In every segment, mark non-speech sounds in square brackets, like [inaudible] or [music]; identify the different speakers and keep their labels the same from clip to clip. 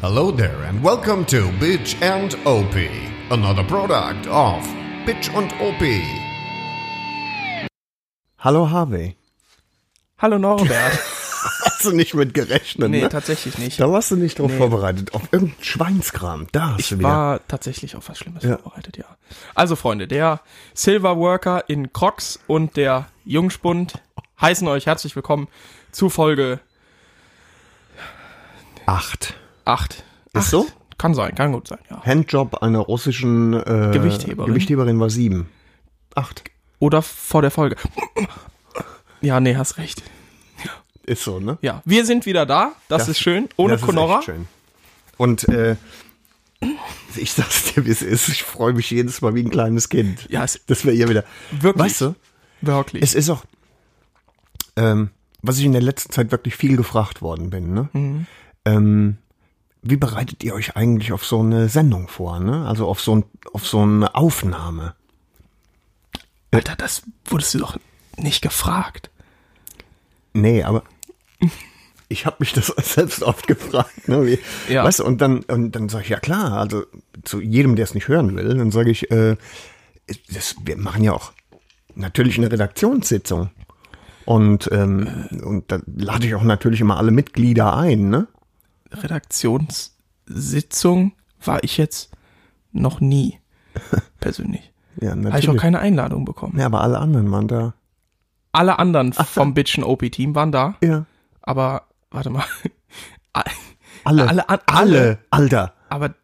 Speaker 1: Hello there and welcome to Bitch and OP, another product of Bitch and OP.
Speaker 2: Hallo Harvey. [laughs]
Speaker 3: Hallo Norbert.
Speaker 2: Hast du nicht mit gerechnet,
Speaker 3: Nee,
Speaker 2: ne?
Speaker 3: tatsächlich nicht.
Speaker 2: Da warst du nicht drauf
Speaker 3: Nee.
Speaker 2: vorbereitet. Auf irgendeinen Schweinskram. Da hast du
Speaker 3: Ich
Speaker 2: wieder.
Speaker 3: war tatsächlich auf was Schlimmes
Speaker 2: Ja.
Speaker 3: vorbereitet, ja. Also Freunde, der Silverworker in Crocs und der Jungspund heißen euch herzlich willkommen zu Folge
Speaker 2: acht.
Speaker 3: 8.
Speaker 2: Ist so?
Speaker 3: Kann sein, kann gut sein, ja.
Speaker 2: Handjob einer russischen äh,
Speaker 3: Gewichtheberin.
Speaker 2: Gewichtheberin war sieben. Acht.
Speaker 3: Oder vor der Folge. Ja, nee, hast recht.
Speaker 2: Ist so, ne?
Speaker 3: Ja, wir sind wieder da, das, ist schön, ohne
Speaker 2: das ist
Speaker 3: Conora.
Speaker 2: echt schön. Und äh, ich sag's dir, wie es ist. Ich freue mich jedes Mal wie ein kleines Kind.
Speaker 3: Ja, es-
Speaker 2: das wäre hier wieder.
Speaker 3: Wirklich.
Speaker 2: Weißt du,
Speaker 3: Wirklich.
Speaker 2: es ist auch, ähm, was ich in der letzten Zeit wirklich viel gefragt worden bin, ne? Ähm, wie bereitet ihr euch eigentlich auf so eine Sendung vor, ne? Also auf so, ein, auf so eine Aufnahme.
Speaker 3: Alter, das wurdest du doch nicht gefragt.
Speaker 2: Nee, aber ich habe mich das [laughs] selbst oft gefragt. Ne? Wie,
Speaker 3: Ja.
Speaker 2: Weißt du, und dann, und dann sage ich, ja klar, also zu jedem, der es nicht hören will, dann sage ich, äh, das, wir machen ja auch natürlich eine Redaktionssitzung. Und, ähm, und da lade ich auch natürlich immer alle Mitglieder ein, ne?
Speaker 3: Redaktionssitzung war ich jetzt
Speaker 2: [laughs]
Speaker 3: noch nie. Persönlich.
Speaker 2: Ja,
Speaker 3: Habe
Speaker 2: natürlich.
Speaker 3: ich auch keine Einladung bekommen.
Speaker 2: ja, aber alle anderen waren da.
Speaker 3: Alle anderen vom Bitchen OP-Team waren da,
Speaker 2: Ja.
Speaker 3: aber warte mal. [laughs] A-
Speaker 2: Alle.
Speaker 3: Alle an-
Speaker 2: alle. Alter.
Speaker 3: Aber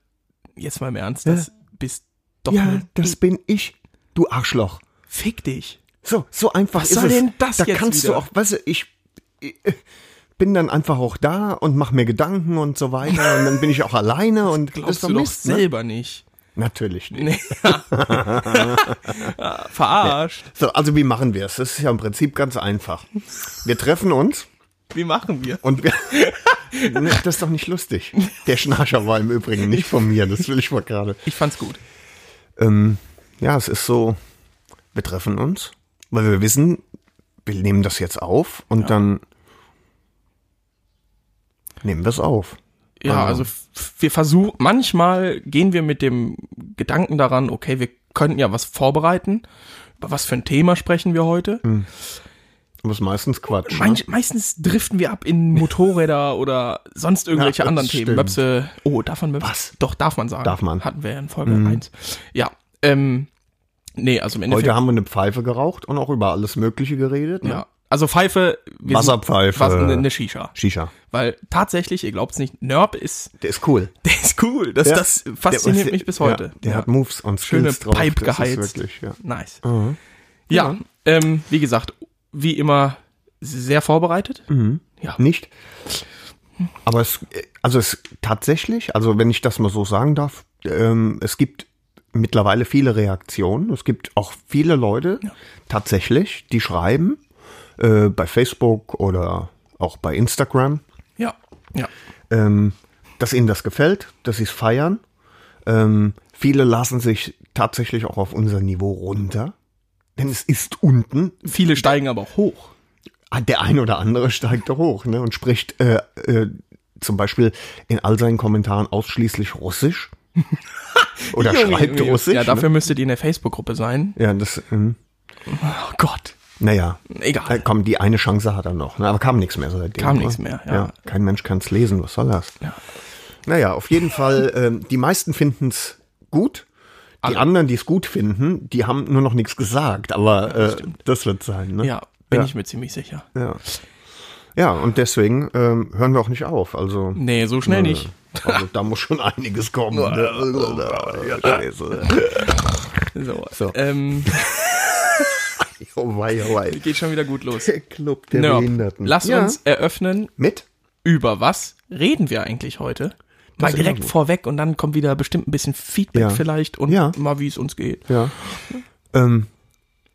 Speaker 3: jetzt mal im Ernst, das bist doch
Speaker 2: Ja,
Speaker 3: nur
Speaker 2: Hm, das bin ich, du Arschloch.
Speaker 3: Fick dich.
Speaker 2: So, so einfach
Speaker 3: Was
Speaker 2: ist
Speaker 3: soll
Speaker 2: es.
Speaker 3: denn das
Speaker 2: da
Speaker 3: jetzt
Speaker 2: kannst du
Speaker 3: wieder?
Speaker 2: auch, weißt du, ich, ich bin dann einfach auch da und mach mir Gedanken und so weiter und dann bin ich auch
Speaker 3: [laughs]
Speaker 2: alleine und
Speaker 3: Glaubst
Speaker 2: das
Speaker 3: du doch
Speaker 2: vermisst, ne?
Speaker 3: selber nicht.
Speaker 2: Natürlich nicht.
Speaker 3: Nee.
Speaker 2: [laughs]
Speaker 3: [laughs] Ah, Verarscht.
Speaker 2: So, also wie machen wir es? Das ist ja im Prinzip ganz einfach. Wir treffen uns
Speaker 3: Wie machen wir?
Speaker 2: und wir [laughs] Ne, das ist doch nicht lustig. Der Schnarcher war im Übrigen nicht von mir, das will ich mal gerade.
Speaker 3: Ich fand's gut.
Speaker 2: Ähm, ja, es ist so, wir treffen uns, weil wir wissen, wir nehmen das jetzt auf und dann nehmen wir es auf. Ah.
Speaker 3: Ja, also f- wir versuchen, manchmal gehen wir mit dem Gedanken daran, okay, wir könnten ja was vorbereiten. Über was für ein Thema sprechen wir heute?
Speaker 2: Mhm. Aber ist meistens Quatsch.
Speaker 3: Manch,
Speaker 2: ne?
Speaker 3: meistens driften wir ab
Speaker 2: [laughs]
Speaker 3: in Motorräder oder sonst irgendwelche
Speaker 2: Ja, das
Speaker 3: anderen Themen.
Speaker 2: stimmt.
Speaker 3: Möpse, oh, darf man Möpse?
Speaker 2: Was?
Speaker 3: Doch, darf man sagen.
Speaker 2: Darf man. Mhm.
Speaker 3: Hatten wir ja in Folge 1. Ja, ähm, nee, also im Endeffekt.
Speaker 2: Heute haben wir eine Pfeife geraucht und auch über alles Mögliche geredet. Ne?
Speaker 3: ja. Also Pfeife. wir
Speaker 2: Wasserpfeife.
Speaker 3: Sind, was, eine, eine Shisha.
Speaker 2: Shisha.
Speaker 3: Weil tatsächlich, ihr glaubt's nicht, Nerb ist, [laughs]
Speaker 2: Der ist cool.
Speaker 3: der ist cool. Das,
Speaker 2: Ja.
Speaker 3: das fasziniert
Speaker 2: der-
Speaker 3: mich bis heute.
Speaker 2: Ja, der
Speaker 3: Ja.
Speaker 2: hat Moves und
Speaker 3: schöne
Speaker 2: Skills drauf.
Speaker 3: Pipe
Speaker 2: das ist
Speaker 3: geheizt.
Speaker 2: wirklich, ja.
Speaker 3: Nice. Ja,
Speaker 2: Mhm. Ja.
Speaker 3: Ähm, wie gesagt, wie immer sehr vorbereitet.
Speaker 2: Mhm.
Speaker 3: Ja.
Speaker 2: Nicht? Aber es, also es tatsächlich, also wenn ich das mal so sagen darf, ähm, es gibt mittlerweile viele Reaktionen. Es gibt auch viele Leute tatsächlich, die schreiben äh, bei Facebook oder auch bei Instagram,
Speaker 3: Ja. Ja.
Speaker 2: ähm, dass ihnen das gefällt, dass sie es feiern. Ähm, viele lassen sich tatsächlich auch auf unser Niveau runter, denn es ist unten
Speaker 3: Viele steigen aber auch hoch.
Speaker 2: Ah, der ein oder andere steigt da hoch ne, und spricht äh, äh, zum Beispiel in all seinen Kommentaren ausschließlich Russisch. [laughs] oder
Speaker 3: Junge,
Speaker 2: schreibt
Speaker 3: Junge.
Speaker 2: Russisch.
Speaker 3: Ja, dafür
Speaker 2: ne?
Speaker 3: müsstet ihr in der Facebook-Gruppe sein.
Speaker 2: ja das, ähm,
Speaker 3: Oh Gott.
Speaker 2: naja.
Speaker 3: Egal.
Speaker 2: Äh, komm, die eine Chance hat er noch, ne? aber kam nichts mehr seitdem.
Speaker 3: Kam
Speaker 2: ne?
Speaker 3: nichts mehr, ja.
Speaker 2: Kein Mensch kann es lesen, was soll das? Ja. Naja, auf jeden Fall, ähm, die meisten finden es gut. Die anderen, die es gut finden, die haben nur noch nichts gesagt, aber äh, das wird sein. Ne?
Speaker 3: Ja, bin
Speaker 2: Ja.
Speaker 3: ich mir ziemlich sicher.
Speaker 2: Ja. Ja, und deswegen ähm, hören wir auch nicht auf. Also,
Speaker 3: Nee, so schnell nicht.
Speaker 2: also da muss schon einiges kommen. ne? ja, scheiße.
Speaker 3: So.
Speaker 2: So.
Speaker 3: Ähm,
Speaker 2: Oh wei, oh wei.
Speaker 3: geht schon wieder
Speaker 2: [laughs]
Speaker 3: gut los.
Speaker 2: Der Club der
Speaker 3: Nerp,
Speaker 2: Behinderten.
Speaker 3: Lass
Speaker 2: ja.
Speaker 3: uns eröffnen,
Speaker 2: Mit?
Speaker 3: über was reden wir eigentlich heute? Mal
Speaker 2: ist
Speaker 3: direkt
Speaker 2: immer gut.
Speaker 3: vorweg und dann kommt wieder bestimmt ein bisschen Feedback
Speaker 2: Ja.
Speaker 3: vielleicht und
Speaker 2: Ja.
Speaker 3: mal, wie es uns geht.
Speaker 2: Ja. Ähm,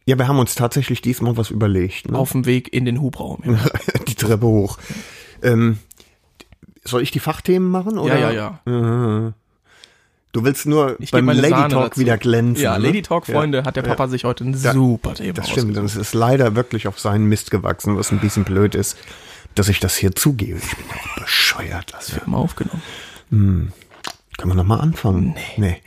Speaker 2: ja, wir haben uns tatsächlich diesmal was überlegt. Ne?
Speaker 3: Auf dem Weg in den Hubraum. Ja.
Speaker 2: [laughs] die Treppe hoch. Ähm, soll ich die Fachthemen machen? Oder?
Speaker 3: Ja, ja, ja.
Speaker 2: Du willst nur
Speaker 3: Ich
Speaker 2: beim
Speaker 3: gebe meine
Speaker 2: Lady
Speaker 3: Sahne
Speaker 2: Talk
Speaker 3: dazu.
Speaker 2: wieder glänzen.
Speaker 3: Ja,
Speaker 2: ne?
Speaker 3: Lady Talk, Freunde, hat der Papa sich heute ein super Thema
Speaker 2: Das stimmt,
Speaker 3: ausgesucht.
Speaker 2: und es ist leider wirklich auf seinen Mist gewachsen, was ein bisschen blöd ist, dass ich das hier zugebe. Ich bin doch bescheuert. Also,
Speaker 3: Mal genau. aufgenommen.
Speaker 2: Können wir nochmal anfangen? Nee.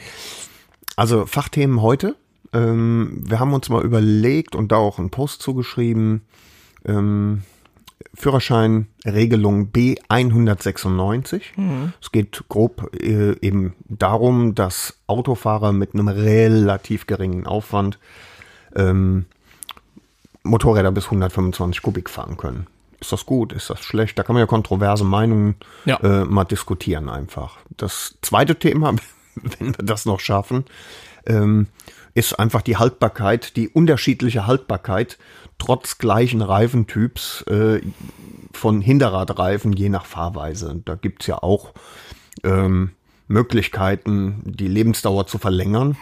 Speaker 2: Also Fachthemen heute. Ähm, wir haben uns mal überlegt und da auch einen Post zugeschrieben. Ähm, Führerschein Regelung B196. Es geht grob äh, eben darum, dass Autofahrer mit einem relativ geringen Aufwand ähm, Motorräder bis 125 Kubik fahren können. Ist das gut? Ist das schlecht? Da kann man ja kontroverse Meinungen
Speaker 3: Ja.
Speaker 2: äh, mal diskutieren einfach. Das zweite Thema, [laughs] wenn wir das noch schaffen, ähm, ist einfach die Haltbarkeit, die unterschiedliche Haltbarkeit trotz gleichen Reifentyps äh, von Hinterradreifen je nach Fahrweise. Da gibt's ja auch ähm, Möglichkeiten, die Lebensdauer zu verlängern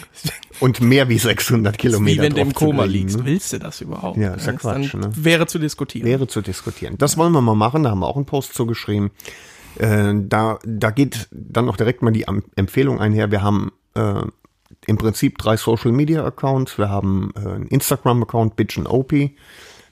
Speaker 3: [laughs]
Speaker 2: und mehr wie 600 Kilometer
Speaker 3: Wie wenn du im
Speaker 2: drauf zu
Speaker 3: Koma
Speaker 2: kriegen,
Speaker 3: liegst.
Speaker 2: ne?
Speaker 3: Willst du das überhaupt?
Speaker 2: Ja, ist ja
Speaker 3: Dann
Speaker 2: Quatsch, ne?
Speaker 3: Wäre zu diskutieren.
Speaker 2: wäre zu diskutieren. Das wollen wir mal machen, da haben wir auch einen Post zugeschrieben. Äh, da, da geht dann auch direkt mal die Am Empfehlung einher. Wir haben äh, im Prinzip drei Social Media Accounts. Wir haben äh, einen Instagram-Account, Bitch and OP.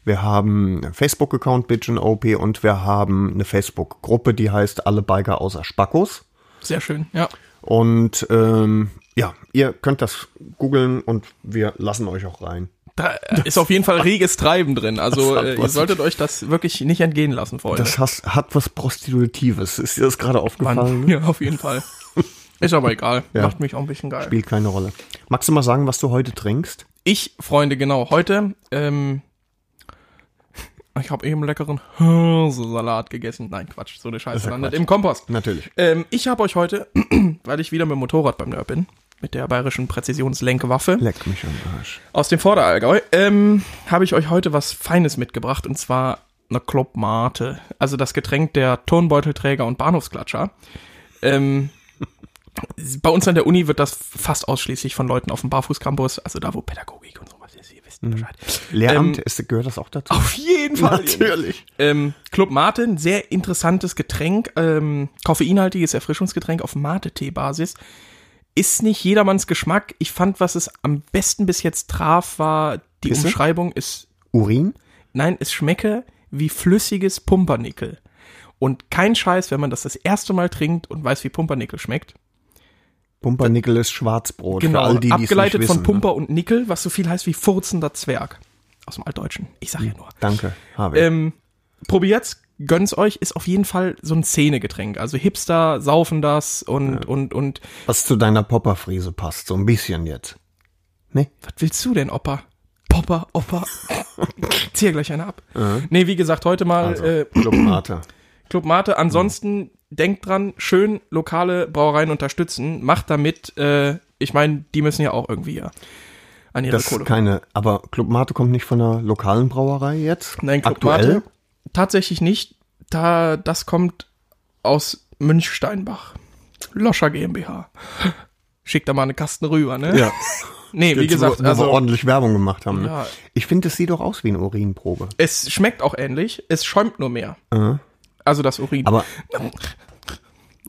Speaker 2: Wir haben einen Facebook-Account, Bitch and OP. Und wir haben eine Facebook-Gruppe, die heißt Alle Biker außer Spackos.
Speaker 3: Sehr schön, ja.
Speaker 2: Und ähm, ja, ihr könnt das googeln und wir lassen euch auch rein. [laughs]
Speaker 3: Da ist auf jeden Fall reges Treiben drin. Also
Speaker 2: Das hat
Speaker 3: äh, ihr
Speaker 2: was.
Speaker 3: solltet euch das wirklich nicht entgehen lassen, Freunde.
Speaker 2: Das has, hat was Prostitutives. Ist dir das gerade aufgefallen?
Speaker 3: Mann, ja, auf jeden Fall. Ist aber egal.
Speaker 2: Ja.
Speaker 3: Macht mich auch ein bisschen geil.
Speaker 2: Spielt keine Rolle. Magst du mal sagen, was du heute trinkst?
Speaker 3: Ich, Freunde, genau, heute, ähm, ich habe eben leckeren Hirsesalat gegessen. Nein, Quatsch, so eine Scheiße landet im Kompost.
Speaker 2: Natürlich.
Speaker 3: Ähm, ich habe euch heute, [clears throat] weil ich wieder mit dem Motorrad beim Nerd bin, mit der bayerischen Präzisionslenkwaffe
Speaker 2: Leck mich am Arsch.
Speaker 3: aus dem Vorderallgäu, ähm, habe ich euch heute was Feines mitgebracht und zwar eine Club Mate. Also das Getränk der Turnbeutelträger und Bahnhofsklatscher. Ähm, [laughs] bei uns an der Uni wird das fast ausschließlich von Leuten auf dem Barfußcampus, also da, wo Pädagogik und sowas ist, ihr wisst Bescheid.
Speaker 2: Lehramt, ist, gehört das auch dazu?
Speaker 3: Ähm, Auf jeden Fall. Ähm, Club Mate, ein sehr interessantes Getränk, ähm, koffeinhaltiges Erfrischungsgetränk auf Mate-Tee-Basis. Ist nicht jedermanns Geschmack. Ich fand, was es am besten bis jetzt traf, war die
Speaker 2: Pisse?
Speaker 3: Umschreibung ist,
Speaker 2: Urin?
Speaker 3: nein, es schmecke wie flüssiges Pumpernickel. Und kein Scheiß, wenn man das das erste Mal trinkt und weiß, wie Pumpernickel schmeckt.
Speaker 2: Pumpernickel ist Schwarzbrot.
Speaker 3: Genau,
Speaker 2: für all die, die es
Speaker 3: abgeleitet
Speaker 2: nicht
Speaker 3: von
Speaker 2: wissen, ne?
Speaker 3: Pumper und Nickel, was so viel heißt wie furzender Zwerg. Aus dem Altdeutschen. Ich sag ja nur.
Speaker 2: Ne? Danke, habe ich.
Speaker 3: Ähm, probiert's, gönnt's euch, ist auf jeden Fall so ein Szenegetränk. Also Hipster saufen das und, und, und.
Speaker 2: Was zu deiner Popperfriese passt, so ein bisschen jetzt. Nee?
Speaker 3: Was willst du denn, Opa? Popper,
Speaker 2: [laughs]
Speaker 3: Opa. Zieh ja gleich eine ab. Nee, wie gesagt, heute mal
Speaker 2: Also,
Speaker 3: äh,
Speaker 2: Club
Speaker 3: [clears throat]
Speaker 2: Mate.
Speaker 3: Club Mate. Ansonsten denkt dran, schön lokale Brauereien unterstützen. Macht damit, äh, ich meine, die müssen ja auch irgendwie ja an ihre
Speaker 2: Das
Speaker 3: Kohle.
Speaker 2: ist keine, aber Club Mate kommt nicht von einer lokalen Brauerei jetzt?
Speaker 3: Nein, Club
Speaker 2: Aktuell?
Speaker 3: Mate tatsächlich nicht. Da, das kommt aus Münchsteinbach. Loscher GmbH. [laughs] Schickt da mal eine Kasten rüber, ne?
Speaker 2: Ja.
Speaker 3: Nee, [laughs] wie
Speaker 2: Jetzt,
Speaker 3: gesagt,
Speaker 2: wo, wo wir
Speaker 3: also
Speaker 2: ordentlich Werbung gemacht haben. Ne?
Speaker 3: Ja.
Speaker 2: Ich finde, es sieht doch aus wie eine Urinprobe.
Speaker 3: es schmeckt auch ähnlich, es schäumt nur mehr. Also das Urin.
Speaker 2: Aber [laughs]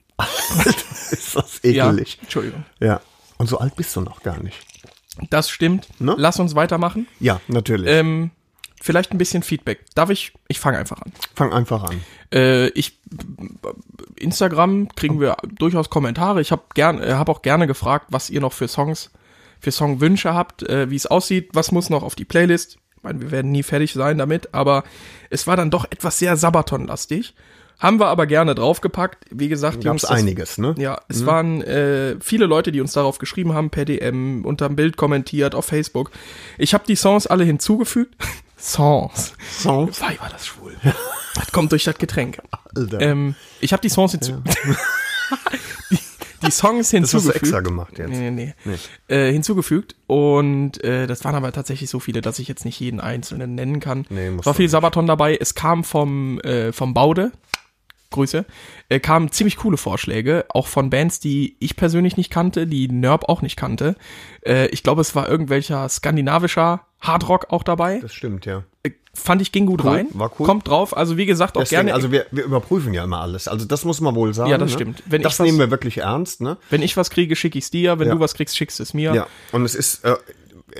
Speaker 2: ist das
Speaker 3: ja,
Speaker 2: ekelig.
Speaker 3: Entschuldigung.
Speaker 2: Ja. Und so alt bist du noch gar nicht.
Speaker 3: Das stimmt.
Speaker 2: Ne?
Speaker 3: Lass uns weitermachen.
Speaker 2: Ja, natürlich.
Speaker 3: Ähm, vielleicht ein bisschen Feedback. Darf ich? Ich fange einfach an.
Speaker 2: Fang einfach an.
Speaker 3: Äh, ich Instagram kriegen wir durchaus Kommentare. Ich habe gern, äh, hab auch gerne gefragt, was ihr noch für Songs, für Songwünsche habt, äh, wie es aussieht, was muss noch auf die Playlist. Ich meine, wir werden nie fertig sein damit, aber es war dann doch etwas sehr Sabaton-lastig. Haben wir aber gerne draufgepackt. Wie gesagt,
Speaker 2: Gab's
Speaker 3: das-
Speaker 2: einiges, ne?
Speaker 3: ja, es waren äh, viele Leute, die uns darauf geschrieben haben, per DM, unterm Bild kommentiert, auf Facebook. Ich habe die Songs alle hinzugefügt. [laughs] Songs.
Speaker 2: Songs?
Speaker 3: Wei, war das schwul. das kommt durch das Getränk.
Speaker 2: Alter.
Speaker 3: Ähm, ich habe die Songs hinzu [laughs] die, die Songs hinzugefügt.
Speaker 2: extra gemacht jetzt.
Speaker 3: Nee, nee, nee. Äh, hinzugefügt. Und äh, das waren aber tatsächlich so viele, dass ich jetzt nicht jeden einzelnen nennen kann.
Speaker 2: Nee, musst
Speaker 3: War
Speaker 2: du
Speaker 3: viel
Speaker 2: nicht.
Speaker 3: Sabaton dabei. Es kam vom, äh, vom Baude. Grüße. Äh, kamen ziemlich coole Vorschläge, auch von Bands, die ich persönlich nicht kannte, die Nerb auch nicht kannte. Äh, ich glaube, es war irgendwelcher skandinavischer Hardrock auch dabei.
Speaker 2: das stimmt, ja.
Speaker 3: Äh, fand ich, ging gut
Speaker 2: Cool,
Speaker 3: rein.
Speaker 2: war cool.
Speaker 3: Kommt drauf. Also, wie gesagt, auch
Speaker 2: Deswegen,
Speaker 3: gerne.
Speaker 2: also wir, wir überprüfen ja immer alles. Also das muss man wohl sagen.
Speaker 3: Ja, das
Speaker 2: ne?
Speaker 3: stimmt. Wenn
Speaker 2: das
Speaker 3: ich was-
Speaker 2: nehmen wir wirklich ernst, ne?
Speaker 3: Wenn ich was kriege, schicke ich's dir. Wenn
Speaker 2: Ja.
Speaker 3: du was kriegst, schickst du es mir.
Speaker 2: Ja. Und es ist, äh,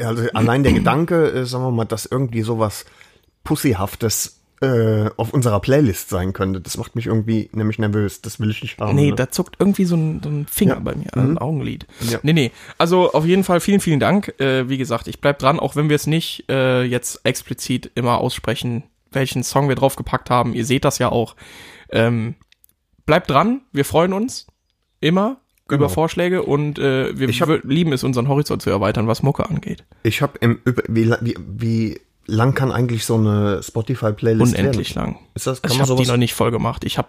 Speaker 2: also allein der Gedanke, äh, sagen wir mal, dass irgendwie sowas Pussyhaftes äh, auf unserer Playlist sein könnte. Das macht mich irgendwie nämlich nervös. Das will ich nicht haben.
Speaker 3: Nee,
Speaker 2: ne?
Speaker 3: da zuckt irgendwie so ein, so ein Finger
Speaker 2: Ja. Mhm.
Speaker 3: bei mir, ein Augenlid.
Speaker 2: Ja.
Speaker 3: Nee, nee. Also auf jeden Fall vielen, vielen Dank. Äh, wie gesagt, ich bleib dran, auch wenn wir es nicht äh, jetzt explizit immer aussprechen, welchen Song wir draufgepackt haben. Ihr seht das ja auch. Ähm, bleibt dran, wir freuen uns immer über Vorschläge und äh, wir
Speaker 2: Genau. Ich hab-
Speaker 3: wür- lieben es, unseren Horizont zu erweitern, was Mucke angeht.
Speaker 2: Ich habe im Über wie, la- wie, wie lang kann eigentlich so eine Spotify-Playlist
Speaker 3: Unendlich
Speaker 2: werden?
Speaker 3: lang.
Speaker 2: Ist das, kann
Speaker 3: Also ich
Speaker 2: man
Speaker 3: habe die
Speaker 2: sowas?
Speaker 3: noch nicht voll gemacht. Ich habe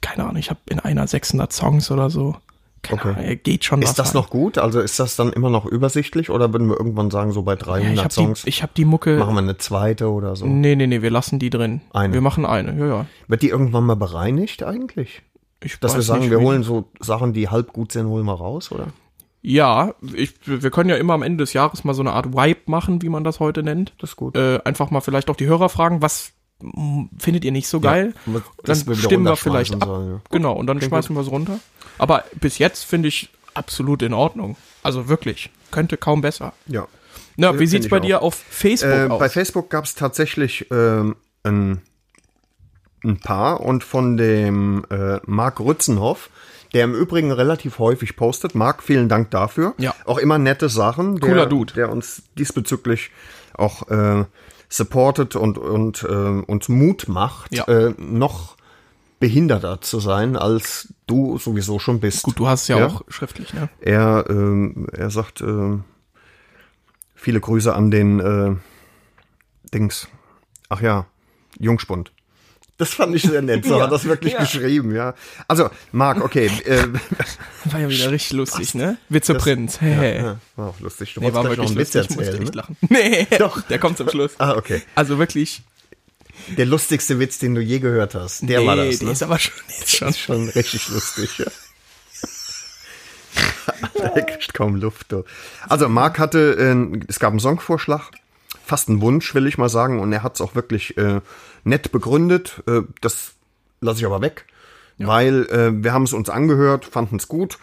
Speaker 3: keine Ahnung, ich habe in einer 600 Songs oder so. Keine
Speaker 2: Okay.
Speaker 3: Ahnung, geht schon was
Speaker 2: ist das
Speaker 3: rein.
Speaker 2: noch gut? Also ist das dann immer noch übersichtlich oder würden wir irgendwann sagen, so bei 300
Speaker 3: Ja, ich habe
Speaker 2: Songs
Speaker 3: die, ich äh, hab die Mucke.
Speaker 2: machen wir eine zweite oder so?
Speaker 3: Nee, nee, nee, wir lassen die drin.
Speaker 2: Eine.
Speaker 3: Wir machen eine, ja, ja.
Speaker 2: Wird die irgendwann mal bereinigt eigentlich?
Speaker 3: Ich
Speaker 2: Dass wir
Speaker 3: weiß
Speaker 2: sagen,
Speaker 3: nicht,
Speaker 2: wir
Speaker 3: wie-
Speaker 2: holen so Sachen, die halb gut sind, holen wir raus, oder?
Speaker 3: Ja, ich, wir können ja immer am Ende des Jahres mal so eine Art Wipe machen, wie man das heute nennt.
Speaker 2: Das ist gut.
Speaker 3: Äh, einfach mal vielleicht auch die Hörer fragen, was m, findet ihr nicht so geil?
Speaker 2: was-
Speaker 3: Dann
Speaker 2: das wir wieder
Speaker 3: stimmen wir vielleicht
Speaker 2: runterschmeißen
Speaker 3: ab.
Speaker 2: sollen, ja.
Speaker 3: Genau, und dann schmeißen wir es runter. Aber bis jetzt finde ich absolut in Ordnung. Also wirklich, könnte kaum besser.
Speaker 2: Ja.
Speaker 3: Na,
Speaker 2: Ja,
Speaker 3: wie
Speaker 2: Äh, find
Speaker 3: sieht's
Speaker 2: ich
Speaker 3: bei
Speaker 2: auch.
Speaker 3: dir auf Facebook
Speaker 2: Äh,
Speaker 3: aus?
Speaker 2: bei Facebook gab es tatsächlich ähm, ein, ein paar und von dem äh, Marc Rützenhoff, der im Übrigen relativ häufig postet. Marc, vielen Dank dafür.
Speaker 3: Ja.
Speaker 2: Auch immer nette Sachen. Der,
Speaker 3: Cooler Dude.
Speaker 2: Der uns diesbezüglich auch äh, supportet und, und äh, uns Mut macht,
Speaker 3: Ja.
Speaker 2: äh, noch behinderter zu sein, als du sowieso schon bist.
Speaker 3: Gut, du hast es ja,
Speaker 2: Ja.
Speaker 3: auch schriftlich, ne?
Speaker 2: Er, ähm, er sagt, ähm, viele Grüße an den äh, Dings. Ach ja, Jungspund. Das fand ich sehr
Speaker 3: [laughs]
Speaker 2: nett, so
Speaker 3: Ja,
Speaker 2: hat das wirklich
Speaker 3: ja.
Speaker 2: geschrieben, ja. Also, Marc, okay. Äh,
Speaker 3: War ja wieder richtig lustig, ne? Witzeprinz. [laughs] Hey.
Speaker 2: war auch lustig. Du
Speaker 3: Nee, war
Speaker 2: wolltest gleich noch einen
Speaker 3: wirklich
Speaker 2: Witz
Speaker 3: lustig, musste
Speaker 2: erzählen.
Speaker 3: echt
Speaker 2: Ne?
Speaker 3: lachen. [laughs] Nee,
Speaker 2: Doch.
Speaker 3: der kommt zum Schluss.
Speaker 2: Ah, okay.
Speaker 3: Also wirklich,
Speaker 2: Der lustigste Witz, den du je gehört hast, der
Speaker 3: nee,
Speaker 2: war das.
Speaker 3: die
Speaker 2: Ne?
Speaker 3: ist aber schon, die ist schon.
Speaker 2: ist schon richtig lustig. Ja. [laughs] da kriegt kaum Luft. Du. Also Marc hatte, äh, es gab einen Songvorschlag, fast einen Wunsch, will ich mal sagen, und er hat es auch wirklich äh, nett begründet. Äh, das lasse ich aber weg, weil äh, wir haben es uns angehört, fanden es gut.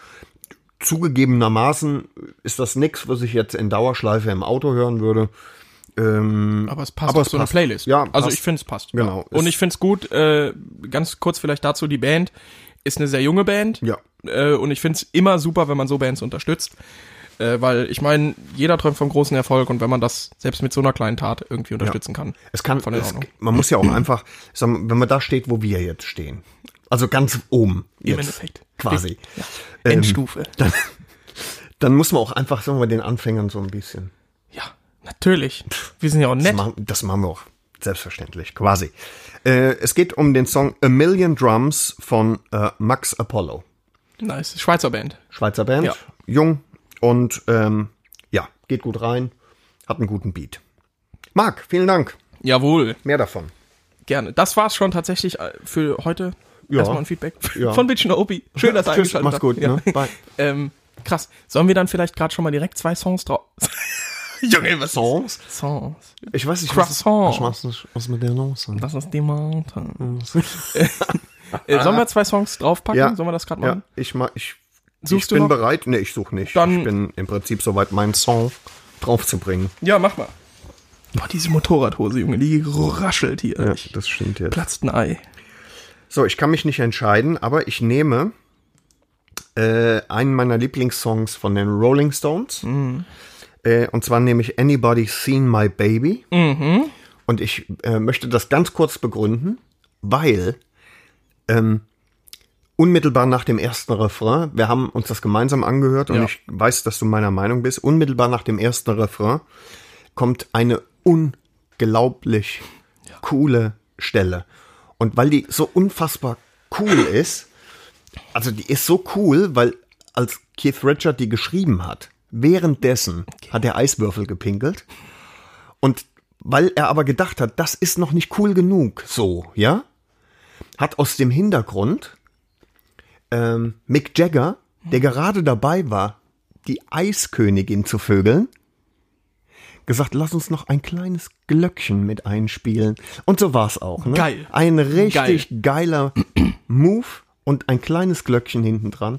Speaker 2: Zugegebenermaßen ist das nichts, was ich jetzt in Dauerschleife im Auto hören würde. Ähm,
Speaker 3: Aber es passt
Speaker 2: Aber
Speaker 3: auf
Speaker 2: es
Speaker 3: so eine
Speaker 2: passt.
Speaker 3: Playlist.
Speaker 2: Ja,
Speaker 3: also
Speaker 2: passt.
Speaker 3: ich finde es passt.
Speaker 2: Genau.
Speaker 3: Und
Speaker 2: Ist-
Speaker 3: ich finde es gut, äh, ganz kurz vielleicht dazu, die Band ist eine sehr junge Band.
Speaker 2: ja,
Speaker 3: Äh, und ich finde es immer super, wenn man so Bands unterstützt. Äh, weil ich meine, jeder träumt vom großen Erfolg und wenn man das selbst mit so einer kleinen Tat irgendwie unterstützen kann.
Speaker 2: Es kann,
Speaker 3: Voll in
Speaker 2: es,
Speaker 3: Ordnung.
Speaker 2: man muss ja auch einfach, ich sag mal, wenn man da steht, wo wir jetzt stehen, also ganz oben, jetzt,
Speaker 3: Im Endeffekt.
Speaker 2: quasi, Ähm,
Speaker 3: Ja. Endstufe.
Speaker 2: dann muss man auch einfach, sagen wir mal, den Anfängern so ein bisschen,
Speaker 3: ja, natürlich. Wir sind ja auch
Speaker 2: das
Speaker 3: nett.
Speaker 2: machen, das machen wir auch selbstverständlich, quasi. Äh, es geht um den Song A Million Drums von äh, Max Apollo,
Speaker 3: Nice. Schweizer Band.
Speaker 2: Schweizer Band,
Speaker 3: Ja.
Speaker 2: jung und ähm, ja, geht gut rein, hat einen guten Beat. Marc, vielen Dank,
Speaker 3: Jawohl.
Speaker 2: mehr davon.
Speaker 3: Gerne. Das war's schon tatsächlich äh, für heute.
Speaker 2: Ja.
Speaker 3: Erstmal ein Feedback
Speaker 2: Ja.
Speaker 3: von Bitch und Obi. Schön, dass ihr
Speaker 2: Tschüss,
Speaker 3: eingeschaltet
Speaker 2: macht's
Speaker 3: habt.
Speaker 2: gut,
Speaker 3: Ja.
Speaker 2: ne? Bye.
Speaker 3: Ähm, krass. Sollen wir dann vielleicht gerade schon mal direkt zwei Songs drauf? [laughs] Junge, was
Speaker 2: Songs?
Speaker 3: Songs.
Speaker 2: Ich weiß nicht,
Speaker 3: Croissant.
Speaker 2: was, was, machst du- was mit der los?
Speaker 3: Das ist
Speaker 2: [laughs]
Speaker 3: die Mountain. äh, sollen wir zwei Songs draufpacken?
Speaker 2: Ja.
Speaker 3: Ne? Sollen wir das gerade
Speaker 2: Ja,
Speaker 3: machen?
Speaker 2: ich, ma, ich, ich
Speaker 3: Suchst du
Speaker 2: bin
Speaker 3: noch?
Speaker 2: bereit. Nee, ich suche nicht.
Speaker 3: Dann-
Speaker 2: ich bin im Prinzip soweit, meinen Song draufzubringen.
Speaker 3: Ja. mach mal. Boah, diese Motorradhose, Junge, die raschelt hier. Ich-
Speaker 2: das stimmt jetzt.
Speaker 3: Platzt ein Ei.
Speaker 2: So, ich kann mich nicht entscheiden, aber ich nehme äh, einen meiner Lieblingssongs von den Rolling Stones. Äh, und zwar nehme ich Anybody Seen My Baby. Und ich äh, möchte das ganz kurz begründen, weil ähm, unmittelbar nach dem ersten Refrain, wir haben uns das gemeinsam angehört und
Speaker 3: Ja.
Speaker 2: ich weiß, dass du meiner Meinung bist, unmittelbar nach dem ersten Refrain kommt eine unglaublich coole Stelle. Und weil die so unfassbar cool ist, also die ist so cool, weil als Keith Richard die geschrieben hat, währenddessen hat er Eiswürfel gepinkelt. Und weil er aber gedacht hat, das ist noch nicht cool genug, so, ja, hat aus dem Hintergrund ähm, Mick Jagger, der gerade dabei war, die Eiskönigin zu vögeln, gesagt, lass uns noch ein kleines Glöckchen mit einspielen. Und so war's auch. Ne?
Speaker 3: Geil.
Speaker 2: Ein richtig geiler Move und ein kleines Glöckchen hinten dran.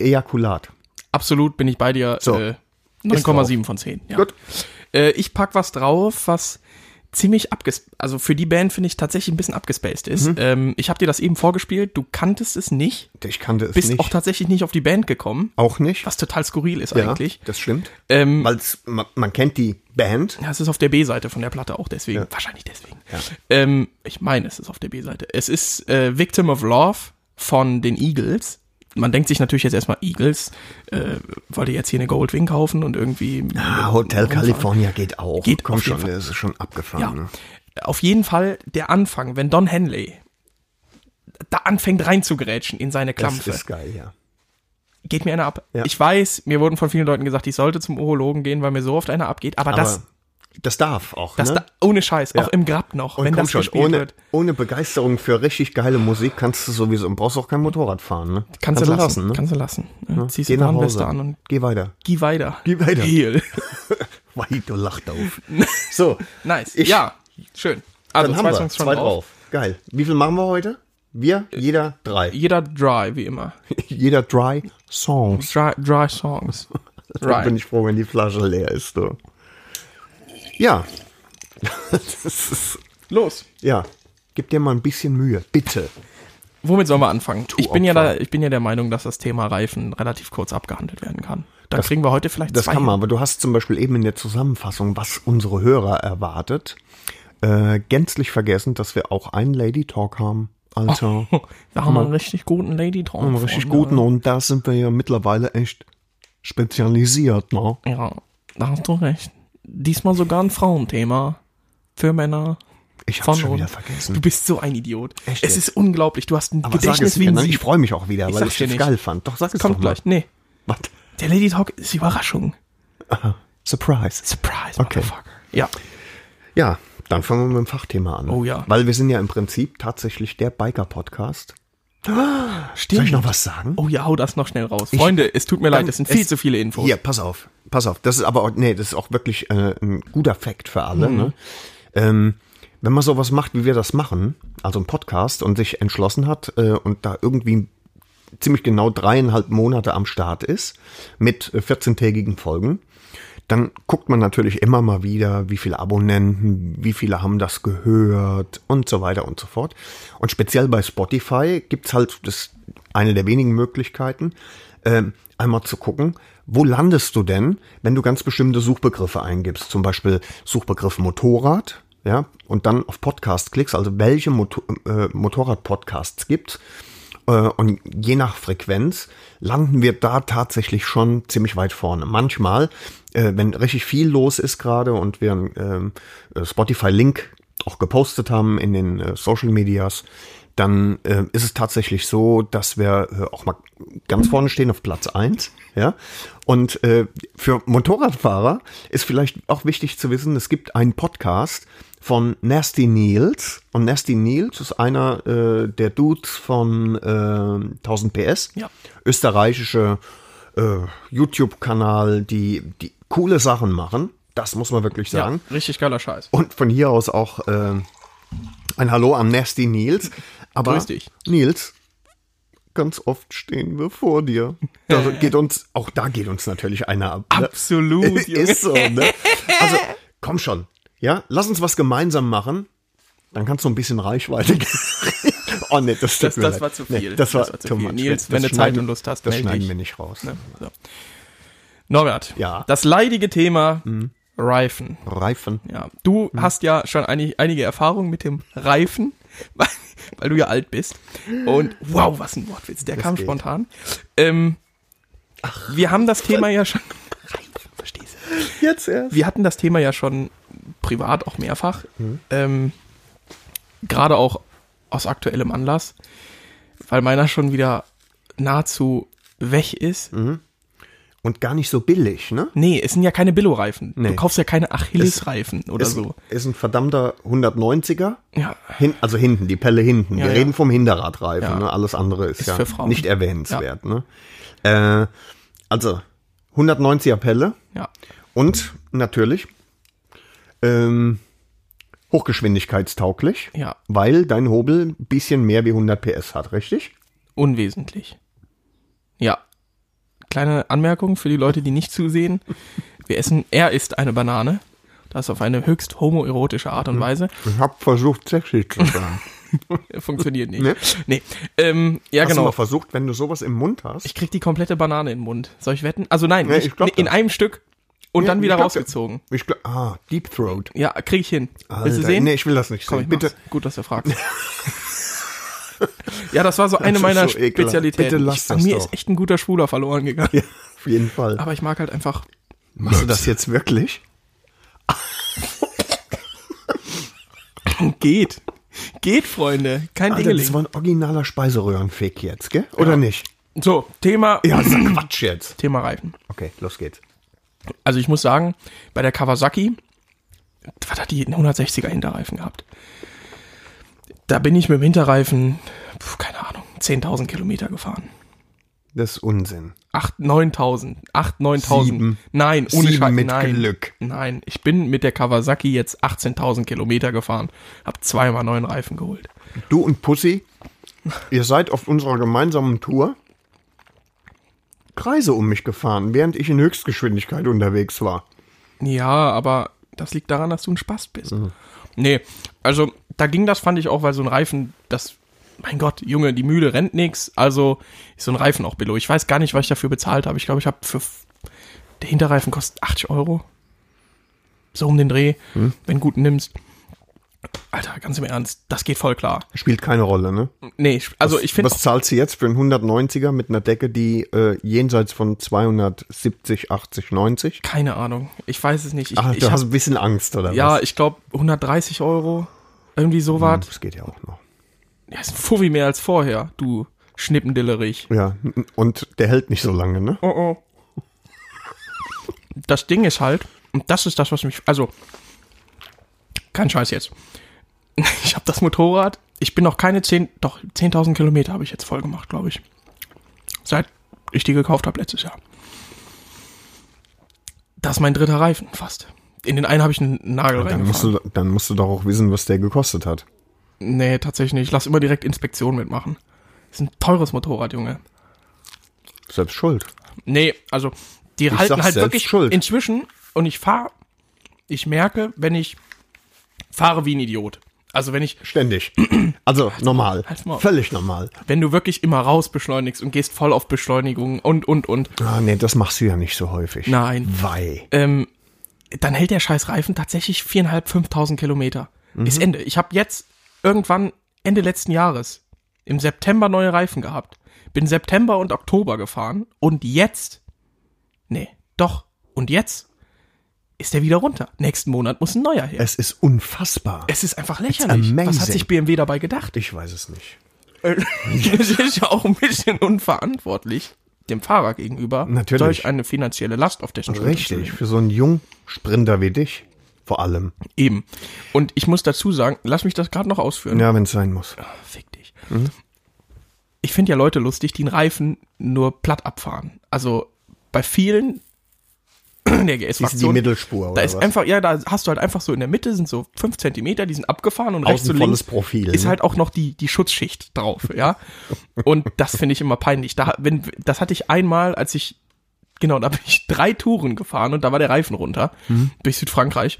Speaker 2: Ejakulat.
Speaker 3: Absolut bin ich bei dir.
Speaker 2: So.
Speaker 3: Äh, 9,7 von 10. Ja.
Speaker 2: Gut.
Speaker 3: Äh, ich pack was drauf, was ziemlich abgespaced, also für die Band finde ich tatsächlich ein bisschen abgespaced
Speaker 2: Mhm.
Speaker 3: ist. Ähm, ich habe dir das eben vorgespielt, du kanntest es nicht,
Speaker 2: Ich kannte es
Speaker 3: bist
Speaker 2: nicht.
Speaker 3: auch tatsächlich nicht auf die Band gekommen,
Speaker 2: auch nicht.
Speaker 3: was total skurril ist
Speaker 2: ja,
Speaker 3: eigentlich.
Speaker 2: Das stimmt.
Speaker 3: Ähm,
Speaker 2: Weil's, man, man kennt die Band.
Speaker 3: Ja, es ist auf der B-Seite von der Platte auch deswegen. Wahrscheinlich deswegen. Ähm, ich meine, es ist auf der B-Seite. Es ist äh, Victim of Love von den Eagles. Man denkt sich natürlich jetzt erstmal Eagles. Äh, wollte jetzt hier eine Goldwing kaufen und irgendwie.
Speaker 2: Ah, Hotel California geht auch.
Speaker 3: Geht
Speaker 2: Komm
Speaker 3: auf jeden
Speaker 2: schon,
Speaker 3: Fall.
Speaker 2: das ist schon abgefahren.
Speaker 3: Ja.
Speaker 2: Ne?
Speaker 3: Auf jeden Fall der Anfang, wenn Don Henley da anfängt reinzugrätschen in seine
Speaker 2: Das
Speaker 3: Klampfe.
Speaker 2: ist geil, ja.
Speaker 3: Geht mir einer ab.
Speaker 2: Ja.
Speaker 3: Ich weiß, mir wurden von vielen Leuten gesagt, ich sollte zum Urologen gehen, weil mir so oft einer abgeht. Aber,
Speaker 2: Aber
Speaker 3: das,
Speaker 2: das darf auch.
Speaker 3: das
Speaker 2: ne?
Speaker 3: da, ohne Scheiß, auch im Grab noch,
Speaker 2: Und
Speaker 3: wenn
Speaker 2: komm
Speaker 3: das
Speaker 2: schon,
Speaker 3: gespielt
Speaker 2: ohne,
Speaker 3: wird.
Speaker 2: ohne Begeisterung für richtig geile Musik kannst du sowieso und brauchst auch kein Motorrad fahren. Ne?
Speaker 3: Kannst, du lassen,
Speaker 2: ne?
Speaker 3: kannst du lassen. Ja, Ziehst
Speaker 2: Geh
Speaker 3: du
Speaker 2: nach
Speaker 3: Warnweste
Speaker 2: Hause.
Speaker 3: an und
Speaker 2: Geh weiter.
Speaker 3: geh weiter.
Speaker 2: Geh
Speaker 3: [laughs]
Speaker 2: weiter. [laughs]
Speaker 3: Hehl.
Speaker 2: Weil du lacht auf. [laughs] So,
Speaker 3: Nice.
Speaker 2: Ich-
Speaker 3: ja, schön. Also
Speaker 2: dann haben
Speaker 3: zwei
Speaker 2: wir
Speaker 3: Songs schon
Speaker 2: zwei
Speaker 3: drauf. Äh,
Speaker 2: drauf. Geil. Wie viel machen wir heute? Wir, jeder drei.
Speaker 3: Jeder dry, wie immer.
Speaker 2: [laughs] jeder drei Songs.
Speaker 3: Dry,
Speaker 2: [laughs]
Speaker 3: dry Songs.
Speaker 2: Da bin
Speaker 3: Dry.
Speaker 2: ich froh, wenn die Flasche leer ist. Du. Ja. [laughs] das ist,
Speaker 3: Los.
Speaker 2: ja. Gib dir mal ein bisschen Mühe, bitte.
Speaker 3: Womit sollen wir anfangen? Ich bin, ja
Speaker 2: Opfer.
Speaker 3: da, ich bin ja der Meinung, dass das Thema Reifen relativ kurz abgehandelt werden kann. Da kriegen wir heute vielleicht
Speaker 2: Das
Speaker 3: zwei.
Speaker 2: kann man, aber du hast zum Beispiel eben in der Zusammenfassung, was unsere Hörer erwartet, äh, gänzlich vergessen, dass wir auch einen Lady Talk haben.
Speaker 3: Oh,
Speaker 2: Also
Speaker 3: [laughs] Da haben wir einen richtig guten Lady Talk.
Speaker 2: einen richtig guten und da sind wir ja mittlerweile echt spezialisiert, ne?
Speaker 3: Ja, da hast du recht. Diesmal sogar ein Frauenthema. Für Männer.
Speaker 2: Ich
Speaker 3: Von
Speaker 2: hab's schon
Speaker 3: und-
Speaker 2: wieder
Speaker 3: Du
Speaker 2: vergessen.
Speaker 3: bist so ein Idiot.
Speaker 2: Echt
Speaker 3: es
Speaker 2: jetzt?
Speaker 3: ist unglaublich. Du hast ein
Speaker 2: Aber sag
Speaker 3: Gedächtnis
Speaker 2: es
Speaker 3: wie
Speaker 2: mir,
Speaker 3: ein
Speaker 2: ne?
Speaker 3: Sieb.
Speaker 2: ich freue mich auch wieder, weil
Speaker 3: sag's
Speaker 2: ich
Speaker 3: dir
Speaker 2: es
Speaker 3: nicht.
Speaker 2: geil fand. Doch, sag es
Speaker 3: Kommt
Speaker 2: doch mal.
Speaker 3: gleich. Nee,
Speaker 2: Was?
Speaker 3: der Lady Talk ist die Überraschung.
Speaker 2: Surprise.
Speaker 3: Surprise,
Speaker 2: Okay.
Speaker 3: Motherfucker. Ja.
Speaker 2: Ja, dann fangen wir mit dem Fachthema an.
Speaker 3: Oh ja.
Speaker 2: Weil wir sind ja im Prinzip tatsächlich der Biker-Podcast. Soll ich noch was sagen?
Speaker 3: Oh ja, hau das noch schnell raus. Freunde, es tut mir leid, es sind viel
Speaker 2: es-
Speaker 3: zu viele Infos.
Speaker 2: Hier, pass auf, pass auf. Das ist aber auch, nee, das ist auch wirklich äh, ein guter Fact für
Speaker 3: Mhm.
Speaker 2: alle. Ne? Ähm, wenn man sowas macht, wie wir das machen, also ein Podcast und sich entschlossen hat äh, und da irgendwie ziemlich genau dreieinhalb Monate am Start ist mit äh, 14-tägigen Folgen, dann guckt man natürlich immer mal wieder, wie viele Abonnenten, wie viele haben das gehört und so weiter und so fort. Und speziell bei Spotify gibt's halt das eine der wenigen Möglichkeiten, ähm, einmal zu gucken, wo landest du denn, wenn du ganz bestimmte Suchbegriffe eingibst, zum Beispiel Suchbegriff Motorrad, ja, und dann auf Podcast klickst, also welche Motor äh, Motorrad-Podcasts gibt's. Äh, Und je nach Frequenz landen wir da tatsächlich schon ziemlich weit vorne. Manchmal, äh, wenn richtig viel los ist gerade und wir einen äh, Spotify-Link auch gepostet haben in den äh, Social Medias, dann äh, ist es tatsächlich so, dass wir äh, auch mal ganz vorne stehen auf Platz eins, Ja? Und äh, für Motorradfahrer ist vielleicht auch wichtig zu wissen, es gibt einen Podcast von Nasty Niels. Und Nasty Niels ist einer äh, der Dudes von äh, 1000 PS.
Speaker 3: Ja.
Speaker 2: Österreichische äh, YouTube-Kanal, die, die coole Sachen machen. Das muss man wirklich sagen.
Speaker 3: Ja, richtig geiler Scheiß.
Speaker 2: Und von hier aus auch äh, ein Hallo am Nasty Nils. Aber
Speaker 3: Grüß dich.
Speaker 2: Nils, ganz oft stehen wir vor dir. Da
Speaker 3: [laughs]
Speaker 2: geht uns, auch da geht uns natürlich einer ab. ne?
Speaker 3: Absolut, Junge.
Speaker 2: [laughs] Ist so, ne? Also,
Speaker 3: [laughs]
Speaker 2: komm schon. Ja, lass uns was gemeinsam machen. Dann kannst du ein bisschen Reichweite [laughs] kriegen. Oh nee, das, tut
Speaker 3: Das-
Speaker 2: mir
Speaker 3: das
Speaker 2: leid.
Speaker 3: war zu viel.
Speaker 2: das war,
Speaker 3: Das war zu
Speaker 2: too
Speaker 3: viel.
Speaker 2: much.
Speaker 3: Nils,
Speaker 2: Das
Speaker 3: wenn du Zeit
Speaker 2: schneiden-
Speaker 3: und Lust hast,
Speaker 2: das
Speaker 3: meld
Speaker 2: schneiden
Speaker 3: dich.
Speaker 2: wir nicht raus.
Speaker 3: Ne? So. Norbert,
Speaker 2: Oh. Ja. Mhm.
Speaker 3: das leidige Thema Reifen.
Speaker 2: Reifen.
Speaker 3: Ja, du hast ja schon einig, einige Erfahrungen mit dem Reifen, [laughs] weil, weil du ja alt bist. Und wow, was ein Wortwitz, der kam
Speaker 2: geht.
Speaker 3: spontan. Ähm, wir haben das Thema ja schon. Verstehst du?
Speaker 2: Jetzt erst.
Speaker 3: wir hatten das Thema ja schon privat auch mehrfach, ähm, gerade auch aus aktuellem Anlass, weil meiner schon wieder nahezu weg ist.
Speaker 2: Und gar nicht so billig, ne?
Speaker 3: Nee, es sind ja keine Billo-Reifen. Du
Speaker 2: Nee.
Speaker 3: kaufst ja keine Achilles-Reifen oder
Speaker 2: ist,
Speaker 3: so.
Speaker 2: ist ein verdammter 190er.
Speaker 3: Ja,
Speaker 2: Hin, also hinten, die Pelle hinten.
Speaker 3: Ja,
Speaker 2: Wir
Speaker 3: ja.
Speaker 2: reden vom Hinterradreifen.
Speaker 3: Ja.
Speaker 2: Ne? Alles andere ist, ja
Speaker 3: für Frauen.
Speaker 2: nicht erwähnenswert. Ne? Äh, also 190er Pelle
Speaker 3: ja.
Speaker 2: und natürlich ähm, hochgeschwindigkeitstauglich,
Speaker 3: Ja.
Speaker 2: weil dein Hobel ein bisschen mehr wie 100 PS hat, richtig?
Speaker 3: Unwesentlich. Ja. Kleine Anmerkung für die Leute, die nicht zusehen. Wir essen, er isst eine Banane das auf eine höchst homoerotische Art
Speaker 2: Hm.
Speaker 3: und Weise.
Speaker 2: Ich habe versucht, sexy
Speaker 3: [laughs]
Speaker 2: zu sein.
Speaker 3: Funktioniert nicht.
Speaker 2: Ne?
Speaker 3: Nee. Ähm, ja,
Speaker 2: hast du
Speaker 3: genau.
Speaker 2: mal versucht, wenn du sowas im Mund hast?
Speaker 3: Ich krieg die komplette Banane in den Mund. Soll ich wetten? Also nein,
Speaker 2: Nee,
Speaker 3: nicht-
Speaker 2: ich glaub
Speaker 3: in
Speaker 2: das.
Speaker 3: einem Stück und
Speaker 2: Nee,
Speaker 3: dann wieder
Speaker 2: ich glaub-
Speaker 3: rausgezogen.
Speaker 2: Ich glaub, ah, Deep Throat.
Speaker 3: Ja, krieg ich hin. Willst du
Speaker 2: Alter,
Speaker 3: sehen?
Speaker 2: Nee, ich will das nicht
Speaker 3: Komm, ich
Speaker 2: sehen. Bitte,
Speaker 3: mach's. Gut, dass
Speaker 2: [laughs]
Speaker 3: du fragst. ja, das war so eine
Speaker 2: ist
Speaker 3: meiner
Speaker 2: so ekelhaft.
Speaker 3: Spezialitäten.
Speaker 2: Bitte lass
Speaker 3: ich, an
Speaker 2: das
Speaker 3: mir
Speaker 2: doch.
Speaker 3: ist echt ein guter Schwuler verloren gegangen.
Speaker 2: Ja, [laughs] auf jeden Fall.
Speaker 3: Aber ich mag halt einfach.
Speaker 2: Machst du das jetzt wirklich?
Speaker 3: Geht. Geht, Freunde. Kein
Speaker 2: Alter, Ah, das
Speaker 3: Dingeling.
Speaker 2: war ein originaler Speiseröhrenfick jetzt, gell? Oder nicht?
Speaker 3: So, Thema,
Speaker 2: Ja, das ist doch Quatsch jetzt.
Speaker 3: Thema Reifen.
Speaker 2: Okay, los geht's.
Speaker 3: Also ich muss sagen, bei der Kawasaki, was hat die einen 160er Hinterreifen gehabt? Da bin ich mit dem Hinterreifen, pf, keine Ahnung, 10.000 Kilometer gefahren.
Speaker 2: Das ist Unsinn.
Speaker 3: 8, 9.000, 8, 9.000.
Speaker 2: Sieben.
Speaker 3: Nein, ohne
Speaker 2: Sieben
Speaker 3: Scheiß,
Speaker 2: mit
Speaker 3: nein.
Speaker 2: Glück.
Speaker 3: Nein, ich bin mit der Kawasaki jetzt 18.000 Kilometer gefahren, hab zweimal neuen Reifen geholt.
Speaker 2: Du und Pussy, ihr seid auf unserer gemeinsamen Tour Kreise um mich gefahren, während ich in Höchstgeschwindigkeit unterwegs war.
Speaker 3: Ja, aber das liegt daran, dass du ein Spaß bist.
Speaker 2: Mhm.
Speaker 3: Nee, also da ging das, fand ich auch, weil so ein Reifen, das, mein Gott, Junge, die Mühle rennt nix, also ist so ein Reifen auch billig. Ich weiß gar nicht, was ich dafür bezahlt habe. Ich glaube, ich habe für, der Hinterreifen kostet 80 Euro. So um den Dreh,
Speaker 2: Mhm.
Speaker 3: wenn du guten nimmst. Alter, ganz im Ernst, das geht voll klar.
Speaker 2: Spielt keine Rolle, ne?
Speaker 3: Nee, ich- also ich finde
Speaker 2: Was zahlst du jetzt für einen 190er mit einer Decke, die äh, jenseits von 270, 80, 90?
Speaker 3: keine Ahnung. Ich weiß es nicht. Ich,
Speaker 2: Ach,
Speaker 3: ich
Speaker 2: du
Speaker 3: hab-
Speaker 2: hast ein bisschen Angst, oder
Speaker 3: ja,
Speaker 2: was? Mhm.
Speaker 3: ich glaube 130 Euro, irgendwie so was.
Speaker 2: Das geht ja auch noch.
Speaker 3: Ja, ist ein Fuffi mehr als vorher, du Schnippendillerich.
Speaker 2: Ja, und der hält nicht so lange, ne?
Speaker 3: Oh oh. Das Ding ist halt, und das ist das, was mich. Also, kein Scheiß jetzt. [laughs] Ich habe das Motorrad. Ich bin noch keine 10, doch 10.000 Kilometer habe ich jetzt voll gemacht, glaube ich. Seit ich die gekauft habe letztes Jahr. Das ist mein dritter Reifen fast. In den einen habe ich einen Nagel
Speaker 2: Dann musst, du,
Speaker 3: reingefahren.
Speaker 2: dann musst du doch auch wissen, was der gekostet hat.
Speaker 3: Nee, tatsächlich nicht. Ich lass immer direkt Inspektion mitmachen. Ist ein teures Motorrad, Junge.
Speaker 2: Selbst schuld.
Speaker 3: Nee, also die halten
Speaker 2: sag's
Speaker 3: halt
Speaker 2: selbst
Speaker 3: wirklich
Speaker 2: schuld.
Speaker 3: inzwischen und ich fahre, ich merke, wenn ich fahre wie ein Idiot. Also wenn ich,
Speaker 2: Ständig. [clears throat] Also normal.
Speaker 3: halt's Maul.
Speaker 2: Völlig normal.
Speaker 3: wenn du wirklich immer raus beschleunigst und gehst voll auf Beschleunigung und und und,
Speaker 2: Ah, nee, das machst du ja nicht so häufig.
Speaker 3: Nein.
Speaker 2: Weil.
Speaker 3: ähm, dann hält der scheiß Reifen tatsächlich viereinhalb, fünftausend Kilometer.
Speaker 2: Mhm.
Speaker 3: Ist Ende. Ich habe jetzt irgendwann Ende letzten Jahres im September neue Reifen gehabt. Bin September und Oktober gefahren und jetzt, nee, doch, und jetzt ist der wieder runter. Nächsten Monat muss ein neuer her.
Speaker 2: Es ist unfassbar.
Speaker 3: Es ist einfach lächerlich.
Speaker 2: amazing.
Speaker 3: Was hat sich BMW dabei gedacht?
Speaker 2: ich weiß es nicht.
Speaker 3: [laughs] Das ist ja auch ein bisschen unverantwortlich dem Fahrer gegenüber,
Speaker 2: Natürlich.
Speaker 3: solch eine finanzielle Last auf dessen Schultern zu
Speaker 2: Richtig, für so einen jungen Sprinter wie dich. Vor allem.
Speaker 3: legen. Eben. Und ich muss dazu sagen, lass mich das gerade noch ausführen.
Speaker 2: Ja, wenn es sein muss.
Speaker 3: Fick dich. Ich finde ja Leute lustig, die einen Reifen nur platt abfahren. Also bei vielen [clears throat] der
Speaker 2: Ist die
Speaker 3: GS-Fraktion,
Speaker 2: Mittelspur,
Speaker 3: da
Speaker 2: oder
Speaker 3: ist
Speaker 2: was?
Speaker 3: einfach, ja, da hast du halt einfach so in der Mitte sind so fünf Zentimeter, die sind abgefahren und rechts und links
Speaker 2: Außenvolles Profil,
Speaker 3: ist
Speaker 2: ne?
Speaker 3: halt auch noch die, die Schutzschicht drauf, ja. Und das finde ich immer peinlich. Da, wenn, das hatte ich einmal, als ich, genau, da bin ich drei Touren gefahren und da war der Reifen runter durch Südfrankreich.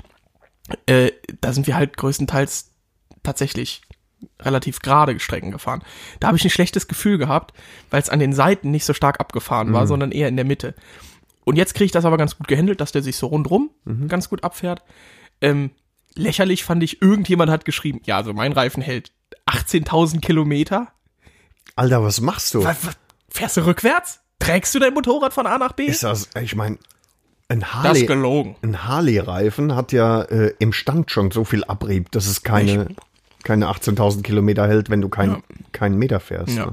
Speaker 3: Äh, da sind wir halt größtenteils tatsächlich relativ gerade Strecken gefahren. Da habe ich ein schlechtes Gefühl gehabt, weil es an den Seiten nicht so stark abgefahren war, sondern eher in der Mitte. Und jetzt kriege ich das aber ganz gut gehandelt, dass der sich so rundrum ganz gut abfährt. Ähm, lächerlich fand ich, irgendjemand hat geschrieben, ja, also mein Reifen hält 18.000 Kilometer.
Speaker 2: Alter, was machst du?
Speaker 3: Wa- wa- Fährst du rückwärts? Trägst du dein Motorrad von A nach B?
Speaker 2: Ist das, ich meine, ein
Speaker 3: das
Speaker 2: Harley.
Speaker 3: ist gelogen.
Speaker 2: ein Harley-Reifen hat ja äh, im Stand schon so viel Abrieb, dass es keine, keine 18.000 Kilometer hält, wenn du kein, keinen Meter fährst.
Speaker 3: Ja.
Speaker 2: Ne?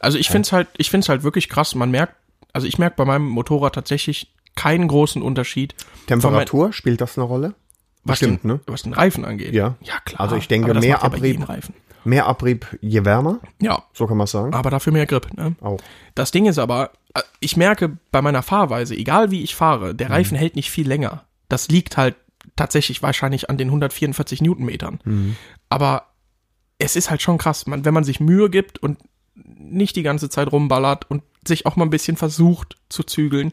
Speaker 3: Also ich find's halt, ich find's halt wirklich krass. Man merkt, also ich merke bei meinem Motorrad tatsächlich keinen großen Unterschied.
Speaker 2: Temperatur, spielt das eine Rolle?
Speaker 3: was
Speaker 2: Bestimmt,
Speaker 3: den,
Speaker 2: ne?
Speaker 3: Was den Reifen angeht.
Speaker 2: Ja.
Speaker 3: Ja, klar.
Speaker 2: Also ich denke,
Speaker 3: Aber das
Speaker 2: mehr
Speaker 3: macht ja bei
Speaker 2: Abrieb-
Speaker 3: jedem Reifen.
Speaker 2: Mehr Abrieb, je wärmer,
Speaker 3: Ja,
Speaker 2: so kann man sagen.
Speaker 3: aber dafür mehr Grip. Ne?
Speaker 2: Auch.
Speaker 3: Das Ding ist aber, äh, ich merke bei meiner Fahrweise, egal wie ich fahre, der Reifen hält nicht viel länger. Das liegt halt tatsächlich wahrscheinlich an den 144 Newtonmetern. Aber es ist halt schon krass, man, wenn man sich Mühe gibt und nicht die ganze Zeit rumballert und sich auch mal ein bisschen versucht zu zügeln.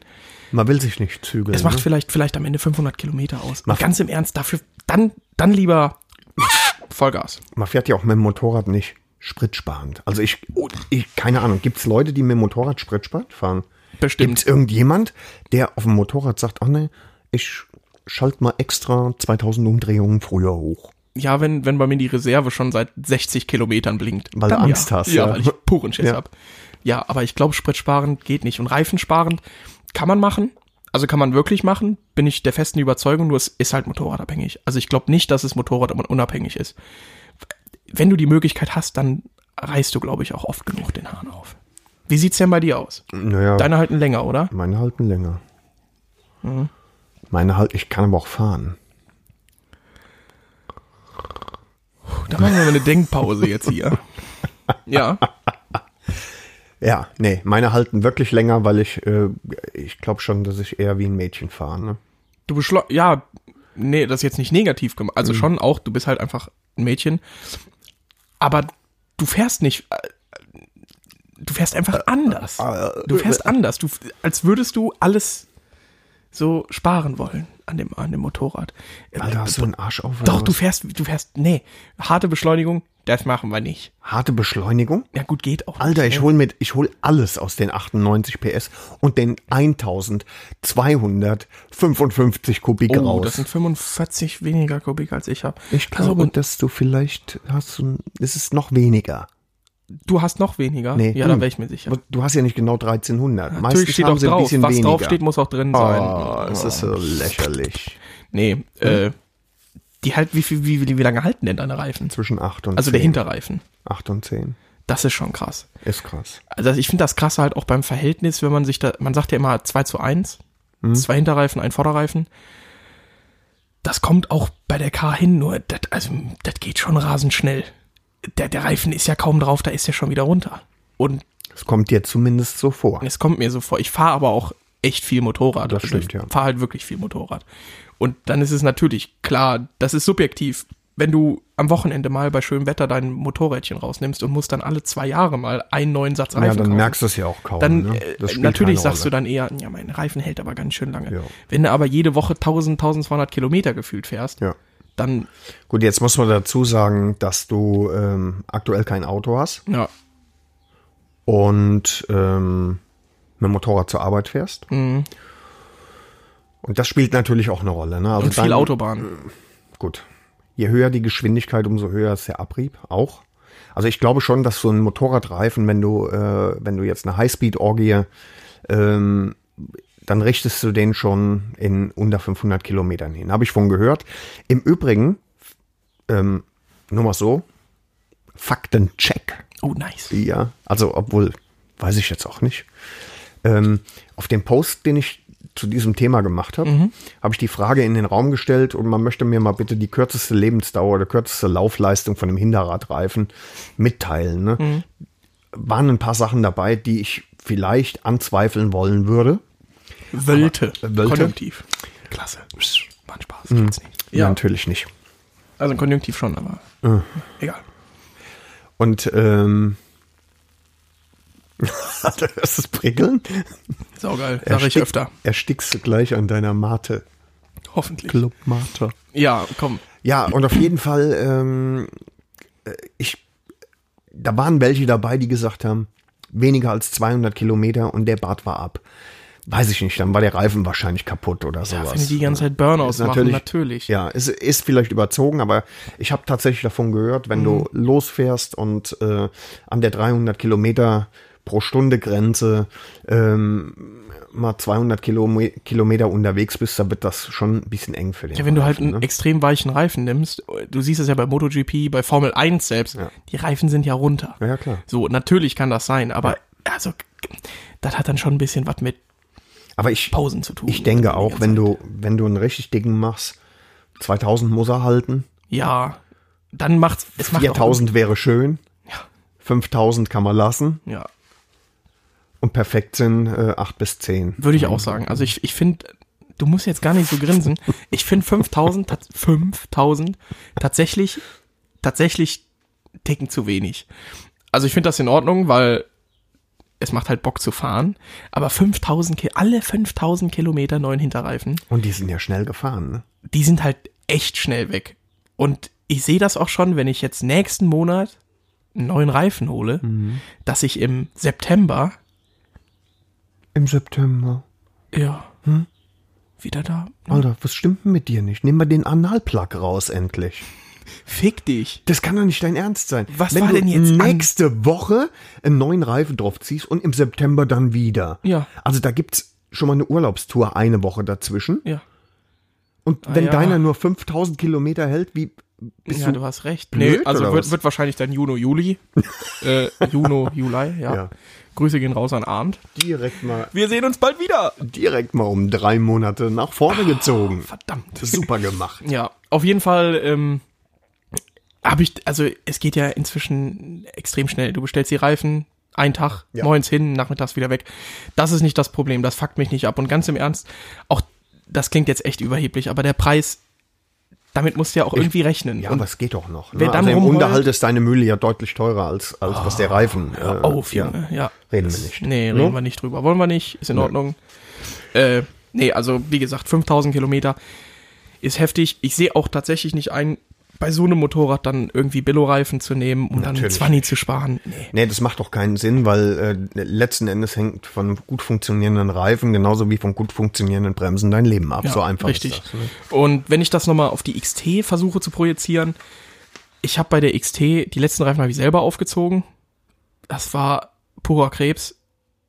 Speaker 2: Man will sich nicht zügeln.
Speaker 3: Es macht
Speaker 2: ne?
Speaker 3: vielleicht, vielleicht am Ende 500 Kilometer aus. Und
Speaker 2: Macht-
Speaker 3: ganz im Ernst, dafür dann, dann lieber Vollgas.
Speaker 2: Man fährt ja auch mit dem Motorrad nicht spritsparend. Also ich, oh, ich keine Ahnung, gibt es Leute, die mit dem Motorrad spritsparend fahren?
Speaker 3: Bestimmt.
Speaker 2: Gibt es irgendjemand, der auf dem Motorrad sagt, ach nee, ich schalte mal extra 2000 Umdrehungen früher hoch.
Speaker 3: Ja, wenn, wenn bei mir die Reserve schon seit 60 Kilometern blinkt.
Speaker 2: Weil du
Speaker 3: Dann
Speaker 2: Angst
Speaker 3: ja.
Speaker 2: hast,
Speaker 3: Ja,
Speaker 2: ja.
Speaker 3: weil ich puren Schiss
Speaker 2: Ja.
Speaker 3: hab. Ja, aber ich glaube, spritsparend geht nicht. Und reifensparend kann man machen. Also kann man wirklich machen, bin ich der festen Überzeugung, nur es ist halt motorradabhängig. Also ich glaube nicht, dass es motorradunabhängig ist. Wenn du die Möglichkeit hast, dann reißt du, glaube ich, auch oft genug den Hahn auf. Wie sieht's denn bei dir aus?
Speaker 2: Naja,
Speaker 3: Deine halten länger, oder?
Speaker 2: meine halten länger.
Speaker 3: Mhm.
Speaker 2: Meine halt, ich kann aber auch fahren.
Speaker 3: Puh, Da machen wir mal eine Denkpause
Speaker 2: [laughs]
Speaker 3: jetzt hier. Ja,
Speaker 2: Ja, nee, meine halten wirklich länger, weil ich, äh, ich glaube schon, dass ich eher wie ein Mädchen fahre. Ne?
Speaker 3: du beschleunigst, ja, nee, das ist jetzt nicht negativ gemacht.
Speaker 2: Mhm.
Speaker 3: Also schon auch, du bist halt einfach ein Mädchen. Aber du fährst nicht, äh, du fährst
Speaker 2: Äh,
Speaker 3: einfach anders. Du fährst anders. Du, f- als würdest du alles so sparen wollen an dem, an dem Motorrad. Äh,
Speaker 2: Alter, hast du einen Arsch auf? oder
Speaker 3: Doch, du
Speaker 2: was?
Speaker 3: fährst, du fährst, nee, harte Beschleunigung, das machen wir nicht.
Speaker 2: Harte Beschleunigung?
Speaker 3: Ja gut, geht auch.
Speaker 2: Alter,
Speaker 3: nicht, ne?
Speaker 2: ich hol mit, ich hol alles aus den 98 PS und den 1255 Kubik
Speaker 3: ne? Oh,
Speaker 2: raus.
Speaker 3: das sind 45 weniger Kubik als ich Also, habe.
Speaker 2: ich glaube, dass du vielleicht hast du, ist es noch weniger.
Speaker 3: Du hast noch weniger?
Speaker 2: Nee,
Speaker 3: ja,
Speaker 2: du.
Speaker 3: da wäre ich mir sicher.
Speaker 2: Du hast ja nicht genau 1300. Meistens
Speaker 3: Natürlich steht
Speaker 2: haben
Speaker 3: auch
Speaker 2: sie ein
Speaker 3: drauf.
Speaker 2: bisschen
Speaker 3: Was
Speaker 2: weniger.
Speaker 3: draufsteht, muss auch drin
Speaker 2: oh,
Speaker 3: sein.
Speaker 2: es ist so Hm? lächerlich.
Speaker 3: Nee, äh, die halt, wie, viel, wie, wie, wie lange halten denn deine Reifen?
Speaker 2: Zwischen 8 und
Speaker 3: Also
Speaker 2: 10.
Speaker 3: der Hinterreifen.
Speaker 2: 8 und 10.
Speaker 3: Das ist schon krass.
Speaker 2: Ist krass.
Speaker 3: Also ich finde das krasse halt auch beim Verhältnis, wenn man sich da, man sagt ja immer 2 zu 1,
Speaker 2: Hm?
Speaker 3: zwei Hinterreifen, ein Vorderreifen. Das kommt auch bei der K hin, nur das, also, das geht schon rasend schnell. Der, der Reifen ist ja kaum drauf, da ist er schon wieder runter. Und
Speaker 2: Es kommt dir zumindest so vor.
Speaker 3: Es kommt mir so vor. Ich fahre aber auch echt viel Motorrad.
Speaker 2: Das
Speaker 3: also
Speaker 2: stimmt, ja.
Speaker 3: Ich fahre halt wirklich viel Motorrad. Und dann ist es natürlich klar, das ist subjektiv. Wenn du am Wochenende mal bei schönem Wetter dein Motorrädchen rausnimmst und musst dann alle zwei Jahre mal einen neuen Satz Reifen
Speaker 2: Ja, dann
Speaker 3: kaufen,
Speaker 2: merkst du es ja auch kaum.
Speaker 3: dann
Speaker 2: ne?
Speaker 3: äh,
Speaker 2: spielt
Speaker 3: natürlich
Speaker 2: keine
Speaker 3: sagst
Speaker 2: Rolle.
Speaker 3: du dann eher, ja, mein Reifen hält aber ganz schön lange.
Speaker 2: Ja.
Speaker 3: Wenn du aber jede Woche 1000, 1200 Kilometer gefühlt fährst,
Speaker 2: Ja.
Speaker 3: dann,
Speaker 2: Gut, jetzt muss man dazu sagen, dass du ähm, aktuell kein Auto hast
Speaker 3: ja,
Speaker 2: und ähm, mit dem Motorrad zur Arbeit fährst.
Speaker 3: Mhm.
Speaker 2: Und das spielt natürlich auch eine Rolle. Ne? Also
Speaker 3: und viel
Speaker 2: dein-
Speaker 3: Autobahn.
Speaker 2: Gut. Je höher die Geschwindigkeit, umso höher ist der Abrieb auch. Also ich glaube schon, dass so ein Motorradreifen, wenn du, äh, wenn du jetzt eine Highspeed-Orgie, ähm, dann richtest du den schon in unter 500 Kilometern hin. Habe ich von gehört. Im Übrigen, ähm, nur mal so, Faktencheck.
Speaker 3: Oh, nice.
Speaker 2: Ja, also obwohl, weiß ich jetzt auch nicht. Ähm, auf dem Post, den ich zu diesem Thema gemacht habe,
Speaker 3: Mhm.
Speaker 2: habe ich die Frage in den Raum gestellt und man möchte mir mal bitte die kürzeste Lebensdauer oder kürzeste Laufleistung von einem Hinterradreifen mitteilen. Ne?
Speaker 3: Mhm.
Speaker 2: Waren ein paar Sachen dabei, die ich vielleicht anzweifeln wollen würde.
Speaker 3: Wölte.
Speaker 2: Wölte?
Speaker 3: Konjunktiv. Klasse. War ein Spaß.
Speaker 2: Mhm.
Speaker 3: Gibt's nicht.
Speaker 2: Natürlich nicht.
Speaker 3: Also ein Konjunktiv schon, aber
Speaker 2: Äh.
Speaker 3: egal.
Speaker 2: Und ähm, [laughs] das ist prickeln.
Speaker 3: Saugeil, sag ich öfter.
Speaker 2: Erstickst du gleich an deiner Mate.
Speaker 3: Hoffentlich.
Speaker 2: Club Mate.
Speaker 3: Ja, komm.
Speaker 2: Ja, und auf jeden Fall, ähm, äh, ich, da waren welche dabei, die gesagt haben, weniger als 200 Kilometer und der Bart war ab. Weiß ich nicht, dann war der Reifen wahrscheinlich kaputt oder
Speaker 3: Ja,
Speaker 2: sowas. Also,
Speaker 3: wenn die die ganze Zeit Burnouts
Speaker 2: Ist
Speaker 3: machen, natürlich.
Speaker 2: Ja, ist, ist vielleicht überzogen, aber ich habe tatsächlich davon gehört, wenn
Speaker 3: Mhm.
Speaker 2: du losfährst und äh, an der 300 Kilometer pro Stunde Grenze ähm, mal 200 Kilome Kilometer unterwegs bist, dann wird das schon ein bisschen eng für den.
Speaker 3: Ja, wenn du halt
Speaker 2: Reifen, ne?
Speaker 3: einen extrem weichen Reifen nimmst, du siehst es ja bei MotoGP, bei Formel 1 selbst, die Reifen sind ja runter.
Speaker 2: Ja, ja, klar.
Speaker 3: So, natürlich kann das sein, aber also, das hat dann schon ein bisschen was mit
Speaker 2: aber ich,
Speaker 3: Pausen zu tun.
Speaker 2: Ich denke auch,
Speaker 3: Die
Speaker 2: wenn
Speaker 3: ganze
Speaker 2: du, wenn du einen richtig dicken machst, 2000 muss er halten,
Speaker 3: Zeit. Ja, dann macht's, es macht auch-
Speaker 2: 4000 wäre schön,
Speaker 3: Ja.
Speaker 2: 5000 kann man lassen
Speaker 3: Ja,
Speaker 2: und perfekt sind äh, 8 bis 10.
Speaker 3: würde ich auch sagen. Also ich, ich finde, du musst jetzt gar nicht so grinsen. Ich finde 5000, tats- 5000 tatsächlich, tatsächlich ticken zu wenig. Also ich finde das in Ordnung, weil es macht halt Bock zu fahren, aber 5000, Ki- alle 5000 Kilometer neuen Hinterreifen,
Speaker 2: Und die sind ja schnell gefahren, ne?
Speaker 3: die sind halt echt schnell weg. Und ich sehe das auch schon, wenn ich jetzt nächsten Monat einen neuen Reifen hole, dass ich im September,
Speaker 2: Im September.
Speaker 3: ja, wieder da,
Speaker 2: Alter, was stimmt denn mit dir nicht? Nimm mal den Analplug raus endlich.
Speaker 3: fick dich.
Speaker 2: Das kann doch nicht dein Ernst sein.
Speaker 3: Was
Speaker 2: Wenn
Speaker 3: war
Speaker 2: du
Speaker 3: denn jetzt an-
Speaker 2: nächste Woche einen neuen Reifen drauf ziehst und im September dann wieder.
Speaker 3: Ja.
Speaker 2: Also da gibt's schon mal eine Urlaubstour eine Woche dazwischen.
Speaker 3: Ja.
Speaker 2: Und wenn
Speaker 3: Ah, ja.
Speaker 2: deiner nur 5000 Kilometer hält, wie bist
Speaker 3: ja,
Speaker 2: du?
Speaker 3: du hast recht.
Speaker 2: blöd,
Speaker 3: nee, also
Speaker 2: oder
Speaker 3: wird,
Speaker 2: was?
Speaker 3: wird wahrscheinlich dann
Speaker 2: [laughs]
Speaker 3: Juno, Juli. äh, Juno, Juli, ja.
Speaker 2: Ja.
Speaker 3: Grüße gehen raus an Arndt.
Speaker 2: Direkt mal,
Speaker 3: Wir sehen uns bald wieder.
Speaker 2: direkt mal um drei Monate nach vorne gezogen.
Speaker 3: Ah, Verdammt.
Speaker 2: Super gemacht.
Speaker 3: Ja, auf jeden Fall ähm, habe ich, also es geht ja inzwischen extrem schnell. Du bestellst die Reifen, einen Tag,
Speaker 2: Ja.
Speaker 3: morgens hin, nachmittags wieder weg. Das ist nicht das Problem, das fuckt mich nicht ab. Und ganz im Ernst, auch das klingt jetzt echt überheblich, aber der Preis, damit musst du ja auch irgendwie rechnen.
Speaker 2: Ja,
Speaker 3: Und-
Speaker 2: aber es geht doch noch.
Speaker 3: Wer
Speaker 2: Ne?
Speaker 3: dann
Speaker 2: Also im
Speaker 3: rumheult-
Speaker 2: Unterhalt ist deine Mühle ja deutlich teurer als, als was der Reifen. äh,
Speaker 3: auf,
Speaker 2: ja.
Speaker 3: Junge. Ja.
Speaker 2: Reden wir nicht.
Speaker 3: Nee,
Speaker 2: Ne?
Speaker 3: reden wir nicht drüber. Wollen wir nicht, ist in Ordnung. Äh, nee, also wie gesagt, 5000 Kilometer ist heftig. Ich sehe auch tatsächlich nicht ein, bei so einem Motorrad dann irgendwie Billo-Reifen zu nehmen und dann
Speaker 2: Natürlich
Speaker 3: 20 zu sparen. Nee.
Speaker 2: Nee, das macht doch keinen Sinn, weil äh, letzten Endes hängt von gut funktionierenden Reifen genauso wie von gut funktionierenden Bremsen dein Leben ab.
Speaker 3: Ja,
Speaker 2: so einfach
Speaker 3: richtig.
Speaker 2: ist das. ne?
Speaker 3: Und wenn ich das nochmal auf die XT versuche zu projizieren, ich habe bei der XT, die letzten Reifen habe ich selber aufgezogen. Das war purer Krebs.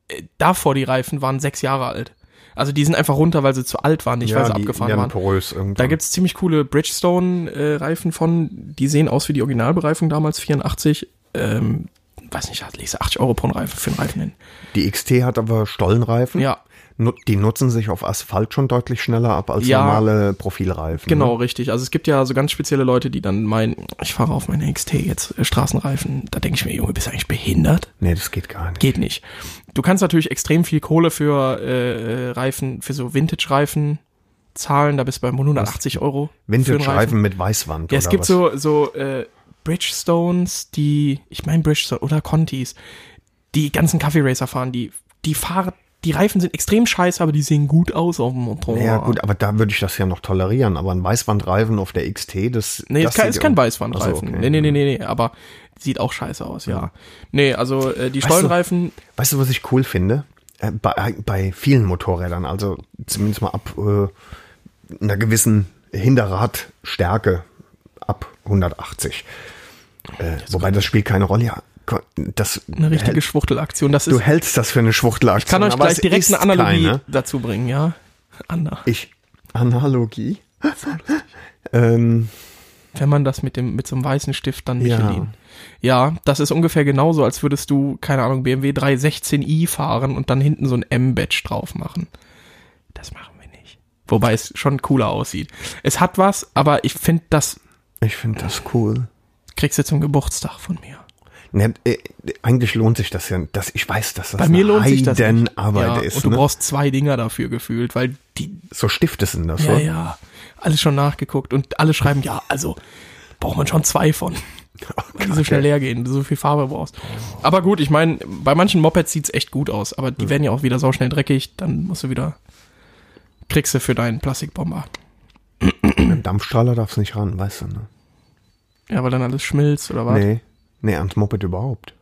Speaker 3: Äh, Davor die Reifen waren sechs Jahre alt. Also die sind einfach runter, weil sie zu alt waren, nicht weil sie
Speaker 2: die
Speaker 3: abgefahren
Speaker 2: werden
Speaker 3: waren.
Speaker 2: porös irgendwann.
Speaker 3: Da gibt's ziemlich coole Bridgestone-Reifen von. Die sehen aus wie die Originalbereifung damals, 84. Ähm, weiß nicht, legst du 80 Euro pro Reifen für einen Reifen hin.
Speaker 2: die XT hat aber Stollenreifen.
Speaker 3: Ja,
Speaker 2: Nu die nutzen sich auf Asphalt schon deutlich schneller ab als
Speaker 3: Ja.
Speaker 2: normale Profilreifen.
Speaker 3: genau,
Speaker 2: Ne?
Speaker 3: richtig. Also es gibt ja so ganz spezielle Leute, die dann meinen, ich fahre auf meine XT jetzt äh, Straßenreifen. Da denke ich mir, Junge, bist du eigentlich behindert?
Speaker 2: Nee, das geht gar nicht.
Speaker 3: Geht nicht. Du kannst natürlich extrem viel Kohle für äh, äh, Reifen, für so Vintage-Reifen zahlen. Da bist du bei 180 Euro. für einen
Speaker 2: Vintage-Reifen mit Weißwand.
Speaker 3: Ja, es
Speaker 2: oder
Speaker 3: gibt
Speaker 2: was?
Speaker 3: so, so äh, Bridgestones, die, ich meine Bridgestone oder Contis, die ganzen Kaffee Racer fahren, die, die fahren, die Reifen sind extrem scheiße, aber die sehen gut aus auf dem Motorrad.
Speaker 2: Ja, gut, aber da würde ich das ja noch tolerieren. Aber ein Weißwandreifen auf der XT, das.
Speaker 3: Nee,
Speaker 2: das
Speaker 3: ist kein,
Speaker 2: sieht
Speaker 3: ist kein
Speaker 2: irgendwie-
Speaker 3: Weißwandreifen.
Speaker 2: Ach so, okay.
Speaker 3: Nee, nee, nee, nee, nee, aber sieht auch scheiße aus, ja. Nee, also äh,
Speaker 2: Weißt
Speaker 3: die
Speaker 2: du-
Speaker 3: Stollenreifen,
Speaker 2: Weißt du, was ich cool finde? Äh, Bei, bei vielen Motorrädern, also zumindest mal ab äh, einer gewissen Hinterradstärke, ab 180. Äh, wobei das spielt keine Rolle. Ja, ko- das,
Speaker 3: eine richtige Schwuchtelaktion, das
Speaker 2: du
Speaker 3: ist,
Speaker 2: hältst das für eine Schwuchtelaktion.
Speaker 3: ich kann euch
Speaker 2: aber
Speaker 3: gleich
Speaker 2: es
Speaker 3: direkt
Speaker 2: ist
Speaker 3: eine Analogie
Speaker 2: keine.
Speaker 3: dazu bringen, ja. Anna,
Speaker 2: Ich, Analogie? [laughs] ähm,
Speaker 3: wenn man das mit dem, mit so einem weißen Stift dann
Speaker 2: Ja.
Speaker 3: Michelin. Ja, das ist ungefähr genauso, als würdest du, keine Ahnung, BMW 316i fahren und dann hinten so ein M-Badge drauf machen. Das machen wir nicht. Wobei es schon cooler aussieht. Es hat was, aber ich finde, das
Speaker 2: ich finde das cool.
Speaker 3: kriegst du zum Geburtstag von mir.
Speaker 2: Ne, äh, eigentlich lohnt sich das ja. Das, ich weiß, dass das
Speaker 3: Bei mir lohnt sich das nicht.
Speaker 2: Arbeit
Speaker 3: ja,
Speaker 2: ist.
Speaker 3: und du
Speaker 2: ne?
Speaker 3: brauchst zwei Dinger dafür gefühlt, weil die,
Speaker 2: so Stifte sind das,
Speaker 3: ja,
Speaker 2: oder?
Speaker 3: ja, alles schon nachgeguckt und alle schreiben, ja, also braucht man schon zwei von. die so schnell leer gehen, so viel Farbe brauchst. Aber gut, ich meine, bei manchen Mopeds sieht's echt gut aus, aber
Speaker 2: Hm.
Speaker 3: die werden ja auch wieder sauschnell dreckig, dann musst du wieder, kriegst du für deinen Plastikbomber.
Speaker 2: Ein Dampfstrahler darf es nicht ran, weißt du, ne?
Speaker 3: Ja, weil dann alles schmilzt oder was?
Speaker 2: Nee. Nee, ans Moped überhaupt.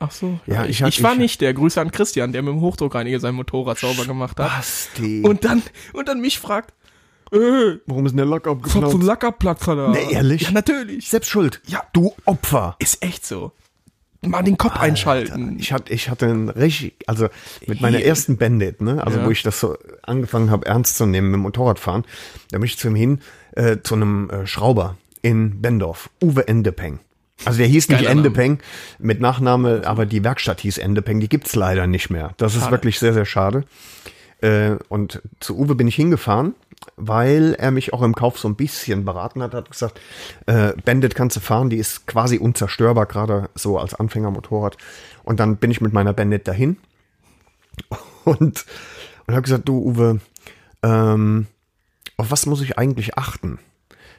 Speaker 3: Ach so.
Speaker 2: Ja,
Speaker 3: ich,
Speaker 2: ich hab-
Speaker 3: ich war
Speaker 2: ich-
Speaker 3: nicht der. Grüße an Christian, der mit dem Hochdruckreiniger sein Motorrad sauber gemacht
Speaker 2: Ah,
Speaker 3: hat.
Speaker 2: Basti.
Speaker 3: Und dann, und dann mich fragt, äh,
Speaker 2: warum ist denn der Lack
Speaker 3: was hat so ein
Speaker 2: abgeknallt?
Speaker 3: Lackerplatz da?
Speaker 2: Nee, ehrlich?
Speaker 3: Ja, natürlich.
Speaker 2: Selbst schuld.
Speaker 3: Ja.
Speaker 2: Du Opfer.
Speaker 3: Ist echt so. Mal den Kopf einschalten.
Speaker 2: Ich hatte, ich hatte ein richtig, also mit meiner
Speaker 3: Hier.
Speaker 2: ersten Bandit, ne, also
Speaker 3: Ja.
Speaker 2: wo ich das so angefangen habe, ernst zu nehmen mit dem Motorradfahren, da bin ich zu ihm hin, äh, zu einem äh, Schrauber in Bendorf, Uwe Endepeng. Also der hieß nicht
Speaker 3: Geiler Name.
Speaker 2: Endepeng mit Nachname, aber die Werkstatt hieß Endepeng, die gibt's leider nicht mehr. Das ist
Speaker 3: Schade.
Speaker 2: wirklich sehr, sehr schade. Äh, und zu Uwe bin ich hingefahren, weil er mich auch im Kauf so ein bisschen beraten hat, hat gesagt, äh, Bandit kannst du fahren, die ist quasi unzerstörbar, gerade so als Anfängermotorrad. Und dann bin ich mit meiner Bandit dahin [laughs] und, und habe gesagt, du Uwe, ähm, auf was muss ich eigentlich achten?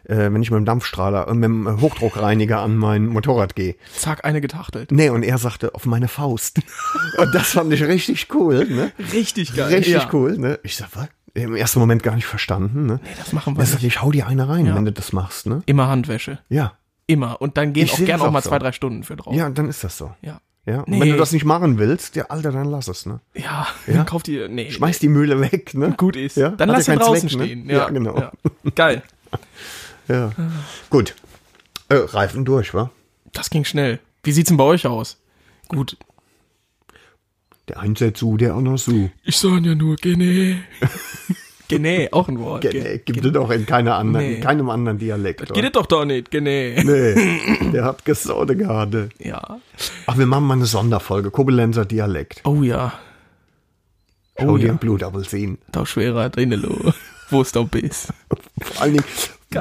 Speaker 2: äh, wenn ich mit dem Dampfstrahler, äh, mit dem Hochdruckreiniger an mein Motorrad gehe.
Speaker 3: Zack, eine getachtelt.
Speaker 2: Nee, und er sagte, auf meine Faust. [laughs] und das fand ich richtig cool, ne?
Speaker 3: Richtig geil.
Speaker 2: Richtig
Speaker 3: ja.
Speaker 2: cool, ne? Ich sag, was? Im ersten Moment gar nicht verstanden, ne? Nee,
Speaker 3: das machen wir
Speaker 2: Er sagt,
Speaker 3: nicht.
Speaker 2: ich hau dir eine rein, wenn du das machst, ne?
Speaker 3: Immer Handwäsche.
Speaker 2: Ja.
Speaker 3: Immer. Und dann gehen
Speaker 2: Ich
Speaker 3: auch
Speaker 2: seh
Speaker 3: gerne
Speaker 2: das
Speaker 3: auch mal
Speaker 2: auch so.
Speaker 3: zwei, drei Stunden für drauf.
Speaker 2: Ja, dann ist das so.
Speaker 3: Ja.
Speaker 2: Ja. Und
Speaker 3: Nee.
Speaker 2: Wenn du das nicht machen willst, ja, Alter, dann lass es, ne?
Speaker 3: Ja, dann kauft ihr. Nee.
Speaker 2: Schmeiß die Mühle weg, ne?
Speaker 3: Gut ist.
Speaker 2: Ja,
Speaker 3: Dann
Speaker 2: hat
Speaker 3: lass
Speaker 2: ja
Speaker 3: ihn
Speaker 2: keinen
Speaker 3: draußen
Speaker 2: Zweck, ne?
Speaker 3: stehen.
Speaker 2: Ja, genau.
Speaker 3: Geil.
Speaker 2: Ja. Gut. Äh, Reifen durch, wa?
Speaker 3: Das ging schnell. Wie sieht's denn bei euch aus? Gut.
Speaker 2: Der eins hat zu, der auch noch zu.
Speaker 3: Ich sage ja nur Gene. [laughs] Gene, auch ein Wort.
Speaker 2: Ge- äh, Gibt es doch in keiner anderen,
Speaker 3: Nee.
Speaker 2: in keinem anderen Dialekt.
Speaker 3: Geht
Speaker 2: oder?
Speaker 3: es doch da nicht, Gene.
Speaker 2: Nee, der hat gesohne gerade.
Speaker 3: Ja.
Speaker 2: Ach, wir machen mal eine Sonderfolge. Kobelenzer Dialekt.
Speaker 3: Oh ja.
Speaker 2: Schau
Speaker 3: Oh
Speaker 2: dir
Speaker 3: ja.
Speaker 2: ein Blutapfelsin.
Speaker 3: Da
Speaker 2: [laughs]
Speaker 3: schwerer drinnelo. Wo es da bist.
Speaker 2: Vor allen Dingen,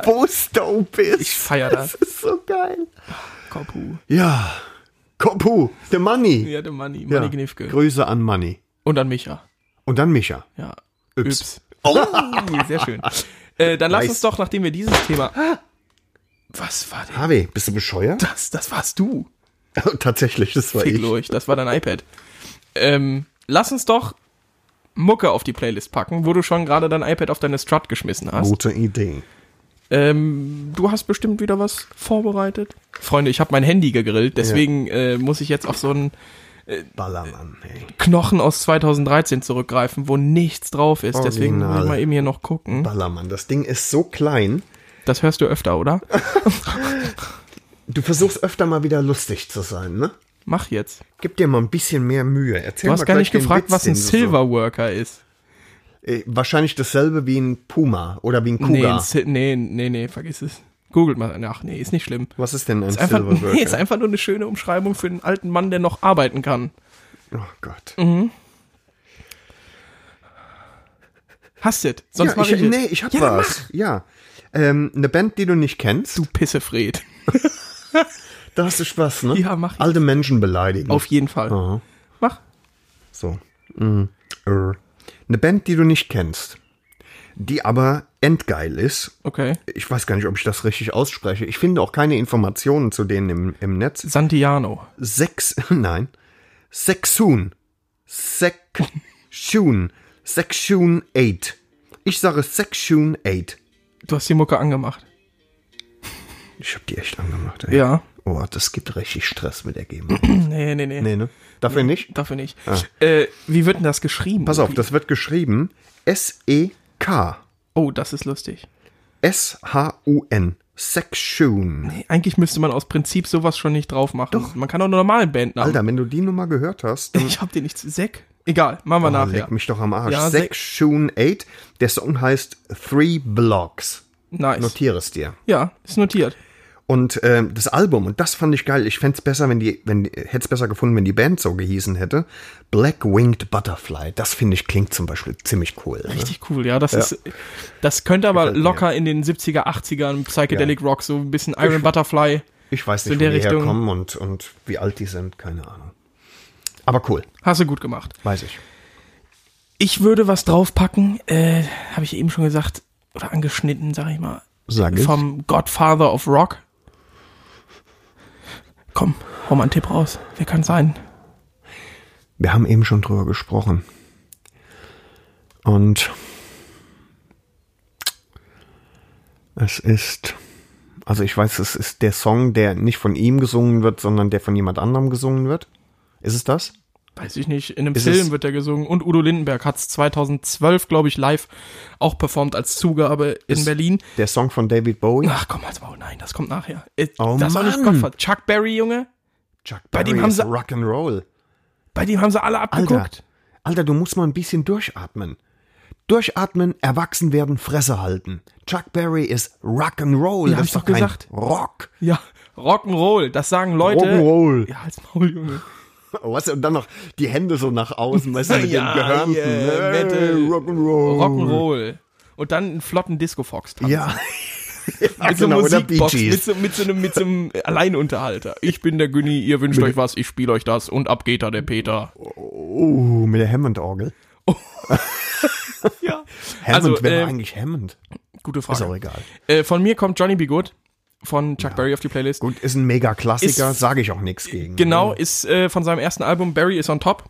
Speaker 2: wo es du bist.
Speaker 3: Ich feier das.
Speaker 2: Das ist so geil.
Speaker 3: Kopu.
Speaker 2: Ja. Kopu, der Manni.
Speaker 3: Ja, der Manni.
Speaker 2: Ja.
Speaker 3: Manni Gnifke.
Speaker 2: Grüße an Manni.
Speaker 3: Und dann Micha.
Speaker 2: Und dann Micha.
Speaker 3: Ja.
Speaker 2: Yps.
Speaker 3: Yps. Oh, sehr schön. Äh, dann lass
Speaker 2: Nice.
Speaker 3: uns doch, nachdem wir dieses Thema. Was war denn
Speaker 2: Harvey, bist du
Speaker 3: [laughs]
Speaker 2: bescheuert?
Speaker 3: das? Das warst du.
Speaker 2: Tatsächlich, das war ich.
Speaker 3: Fickloch, das war dein iPad. Ähm, lass uns doch Mucke auf die Playlist packen, wo du schon gerade dein iPad auf deine Strut geschmissen hast.
Speaker 2: Gute Idee.
Speaker 3: Ähm, du hast bestimmt wieder was vorbereitet. Freunde, ich habe mein Handy gegrillt, deswegen äh, muss ich jetzt auf so einen
Speaker 2: Ballermann, ey.
Speaker 3: Knochen aus 2013 zurückgreifen, wo nichts drauf ist. Deswegen
Speaker 2: Original.
Speaker 3: will ich mal eben hier noch gucken.
Speaker 2: Ballermann, das Ding ist so klein.
Speaker 3: Das hörst du öfter, oder?
Speaker 2: Du versuchst öfter mal wieder lustig zu sein, ne?
Speaker 3: Mach jetzt.
Speaker 2: Gib dir mal ein bisschen mehr Mühe. Erzähl
Speaker 3: Du
Speaker 2: mal
Speaker 3: hast gar
Speaker 2: gleich
Speaker 3: nicht
Speaker 2: den
Speaker 3: gefragt,
Speaker 2: Witz,
Speaker 3: was
Speaker 2: den
Speaker 3: ein
Speaker 2: du
Speaker 3: Silverworker ist.
Speaker 2: So, äh, wahrscheinlich dasselbe wie ein Puma oder wie ein
Speaker 3: Nee,
Speaker 2: Kuga.
Speaker 3: ein Sil nee, nee, nee, vergiss es. Googelt mal nach. Nee, ist nicht schlimm.
Speaker 2: was ist denn ein
Speaker 3: Ist einfach, [laughs]
Speaker 2: Silverworker?
Speaker 3: nee, ist einfach nur eine schöne Umschreibung für einen alten Mann, der noch arbeiten kann.
Speaker 2: oh Gott.
Speaker 3: Hast du es? Sonst
Speaker 2: ja,
Speaker 3: mach ich,
Speaker 2: ich,
Speaker 3: es.
Speaker 2: nee, ich hab was. Ja. Ähm, eine Band, die du nicht kennst.
Speaker 3: Du Pissefred.
Speaker 2: Da hast du Spaß, ne?
Speaker 3: Ja, mach ich.
Speaker 2: Alte Menschen beleidigen.
Speaker 3: Auf jeden Fall.
Speaker 2: Aha.
Speaker 3: Mach.
Speaker 2: So. Mm. Äh. Eine Band, die du nicht kennst, die aber endgeil ist.
Speaker 3: Okay.
Speaker 2: Ich weiß gar nicht, ob ich das richtig ausspreche. Ich finde auch keine Informationen zu denen im, im Netz.
Speaker 3: Santiano.
Speaker 2: Sex, [laughs] nein, Sexun. Sexun. Sexun 8. Ich sage Sexun 8.
Speaker 3: Du hast die Mucke angemacht.
Speaker 2: Ich hab die echt angemacht, ey.
Speaker 3: Ja.
Speaker 2: Oh, das gibt richtig Stress mit der GEMA. [clears throat]
Speaker 3: Nee, nee, nee.
Speaker 2: nee, ne? Dafür nicht?
Speaker 3: Dafür nicht. Äh, wie wird denn das geschrieben?
Speaker 2: Pass auf, das wird geschrieben E S-E-K.
Speaker 3: Oh, das ist lustig.
Speaker 2: S-H-U-N. Sexun.
Speaker 3: Nee, eigentlich müsste man aus Prinzip sowas schon nicht drauf machen. Man kann auch einen normalen Bandnamen.
Speaker 2: Alter, wenn du die Nummer gehört hast,
Speaker 3: [laughs]
Speaker 2: dann
Speaker 3: Ich hab dir nichts. Seck? Egal, machen wir
Speaker 2: oh,
Speaker 3: nachher.
Speaker 2: leg mich doch am Arsch.
Speaker 3: Ja, Sex-
Speaker 2: Sexun 8. Der Song heißt Three Blocks.
Speaker 3: Nice.
Speaker 2: Notiere es dir.
Speaker 3: Ja, ist notiert.
Speaker 2: Und ähm, das Album, und das fand ich geil, ich fänd's besser, wenn die, wenn, hätte es besser gefunden, wenn die Band so gehießen hätte. Black Winged Butterfly, das finde ich klingt zum Beispiel ziemlich cool. Ne?
Speaker 3: Richtig cool, ja. Das ist, das könnte aber
Speaker 2: mir.
Speaker 3: locker in den 70er, 80ern Psychedelic Rock, so ein bisschen Iron Butterfly.
Speaker 2: Ich weiß
Speaker 3: So in
Speaker 2: nicht, wo
Speaker 3: der
Speaker 2: die
Speaker 3: Richtung.
Speaker 2: herkommen und, und wie alt die sind, keine Ahnung. Aber cool,
Speaker 3: Hast du gut gemacht.
Speaker 2: weiß ich.
Speaker 3: Ich würde was draufpacken, äh, habe ich eben schon gesagt, oder angeschnitten, sag ich mal.
Speaker 2: Sag ich.
Speaker 3: Vom Godfather of Rock. Komm, hau mal einen Tipp raus. Wer kann sein?
Speaker 2: Wir haben eben schon drüber gesprochen. Und es ist, also ich weiß, es ist der Song, der nicht von ihm gesungen wird, sondern der von jemand anderem gesungen wird. Ist es das?
Speaker 3: Weiß ich nicht. In einem
Speaker 2: Ist
Speaker 3: Film
Speaker 2: es-
Speaker 3: wird der gesungen und Udo Lindenberg hat es 2012, glaube ich, live auch performt als Zugabe in Berlin.
Speaker 2: Der Song von David Bowie.
Speaker 3: Ach komm, halt's mal, nein, das kommt nachher. Äh,
Speaker 2: Oh,
Speaker 3: das war nicht
Speaker 2: Mann.
Speaker 3: Godfather. Chuck Berry, Junge.
Speaker 2: Chuck
Speaker 3: bei dem
Speaker 2: Berry
Speaker 3: haben
Speaker 2: ist
Speaker 3: sie-
Speaker 2: Rock'n'Roll.
Speaker 3: Bei dem haben sie alle
Speaker 2: Alter,
Speaker 3: abgeguckt.
Speaker 2: Alter, du musst mal ein bisschen durchatmen. Durchatmen, erwachsen werden, Fresse halten. Chuck Berry ist Rock'n'Roll.
Speaker 3: Ja, hab ich doch
Speaker 2: kein
Speaker 3: gesagt.
Speaker 2: Rock.
Speaker 3: Ja, Rock'n'Roll, das sagen Leute.
Speaker 2: Rock'n'Roll. [laughs]
Speaker 3: Ja, als Maul, Junge.
Speaker 2: Was, und dann noch die Hände so nach außen, weißt du, mit
Speaker 3: [laughs] Ja,
Speaker 2: dem Gehörnten.
Speaker 3: yeah,
Speaker 2: Hey,
Speaker 3: Metal.
Speaker 2: Rock'n'Roll.
Speaker 3: Rock'n'Roll. Und dann einen flotten Disco-Fox tanzen.
Speaker 2: Ja. ja
Speaker 3: [laughs] Mit so einer
Speaker 2: genau, oder Bee
Speaker 3: Musikbox, mit
Speaker 2: Gees.
Speaker 3: so, mit, so einem, mit so einem Alleinunterhalter. Ich bin der Günni, ihr wünscht euch was, ich spiele euch das und ab geht da der Peter.
Speaker 2: Oh, mit der Hammond-Orgel.
Speaker 3: Ja.
Speaker 2: Hammond
Speaker 3: Also,
Speaker 2: wäre
Speaker 3: äh,
Speaker 2: eigentlich Hammond.
Speaker 3: gute Frage.
Speaker 2: Ist auch egal.
Speaker 3: Äh, von mir kommt Johnny Be Good von Chuck Berry auf die Playlist.
Speaker 2: Gut, ist ein Mega-Klassiker,
Speaker 3: Ist-
Speaker 2: sage ich auch nichts gegen.
Speaker 3: Genau, ist äh, von seinem ersten Album Barry is on Top.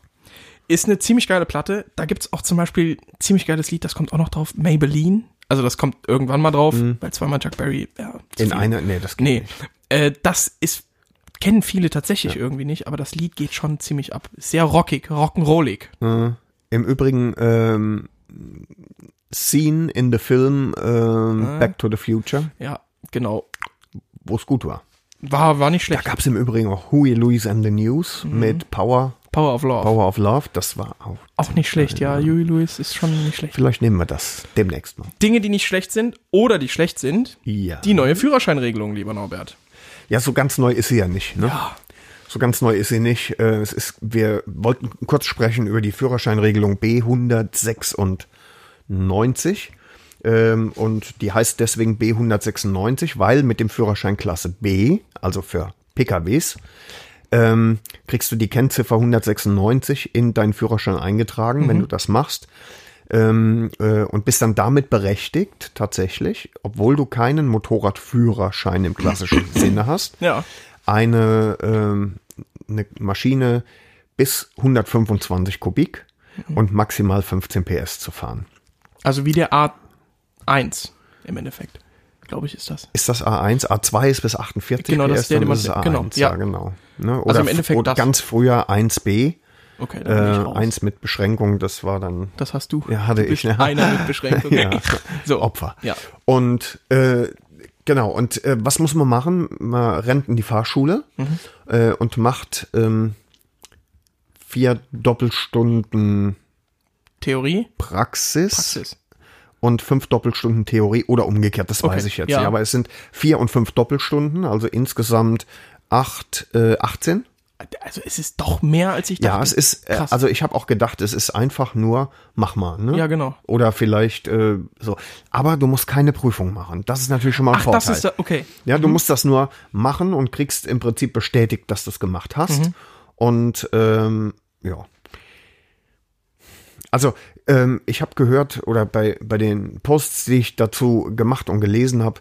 Speaker 3: Ist eine ziemlich geile Platte. Da gibt's auch zum Beispiel ein ziemlich geiles Lied, das kommt auch noch drauf, Maybelline. Also das kommt irgendwann mal drauf, weil zweimal Chuck Berry, ja. zu
Speaker 2: Mhm. In
Speaker 3: viel.
Speaker 2: einer, nee, das geht
Speaker 3: Nee.
Speaker 2: nicht.
Speaker 3: Äh, das ist, kennen viele tatsächlich irgendwie nicht, aber das Lied geht schon ziemlich ab. Ist Sehr rockig, rock'n'rollig.
Speaker 2: Im Übrigen, ähm, Scene in the Film ähm, Back to the Future,
Speaker 3: Ja, genau.
Speaker 2: wo es gut war.
Speaker 3: War, war nicht
Speaker 2: Da
Speaker 3: schlecht.
Speaker 2: gab es im Übrigen auch Huey Lewis and the News mit Power,
Speaker 3: Power of Love.
Speaker 2: Power of Love. Das war auch.
Speaker 3: Auch nicht schlecht, ja. Huey Lewis ist schon nicht schlecht.
Speaker 2: Vielleicht nehmen wir das demnächst mal.
Speaker 3: Dinge, die nicht schlecht sind oder die schlecht sind,
Speaker 2: Ja.
Speaker 3: die neue Führerscheinregelung, lieber Norbert.
Speaker 2: Ja, so ganz neu ist sie ja nicht, ne? Ja. So ganz neu ist sie nicht. Äh, Es ist, wir wollten kurz sprechen über die Führerscheinregelung B196. Ähm, und die heißt deswegen B196, weil mit dem Führerschein Klasse B, also für PKWs, ähm, kriegst du die Kennziffer 196 in deinen Führerschein eingetragen, wenn du das machst. Ähm, äh, und bist dann damit berechtigt, tatsächlich, obwohl du keinen Motorradführerschein im klassischen Sinne hast,
Speaker 3: Ja.
Speaker 2: eine, ähm, eine Maschine bis 125 Kubik
Speaker 3: Mhm.
Speaker 2: und maximal 15 PS zu fahren.
Speaker 3: Also wie der A1 im Endeffekt. Glaube ich, ist das.
Speaker 2: Ist das A1? A2 ist bis 48
Speaker 3: Genau,
Speaker 2: PS,
Speaker 3: das ist der,
Speaker 2: dann
Speaker 3: den man-
Speaker 2: es A1,
Speaker 3: genau,
Speaker 2: ja.
Speaker 3: ja. Also
Speaker 2: genau. Ne? Oder,
Speaker 3: im
Speaker 2: f-
Speaker 3: Endeffekt
Speaker 2: oder
Speaker 3: das.
Speaker 2: ganz früher 1B,
Speaker 3: Okay,
Speaker 2: äh,
Speaker 3: dann bin ich raus.
Speaker 2: 1 mit Beschränkung, das war dann
Speaker 3: Das hast du.
Speaker 2: Ja, hatte
Speaker 3: du bist
Speaker 2: ich, ne?
Speaker 3: Einer mit Beschränkung.
Speaker 2: [laughs] Ja.
Speaker 3: So.
Speaker 2: Opfer.
Speaker 3: Ja.
Speaker 2: Und äh, genau, und äh, was muss man machen? Man rennt in die Fahrschule
Speaker 3: Mhm.
Speaker 2: äh, und macht ähm, vier Doppelstunden
Speaker 3: Theorie,
Speaker 2: Praxis,
Speaker 3: Praxis.
Speaker 2: und fünf Doppelstunden Theorie oder umgekehrt, das
Speaker 3: Okay,
Speaker 2: weiß ich jetzt
Speaker 3: ja.
Speaker 2: nicht. Aber es sind vier und fünf Doppelstunden, also insgesamt acht, äh, 18.
Speaker 3: Also es ist doch mehr, als ich dachte.
Speaker 2: Ja, es ist, äh,
Speaker 3: krass.
Speaker 2: also ich habe auch gedacht, es ist einfach nur, mach mal. Ne?
Speaker 3: Ja, genau.
Speaker 2: Oder vielleicht äh, so. Aber du musst keine Prüfung machen. Das ist natürlich schon mal ein
Speaker 3: Ach,
Speaker 2: Vorteil.
Speaker 3: das ist Mhm. da- okay.
Speaker 2: Ja, du musst das nur machen und kriegst im Prinzip bestätigt, dass du es gemacht hast.
Speaker 3: Mhm.
Speaker 2: Und ähm, ja. Also, ähm, ich habe gehört, oder bei, bei den Posts, die ich dazu gemacht und gelesen habe,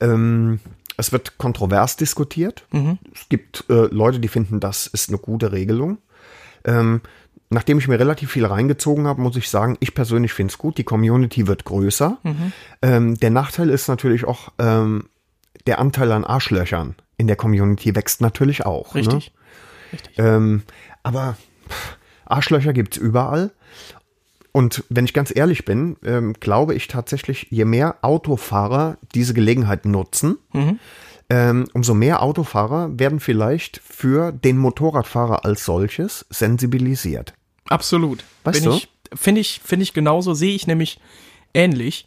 Speaker 2: ähm, es wird kontrovers diskutiert. Es gibt äh, Leute, die finden, das ist eine gute Regelung. Ähm, nachdem ich mir relativ viel reingezogen habe, muss ich sagen, ich persönlich finde es gut. Die Community wird größer. Ähm, der Nachteil ist natürlich auch, ähm, der Anteil an Arschlöchern in der Community wächst natürlich auch.
Speaker 3: Richtig.
Speaker 2: Ne? Ähm, aber pff, Arschlöcher gibt's überall. Und wenn ich ganz ehrlich bin, ähm, glaube ich tatsächlich, je mehr Autofahrer diese Gelegenheit nutzen,
Speaker 3: Mhm.
Speaker 2: ähm, umso mehr Autofahrer werden vielleicht für den Motorradfahrer als solches sensibilisiert.
Speaker 3: Absolut.
Speaker 2: Weißt
Speaker 3: Bin
Speaker 2: du?
Speaker 3: ich, finde ich, finde ich genauso, sehe ich nämlich ähnlich.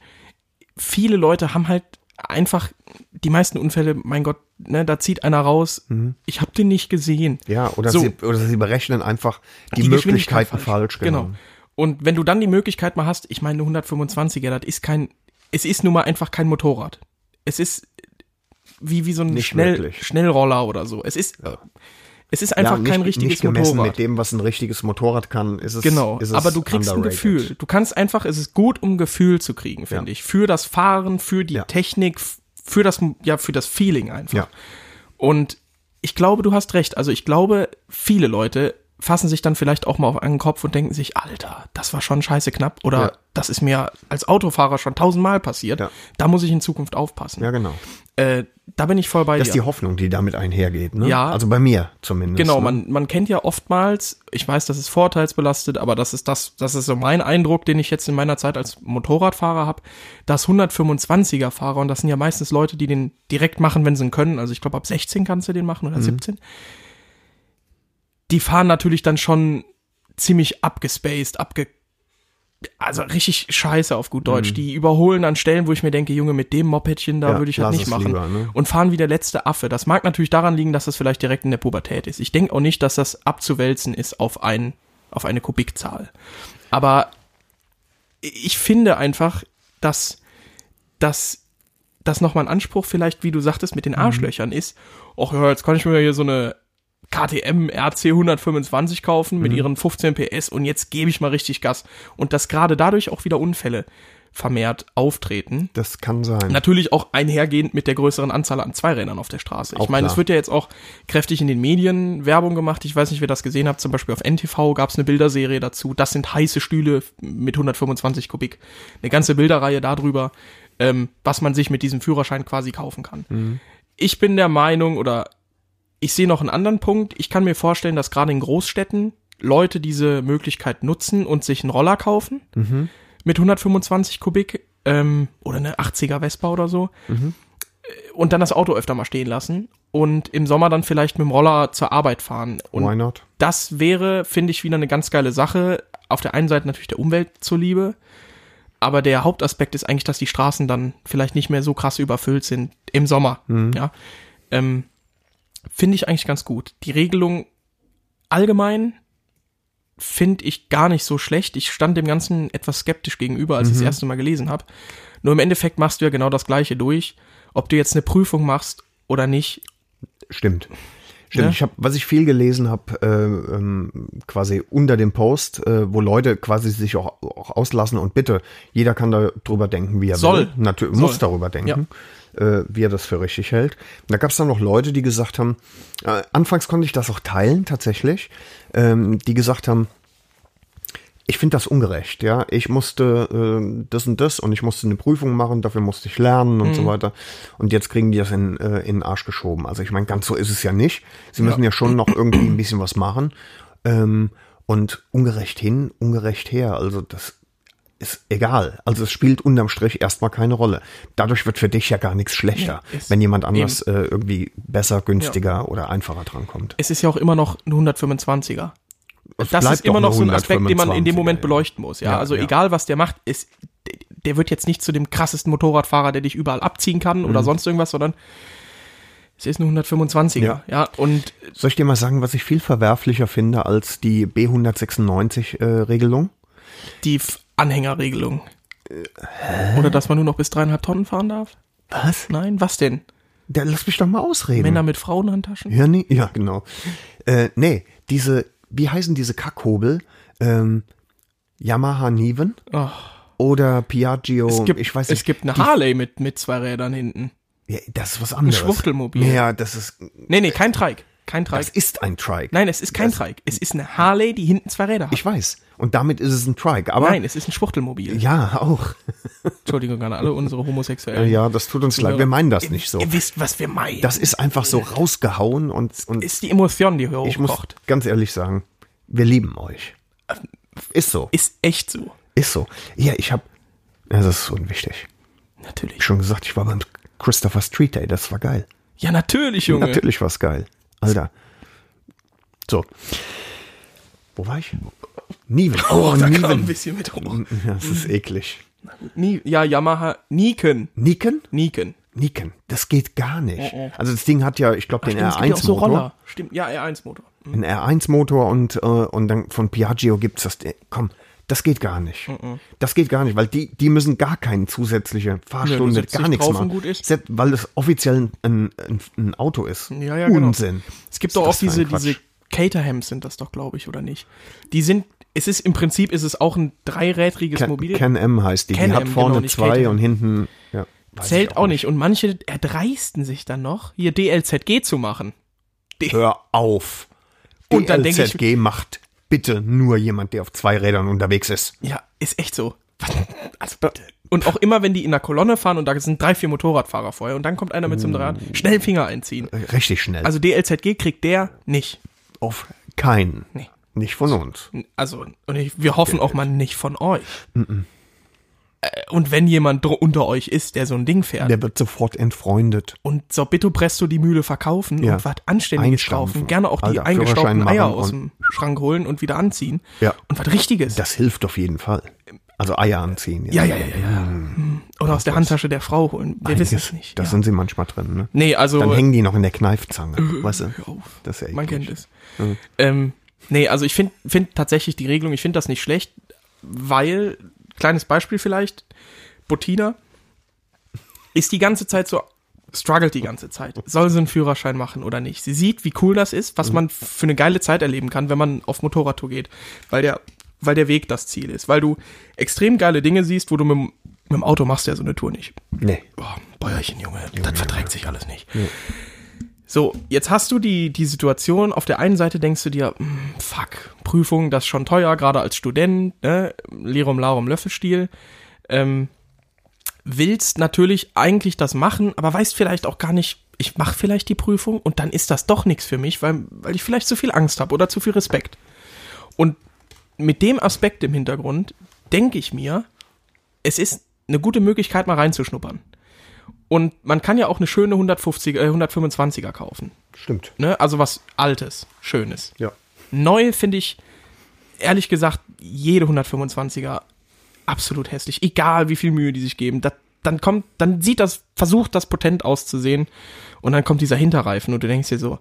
Speaker 3: Viele Leute haben halt einfach die meisten Unfälle, mein Gott, ne, da zieht einer raus,
Speaker 2: Mhm.
Speaker 3: ich habe den nicht gesehen.
Speaker 2: Ja, oder,
Speaker 3: So.
Speaker 2: sie, oder sie berechnen einfach die,
Speaker 3: Geschwindigkeit
Speaker 2: Möglichkeiten falsch. genau.
Speaker 3: Und wenn du dann die Möglichkeit mal hast, ich meine, eine 125er, das ist kein, es ist nun mal einfach kein Motorrad. Es ist wie, wie so ein
Speaker 2: Nicht
Speaker 3: Schnell,
Speaker 2: wirklich.
Speaker 3: Schnellroller oder so. Es ist, es ist einfach
Speaker 2: nicht,
Speaker 3: kein richtiges
Speaker 2: nicht gemessen
Speaker 3: Motorrad.
Speaker 2: mit dem, was ein richtiges Motorrad kann, ist es
Speaker 3: Genau,
Speaker 2: ist es
Speaker 3: aber du kriegst ein
Speaker 2: underrated.
Speaker 3: Gefühl. Du kannst einfach, es ist gut, um ein Gefühl zu kriegen, finde
Speaker 2: Ja.
Speaker 3: ich. Für das Fahren, für die
Speaker 2: Ja.
Speaker 3: Technik, f- für das, ja, für das Feeling einfach.
Speaker 2: Ja,
Speaker 3: Und ich glaube, du hast recht. Also ich glaube, viele Leute fassen sich dann vielleicht auch mal auf einen Kopf und denken sich, Alter, das war schon scheiße knapp oder
Speaker 2: Ja.
Speaker 3: das ist mir als Autofahrer schon tausendmal passiert.
Speaker 2: Ja.
Speaker 3: Da muss ich in Zukunft aufpassen.
Speaker 2: ja, genau.
Speaker 3: Äh, da bin ich voll bei
Speaker 2: Das
Speaker 3: dir.
Speaker 2: ist die Hoffnung, die damit einhergeht. Ne?
Speaker 3: Ja.
Speaker 2: Also bei mir zumindest.
Speaker 3: Genau,
Speaker 2: ne?
Speaker 3: man, man kennt ja oftmals, ich weiß, das ist vorteilsbelastet, aber das ist das, das ist so mein Eindruck, den ich jetzt in meiner Zeit als Motorradfahrer habe, dass 125er Fahrer, und das sind ja meistens Leute, die den direkt machen, wenn sie ihn können, also ich glaube ab 16 kannst du den machen oder 17, die fahren natürlich dann schon ziemlich abgespaced, abge... Also richtig scheiße auf gut Deutsch. Die überholen an Stellen, wo ich mir denke, Junge, mit dem Mopedchen, da
Speaker 2: Mhm. Ja,
Speaker 3: würde ich halt
Speaker 2: lass
Speaker 3: nicht
Speaker 2: es
Speaker 3: machen.
Speaker 2: lieber, ne?
Speaker 3: Und fahren wie der letzte Affe. Das mag natürlich daran liegen, dass das vielleicht direkt in der Pubertät ist. Ich denke auch nicht, dass das abzuwälzen ist auf, ein, auf eine Kubikzahl. Aber ich finde einfach, dass, dass dass nochmal ein Anspruch vielleicht, wie du sagtest, mit den
Speaker 2: Mhm.
Speaker 3: Arschlöchern ist, ach ja, jetzt kann ich mir hier so eine KTM RC 125
Speaker 2: Mhm.
Speaker 3: kaufen mit ihren 15 PS und jetzt gebe ich mal richtig Gas. Und dass gerade dadurch auch wieder Unfälle vermehrt auftreten.
Speaker 2: Das kann sein.
Speaker 3: Natürlich auch einhergehend mit der größeren Anzahl an Zweirädern auf der Straße. Ich
Speaker 2: Auch
Speaker 3: meine,
Speaker 2: klar.
Speaker 3: es wird ja jetzt auch kräftig in den Medien Werbung gemacht. Ich weiß nicht, wer das gesehen hat. Zum Beispiel auf NTV gab es eine Bilderserie dazu. Das sind heiße Stühle mit 125 Kubik. Eine ganze Bilderreihe darüber, ähm, was man sich mit diesem Führerschein quasi kaufen kann.
Speaker 2: Mhm.
Speaker 3: Ich bin der Meinung oder ich sehe noch einen anderen Punkt. Ich kann mir vorstellen, dass gerade in Großstädten Leute diese Möglichkeit nutzen und sich einen Roller kaufen mit 125 Kubik ähm, oder eine 80er Vespa oder so Äh, und dann das Auto öfter mal stehen lassen und im Sommer dann vielleicht mit dem Roller zur Arbeit fahren. Und
Speaker 2: Why not?
Speaker 3: das wäre, finde ich, wieder eine ganz geile Sache. Auf der einen Seite natürlich der Umwelt zuliebe, aber der Hauptaspekt ist eigentlich, dass die Straßen dann vielleicht nicht mehr so krass überfüllt sind im Sommer. Ja, ähm, finde ich eigentlich ganz gut. Die Regelung allgemein finde ich gar nicht so schlecht. Ich stand dem Ganzen etwas skeptisch gegenüber, als ich das erste Mal gelesen habe. Nur im Endeffekt machst du ja genau das Gleiche durch, ob du jetzt eine Prüfung machst oder nicht.
Speaker 2: Stimmt. Stimmt.
Speaker 3: Ja.
Speaker 2: Ich hab, was ich viel gelesen habe, äh, ähm, quasi unter dem Post, äh, wo Leute quasi sich auch, auch auslassen und bitte, jeder kann da drüber denken, wie er
Speaker 3: Soll.
Speaker 2: will. Natürlich
Speaker 3: Soll.
Speaker 2: muss darüber denken, äh, wie er das für richtig hält. Da gab es dann noch Leute, die gesagt haben, äh, anfangs konnte ich das auch teilen tatsächlich, ähm, die gesagt haben, ich finde das ungerecht, ja. Ich musste äh, das und das und ich musste eine Prüfung machen, dafür musste ich lernen
Speaker 3: Mhm.
Speaker 2: und so weiter. Und jetzt kriegen die das in, äh, in den Arsch geschoben. Also ich meine, ganz so ist es ja nicht. Sie müssen ja, schon noch irgendwie ein bisschen was machen. Ähm, und ungerecht hin, ungerecht her. Also das ist egal. Also es spielt unterm Strich erstmal keine Rolle. Dadurch wird für dich ja gar nichts schlechter,
Speaker 3: Nee, ist
Speaker 2: wenn jemand anders äh, irgendwie besser, günstiger oder einfacher drankommt.
Speaker 3: es ist ja auch immer noch ein 125er.
Speaker 2: Es
Speaker 3: das
Speaker 2: bleibt
Speaker 3: ist immer
Speaker 2: doch
Speaker 3: noch
Speaker 2: ein
Speaker 3: so ein Aspekt, den man in dem
Speaker 2: 125er,
Speaker 3: Moment
Speaker 2: ja.
Speaker 3: beleuchten muss. Ja,
Speaker 2: Ja,
Speaker 3: also
Speaker 2: ja.
Speaker 3: egal, was der macht, ist, der wird jetzt nicht zu dem krassesten Motorradfahrer, der dich überall abziehen kann
Speaker 2: Mhm.
Speaker 3: oder sonst irgendwas, sondern es ist ein 125er. Ja,
Speaker 2: Ja.
Speaker 3: und
Speaker 2: Soll ich dir mal sagen, was ich viel verwerflicher finde als die äh, B196-Regelung?
Speaker 3: die F- Anhängerregelung. Oder dass man nur noch bis dreieinhalb Tonnen fahren darf?
Speaker 2: was?
Speaker 3: Nein, was denn?
Speaker 2: Da, lass mich doch mal ausreden.
Speaker 3: Männer mit Frauenhandtaschen?
Speaker 2: Hm. ja, nee, ja, genau. Äh, nee, diese, wie heißen diese Kackhobel? Ähm, Yamaha Niven
Speaker 3: Ach,
Speaker 2: oder Piaggio?
Speaker 3: es gibt,
Speaker 2: ich weiß
Speaker 3: es
Speaker 2: nicht.
Speaker 3: gibt eine Harley mit, mit zwei Rädern hinten.
Speaker 2: Ja, das ist was anderes.
Speaker 3: Schwuchtelmobil.
Speaker 2: Ja, das ist,
Speaker 3: Nee, nee, kein Trike. Kein Trike.
Speaker 2: das ist ein Trike.
Speaker 3: Nein, es ist kein Trike. Es ist eine Harley, die hinten zwei Räder hat.
Speaker 2: Ich weiß. Und damit ist es ein Trike. Aber
Speaker 3: Nein, es ist ein Schwuchtelmobil.
Speaker 2: ja, auch.
Speaker 3: Entschuldigung an alle unsere Homosexuellen.
Speaker 2: Ja, das tut uns leid. Wir meinen das nicht so.
Speaker 3: Ihr wisst, was wir meinen.
Speaker 2: Das ist einfach so rausgehauen und, und
Speaker 3: ist Oh die Emotion, die hier
Speaker 2: Ich muss
Speaker 3: hochkocht.
Speaker 2: ganz ehrlich sagen, wir lieben euch. Ist so.
Speaker 3: Ist echt so.
Speaker 2: Ist so. Ja, ich habe. Das ist unwichtig.
Speaker 3: Natürlich.
Speaker 2: Ich schon gesagt, ich war beim Christopher Street Day. Das war geil.
Speaker 3: Ja, natürlich, Junge.
Speaker 2: Natürlich war's geil. Alter. So. Wo war ich? Niven. Oh,
Speaker 3: Da kam ein
Speaker 2: Niven. Mm,
Speaker 3: bisschen mit hoch.
Speaker 2: Ja, Das ist eklig.
Speaker 3: Nie, ja, Yamaha. Niken.
Speaker 2: Niken?
Speaker 3: Niken.
Speaker 2: Niken. Das geht gar nicht. Also das Ding hat ja, ich glaube, den
Speaker 3: Oh, Stimmt, es gibt ja auch so
Speaker 2: R1-Motor.
Speaker 3: Roller. Stimmt, ja, R1-Motor.
Speaker 2: ein R1-Motor und, äh, und dann von Piaggio gibt's das. äh, Komm, das geht gar nicht.
Speaker 3: Mm,
Speaker 2: Das geht gar nicht, weil die, die müssen gar keine zusätzliche
Speaker 3: Nö, du
Speaker 2: Fahrstunde,
Speaker 3: setzt
Speaker 2: gar
Speaker 3: dich
Speaker 2: nichts
Speaker 3: drauf
Speaker 2: machen.
Speaker 3: und gut ist.
Speaker 2: Selbst, weil das offiziell ein, ein, ein Auto ist.
Speaker 3: Ja, ja, genau.
Speaker 2: Unsinn.
Speaker 3: Es gibt
Speaker 2: Ist
Speaker 3: doch auch
Speaker 2: das für ein
Speaker 3: diese,
Speaker 2: Quatsch?
Speaker 3: diese Caterhams sind das doch, glaube ich, oder nicht? Die sind, es ist, im Prinzip ist es auch ein dreirädriges Mobil.
Speaker 2: Can, Can M heißt die.
Speaker 3: Can
Speaker 2: die hat
Speaker 3: M,
Speaker 2: vorne
Speaker 3: genau, nicht
Speaker 2: zwei
Speaker 3: Caterham.
Speaker 2: und hinten. Ja, weiß
Speaker 3: Zählt
Speaker 2: ich
Speaker 3: auch nicht. Und manche erdreisten sich dann noch, hier DLZG zu machen.
Speaker 2: Hör auf.
Speaker 3: Und dann denk ich-
Speaker 2: DLZG macht bitte nur jemand, der auf zwei Rädern unterwegs ist.
Speaker 3: Ja, ist echt so. Also bitte. Und auch immer, wenn die in der Kolonne fahren und da sind drei, vier Motorradfahrer vorher und dann kommt einer mit so einem Draht,
Speaker 2: Mm.
Speaker 3: schnell Finger einziehen.
Speaker 2: Äh, Richtig schnell.
Speaker 3: Also DLZG kriegt der nicht.
Speaker 2: auf keinen.
Speaker 3: Nee.
Speaker 2: Nicht von uns.
Speaker 3: Also, und ich, wir hoffen auch mal nicht von euch. Äh, Und wenn jemand dr- unter euch ist, der so ein Ding fährt
Speaker 2: Der wird sofort entfreundet.
Speaker 3: und Sorbitto Presto die Mühle verkaufen
Speaker 2: Ja.
Speaker 3: und was Anständiges
Speaker 2: Einstampfen.
Speaker 3: kaufen, gerne auch die
Speaker 2: Alter,
Speaker 3: eingestaubten
Speaker 2: Führerschein
Speaker 3: Eier
Speaker 2: machen
Speaker 3: aus dem Schrank holen und wieder anziehen.
Speaker 2: Ja.
Speaker 3: Und was Richtiges.
Speaker 2: Das hilft auf jeden Fall. Also Eier anziehen.
Speaker 3: ja, ja, ja, ja. ja. Oder aus der Handtasche der Frau holen. Wir wissen es nicht.
Speaker 2: Da
Speaker 3: ja.
Speaker 2: sind sie manchmal drin. Ne?
Speaker 3: Nee, also.
Speaker 2: Dann hängen die noch in der Kneifzange. weißt du?
Speaker 3: Äh, auf.
Speaker 2: Das ist ja eklig.
Speaker 3: Man kennt es. Ähm, nee, also ich finde find tatsächlich die Regelung, ich finde das nicht schlecht, weil, kleines Beispiel vielleicht, Bottina ist die ganze Zeit so, struggelt die ganze Zeit. Soll sie einen Führerschein machen oder nicht? Sie sieht, wie cool das ist, was man für eine geile Zeit erleben kann, wenn man auf Motorradtour geht, weil der, weil der Weg das Ziel ist, weil du extrem geile Dinge siehst, wo du mit dem Mit dem Auto machst du ja so eine Tour nicht.
Speaker 2: Nee.
Speaker 3: Boah, Bäuerchen, Junge, das verträgt sich alles nicht. So, jetzt hast du die, die Situation, auf der einen Seite denkst du dir, "Hm, fuck, Prüfung, das ist schon teuer, gerade als Student, ne? Lerum Larum Löffelstil. Ähm, willst natürlich eigentlich das machen, aber weißt vielleicht auch gar nicht, ich mache vielleicht die Prüfung und dann ist das doch nichts für mich, weil, weil ich vielleicht zu viel Angst habe oder zu viel Respekt. Und mit dem Aspekt im Hintergrund denke ich mir, es ist eine gute Möglichkeit, mal reinzuschnuppern. Und man kann ja auch eine schöne 150, äh, 125er kaufen.
Speaker 2: Stimmt.
Speaker 3: Ne? Also was Altes, Schönes.
Speaker 2: Ja.
Speaker 3: Neu finde ich, ehrlich gesagt, jede 125er absolut hässlich. Egal wie viel Mühe die sich geben. Das, dann kommt, dann sieht das, versucht das potent auszusehen. Und dann kommt dieser Hinterreifen und du denkst dir so,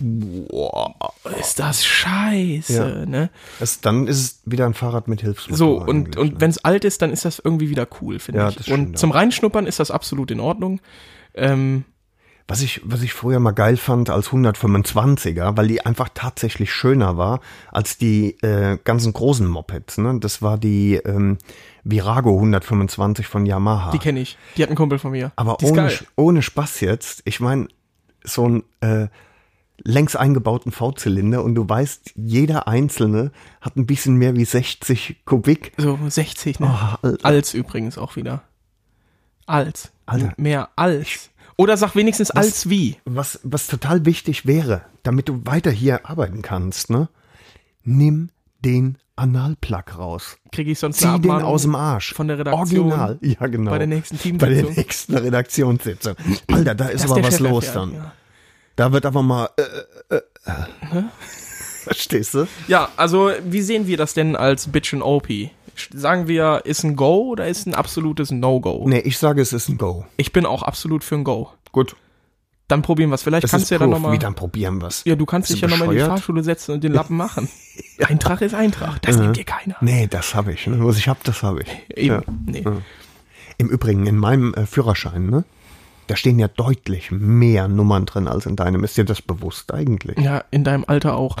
Speaker 3: boah, ist das scheiße, ne?
Speaker 2: Es, dann ist es wieder ein Fahrrad mit Hilfsmotor.
Speaker 3: So, und,
Speaker 2: eigentlich,
Speaker 3: und
Speaker 2: ne?
Speaker 3: wenn es alt ist, dann ist das irgendwie wieder cool, finde
Speaker 2: Ja,
Speaker 3: ich.
Speaker 2: das
Speaker 3: und
Speaker 2: stimmt, ja.
Speaker 3: zum Reinschnuppern ist das absolut in Ordnung. Ähm,
Speaker 2: Was ich, was ich früher mal geil fand als 125er, weil die einfach tatsächlich schöner war als die äh, ganzen großen Mopeds. Ne? Das war die ähm, Virago 125 von Yamaha.
Speaker 3: die kenne ich. Die hat einen Kumpel von mir.
Speaker 2: Aber
Speaker 3: die ist
Speaker 2: ohne,
Speaker 3: geil.
Speaker 2: Sch- ohne Spaß jetzt, ich meine, so ein äh, längs eingebauten V-Zylinder und du weißt, jeder einzelne hat ein bisschen mehr wie 60 Kubik.
Speaker 3: So 60, ne?
Speaker 2: Oh, Alter.
Speaker 3: als übrigens auch wieder. Als.
Speaker 2: Alter.
Speaker 3: Mehr als. Oder sag wenigstens als wie.
Speaker 2: Was, was total wichtig wäre, damit du weiter hier arbeiten kannst, ne? Nimm den Analplug raus.
Speaker 3: Kriege ich sonst
Speaker 2: Zieh
Speaker 3: eine
Speaker 2: den
Speaker 3: Abmahnung
Speaker 2: aus dem Arsch.
Speaker 3: Von der Redaktion.
Speaker 2: Original. Ja, genau.
Speaker 3: Bei der nächsten
Speaker 2: Bei der
Speaker 3: Teamsitzung.
Speaker 2: nächsten Redaktionssitzung. Alter, da ist
Speaker 3: Dass
Speaker 2: aber
Speaker 3: der
Speaker 2: was
Speaker 3: Chef
Speaker 2: los
Speaker 3: erfährt,
Speaker 2: dann.
Speaker 3: Ja.
Speaker 2: Da wird aber mal. Äh, äh, äh. Verstehst du?
Speaker 3: ja, also wie sehen wir das denn als Bitch and OP? Sagen wir, ist ein Go oder ist ein absolutes No-Go?
Speaker 2: Nee, ich sage, es ist ein Go.
Speaker 3: Ich bin auch absolut für ein Go.
Speaker 2: Gut.
Speaker 3: Dann probieren wir es. Vielleicht
Speaker 2: Das
Speaker 3: kannst
Speaker 2: ist
Speaker 3: du ja
Speaker 2: Proof.
Speaker 3: dann nochmal.
Speaker 2: Wie, dann probieren wir
Speaker 3: Ja, du kannst
Speaker 2: Bist
Speaker 3: dich
Speaker 2: du
Speaker 3: ja nochmal in die
Speaker 2: bescheuert?
Speaker 3: Fahrschule setzen und den
Speaker 2: [laughs]
Speaker 3: Lappen machen. Eintracht ist Eintracht. Das nimmt dir keiner.
Speaker 2: Nee, das habe ich. Ne? Was ich habe, das habe ich.
Speaker 3: Eben.
Speaker 2: Ja.
Speaker 3: Nee.
Speaker 2: Im Übrigen, in meinem äh, Führerschein, ne? Da stehen ja deutlich mehr Nummern drin als in deinem. Ist dir das bewusst eigentlich?
Speaker 3: Ja, in deinem Alter auch.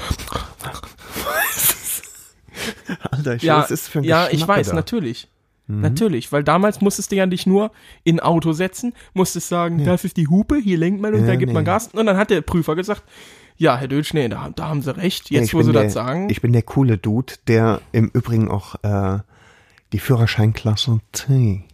Speaker 2: Alter, ich
Speaker 3: Ja,
Speaker 2: was ist für ein
Speaker 3: ja ich
Speaker 2: Geschnappe
Speaker 3: weiß,
Speaker 2: da? Mhm.
Speaker 3: natürlich. Natürlich, weil damals musstest du ja dich nur in Auto setzen, musstest sagen, das ist die Hupe, hier lenkt man und da gibt man
Speaker 2: nee.
Speaker 3: Gas. Und dann hat der Prüfer gesagt, ja, Herr Dötsch, nee, da, da haben sie recht,
Speaker 2: Nee,
Speaker 3: jetzt
Speaker 2: ich
Speaker 3: wo
Speaker 2: bin
Speaker 3: sie
Speaker 2: der,
Speaker 3: das sagen.
Speaker 2: Ich bin der coole Dude, der im Übrigen auch äh, die Führerscheinklasse C.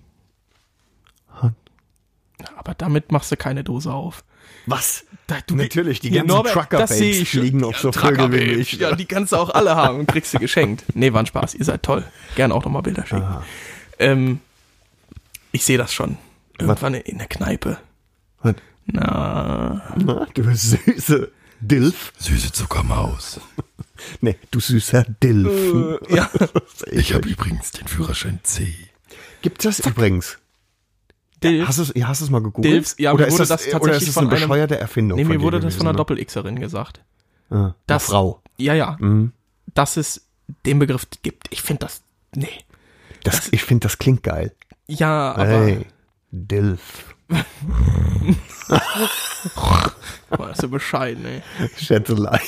Speaker 3: aber damit machst du keine Dose auf.
Speaker 2: Was?
Speaker 3: Da, du-
Speaker 2: Natürlich, die
Speaker 3: Hier,
Speaker 2: ganzen
Speaker 3: Norbert, das
Speaker 2: Trucker-Babes
Speaker 3: sehe ich schon.
Speaker 2: fliegen auf so Vögel wie
Speaker 3: Trucker-Babes,
Speaker 2: mich.
Speaker 3: Ja, die kannst du auch alle haben und kriegst sie geschenkt. Nee, war ein Spaß, ihr seid toll. Gerne auch nochmal Bilder schicken. Ähm, ich sehe das schon. Irgendwann in der Kneipe.
Speaker 2: Was?
Speaker 3: Na,
Speaker 2: Na, du süße Dilf.
Speaker 4: Süße Zuckermaus.
Speaker 2: [laughs] Nee, du süßer Dilf. [laughs]
Speaker 3: äh, ja.
Speaker 4: Ich habe übrigens den Führerschein C.
Speaker 2: Gibt das übrigens?
Speaker 3: Dilf.
Speaker 2: Hast du es, ja, hast du es mal gegoogelt?
Speaker 3: Dilfs, ja,
Speaker 2: oder
Speaker 3: mir
Speaker 2: ist das,
Speaker 3: wurde das
Speaker 2: oder
Speaker 3: tatsächlich
Speaker 2: ist das
Speaker 3: von
Speaker 2: eine
Speaker 3: einem-
Speaker 2: bescheuerte Erfindung?
Speaker 3: Nee, mir
Speaker 2: dir
Speaker 3: wurde das von einer
Speaker 2: gewesen,
Speaker 3: Doppel-Xerin gesagt.
Speaker 2: ne? Ja, eine
Speaker 3: das-
Speaker 2: Frau.
Speaker 3: Ja, ja,
Speaker 2: Mhm.
Speaker 3: dass es den Begriff gibt. Ich finde das. Nee.
Speaker 2: Das, ich finde, das klingt geil.
Speaker 3: Ja, aber.
Speaker 2: Hey, Dilf.
Speaker 3: [laughs] Boah, das ist ja bescheiden, ey.
Speaker 2: Schätzelein.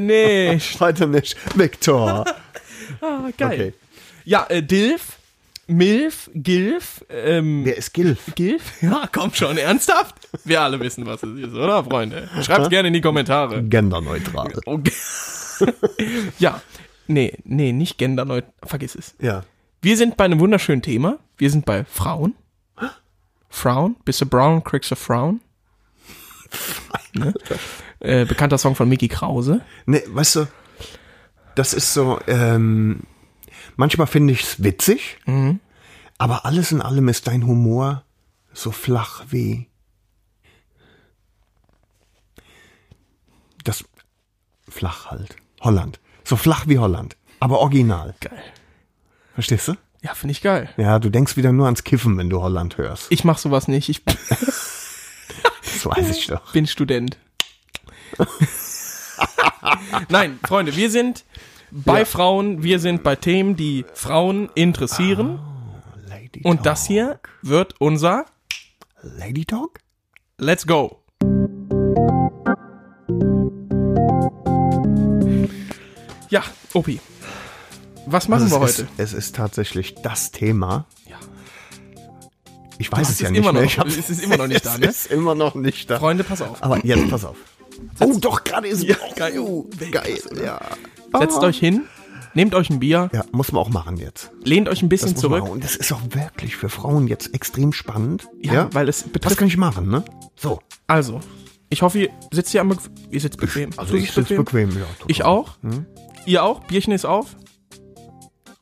Speaker 2: [laughs]
Speaker 3: nicht.
Speaker 2: Weiter nicht.
Speaker 3: [laughs]
Speaker 2: Victor.
Speaker 3: Ah,
Speaker 2: Okay.
Speaker 3: geil. Ja, äh, Dilf, Milf, Gilf, ähm.
Speaker 2: Wer ist Gilf?
Speaker 3: Gilf? [laughs] Ja, komm schon, ernsthaft? Wir alle wissen, was es ist, oder, Freunde? Schreibt's gerne in die Kommentare.
Speaker 2: Genderneutral.
Speaker 3: Okay. ja, nee, nee, nicht genderneutral. Vergiss es.
Speaker 2: Ja.
Speaker 3: Wir sind bei einem wunderschönen Thema. Wir sind bei Frauen. Frauen. Bist du brown, kriegst du Frauen. ne? äh, bekannter Song von Mickey Krause.
Speaker 2: Nee, weißt du, das ist so, ähm, manchmal finde ich es witzig,
Speaker 3: Mhm.
Speaker 2: aber alles in allem ist dein Humor so flach wie. Das. Flach halt. Holland. So flach wie Holland. Aber original.
Speaker 3: Geil.
Speaker 2: Verstehst du?
Speaker 3: Ja, finde ich geil.
Speaker 2: Ja, du denkst wieder nur ans Kiffen, wenn du Holland hörst.
Speaker 3: Ich mach sowas nicht. Ich
Speaker 2: Das weiß ich doch.
Speaker 3: bin Student. [laughs] Nein, Freunde, wir sind bei Frauen, wir sind bei Themen, die Frauen interessieren.
Speaker 2: Lady
Speaker 3: Und das hier wird unser
Speaker 2: Lady Talk?
Speaker 3: Let's Go. Ja, Opi. Was machen wir
Speaker 2: Also es
Speaker 3: heute?
Speaker 2: Ist, es ist tatsächlich das Thema.
Speaker 3: Ja.
Speaker 2: Ich weiß
Speaker 3: hast
Speaker 2: es ja
Speaker 3: es
Speaker 2: nicht
Speaker 3: immer
Speaker 2: mehr.
Speaker 3: noch-
Speaker 2: Ich hab-
Speaker 3: es ist immer noch nicht da,
Speaker 2: [laughs]
Speaker 3: ne?
Speaker 2: Es ist immer noch nicht da.
Speaker 3: Freunde, pass auf.
Speaker 2: Aber jetzt pass auf. Oh, doch, gerade ist es. oh,
Speaker 3: geil. ne?
Speaker 2: geil, ja.
Speaker 3: Setzt euch hin, nehmt euch ein Bier,
Speaker 2: Ja, muss man auch machen jetzt.
Speaker 3: lehnt euch ein bisschen
Speaker 2: Muss man
Speaker 3: zurück.
Speaker 2: machen. Und das ist auch wirklich für Frauen jetzt extrem spannend.
Speaker 3: Ja, weil es
Speaker 2: Was
Speaker 3: betrifft.
Speaker 2: kann ich machen, ne? So.
Speaker 3: Also, ich hoffe, ihr sitzt hier am Bequ Ihr sitzt bequem. Du sitzt
Speaker 2: Also sitz ja. total.
Speaker 3: Ich auch. Ihr auch? Bierchen ist auf?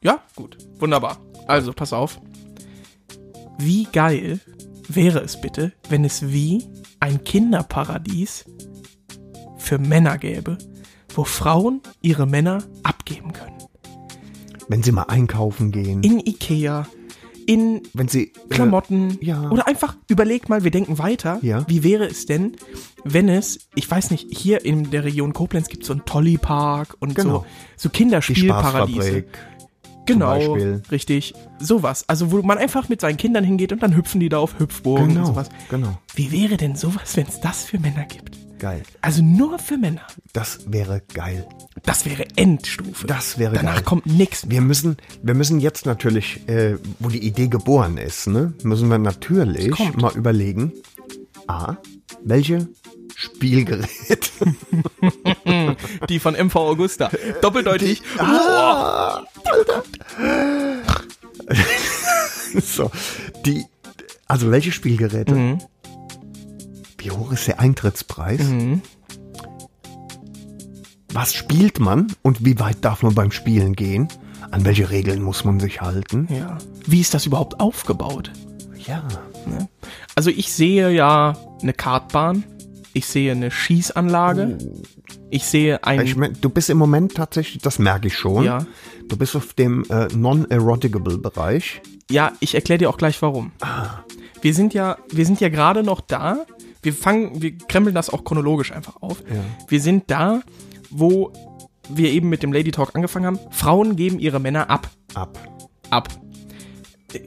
Speaker 3: Ja, gut. Wunderbar. Also, pass auf. Wie geil wäre es bitte, wenn es wie ein Kinderparadies für Männer gäbe, wo Frauen ihre Männer abgeben können.
Speaker 2: Wenn sie mal einkaufen gehen.
Speaker 3: In Ikea, in
Speaker 2: wenn sie. äh,
Speaker 3: Klamotten.
Speaker 2: ja.
Speaker 3: Oder einfach überlegt mal, wir denken weiter.
Speaker 2: Ja.
Speaker 3: Wie wäre es denn, wenn es, ich weiß nicht, hier in der Region Koblenz gibt es so einen Tolly-Park und
Speaker 2: Genau.
Speaker 3: so, so
Speaker 2: die
Speaker 3: Kinderspielparadiese.
Speaker 2: Spaßfabrik.
Speaker 3: Genau,
Speaker 2: Beispiel.
Speaker 3: richtig. Sowas. Also, wo man einfach mit seinen Kindern hingeht und dann hüpfen die da auf Hüpfburgen und sowas.
Speaker 2: genau.
Speaker 3: Wie wäre denn sowas, wenn es das für Männer gibt?
Speaker 2: Geil.
Speaker 3: Also nur für Männer.
Speaker 2: Das wäre geil.
Speaker 3: Das wäre Endstufe.
Speaker 2: Das wäre
Speaker 3: Danach
Speaker 2: geil.
Speaker 3: kommt nichts mehr.
Speaker 2: Wir müssen, wir müssen jetzt natürlich, äh, wo die Idee geboren ist, ne, müssen wir natürlich
Speaker 3: kommt.
Speaker 2: mal überlegen, A, welche Spielgerät
Speaker 3: [laughs] Die von MV Augusta. Doppeldeutig. Ah.
Speaker 2: [laughs] so, die, also welche Spielgeräte?
Speaker 3: Mhm.
Speaker 2: Wie hoch ist der Eintrittspreis?
Speaker 3: Mhm.
Speaker 2: Was spielt man und wie weit darf man beim Spielen gehen? An welche Regeln muss man sich halten?
Speaker 3: [laughs] Ja. Wie ist das überhaupt aufgebaut?
Speaker 2: Ja,
Speaker 3: Ne? Also ich sehe ja eine Kartbahn, ich sehe eine Schießanlage, ich sehe ein...
Speaker 2: Oh. ich mein, du bist im Moment tatsächlich, das merke ich schon.
Speaker 3: Mhm. Ja.
Speaker 2: Du bist auf dem äh, Non-Eroticable-Bereich.
Speaker 3: ja, ich erkläre dir auch gleich warum.
Speaker 2: Ah.
Speaker 3: Wir sind ja, wir sind ja gerade noch da. Wir fangen, wir krempeln das auch chronologisch einfach auf. Wir sind da, wo wir eben mit dem Lady Talk angefangen haben. Frauen geben ihre Männer ab.
Speaker 2: ab.
Speaker 3: Ab.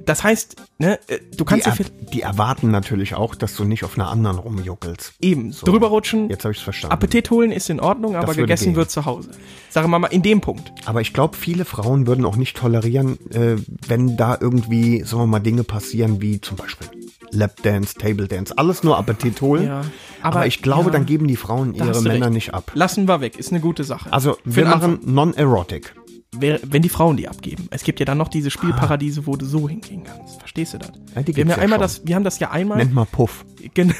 Speaker 3: Das heißt, ne, äh, du
Speaker 2: Die,
Speaker 3: kannst ja
Speaker 2: er,
Speaker 3: viel-
Speaker 2: die erwarten natürlich auch, dass du nicht auf einer anderen rumjuckelst.
Speaker 3: eben drüber rutschen.
Speaker 2: Jetzt habe ich es verstanden.
Speaker 3: Appetit holen ist in Ordnung, aber
Speaker 2: würde
Speaker 3: gegessen
Speaker 2: gehen.
Speaker 3: wird zu Hause. Sagen wir mal in dem Punkt.
Speaker 2: Aber ich glaube, viele Frauen würden auch nicht tolerieren, äh, wenn da irgendwie, sagen wir mal, Dinge passieren wie zum Beispiel Lapdance, Tabledance, alles nur Appetit holen.
Speaker 3: Ja,
Speaker 2: aber,
Speaker 3: aber
Speaker 2: ich glaube,
Speaker 3: ja,
Speaker 2: dann geben die Frauen
Speaker 3: Da
Speaker 2: ihre
Speaker 3: hast du
Speaker 2: Männer
Speaker 3: recht.
Speaker 2: nicht ab.
Speaker 3: Lassen wir weg, ist eine gute Sache.
Speaker 2: Also
Speaker 3: Für
Speaker 2: wir
Speaker 3: den Anfang.
Speaker 2: machen Non-Erotic.
Speaker 3: Wer- wenn die Frauen die abgeben. Es gibt ja dann noch diese Spielparadiese, wo du so hingehen kannst. Verstehst du das?
Speaker 2: Ja, die
Speaker 3: wir,
Speaker 2: gibt's
Speaker 3: haben ja
Speaker 2: ja
Speaker 3: einmal
Speaker 2: schon.
Speaker 3: das, wir haben das ja einmal.
Speaker 2: Nennt mal Puff.
Speaker 3: [laughs] Gen-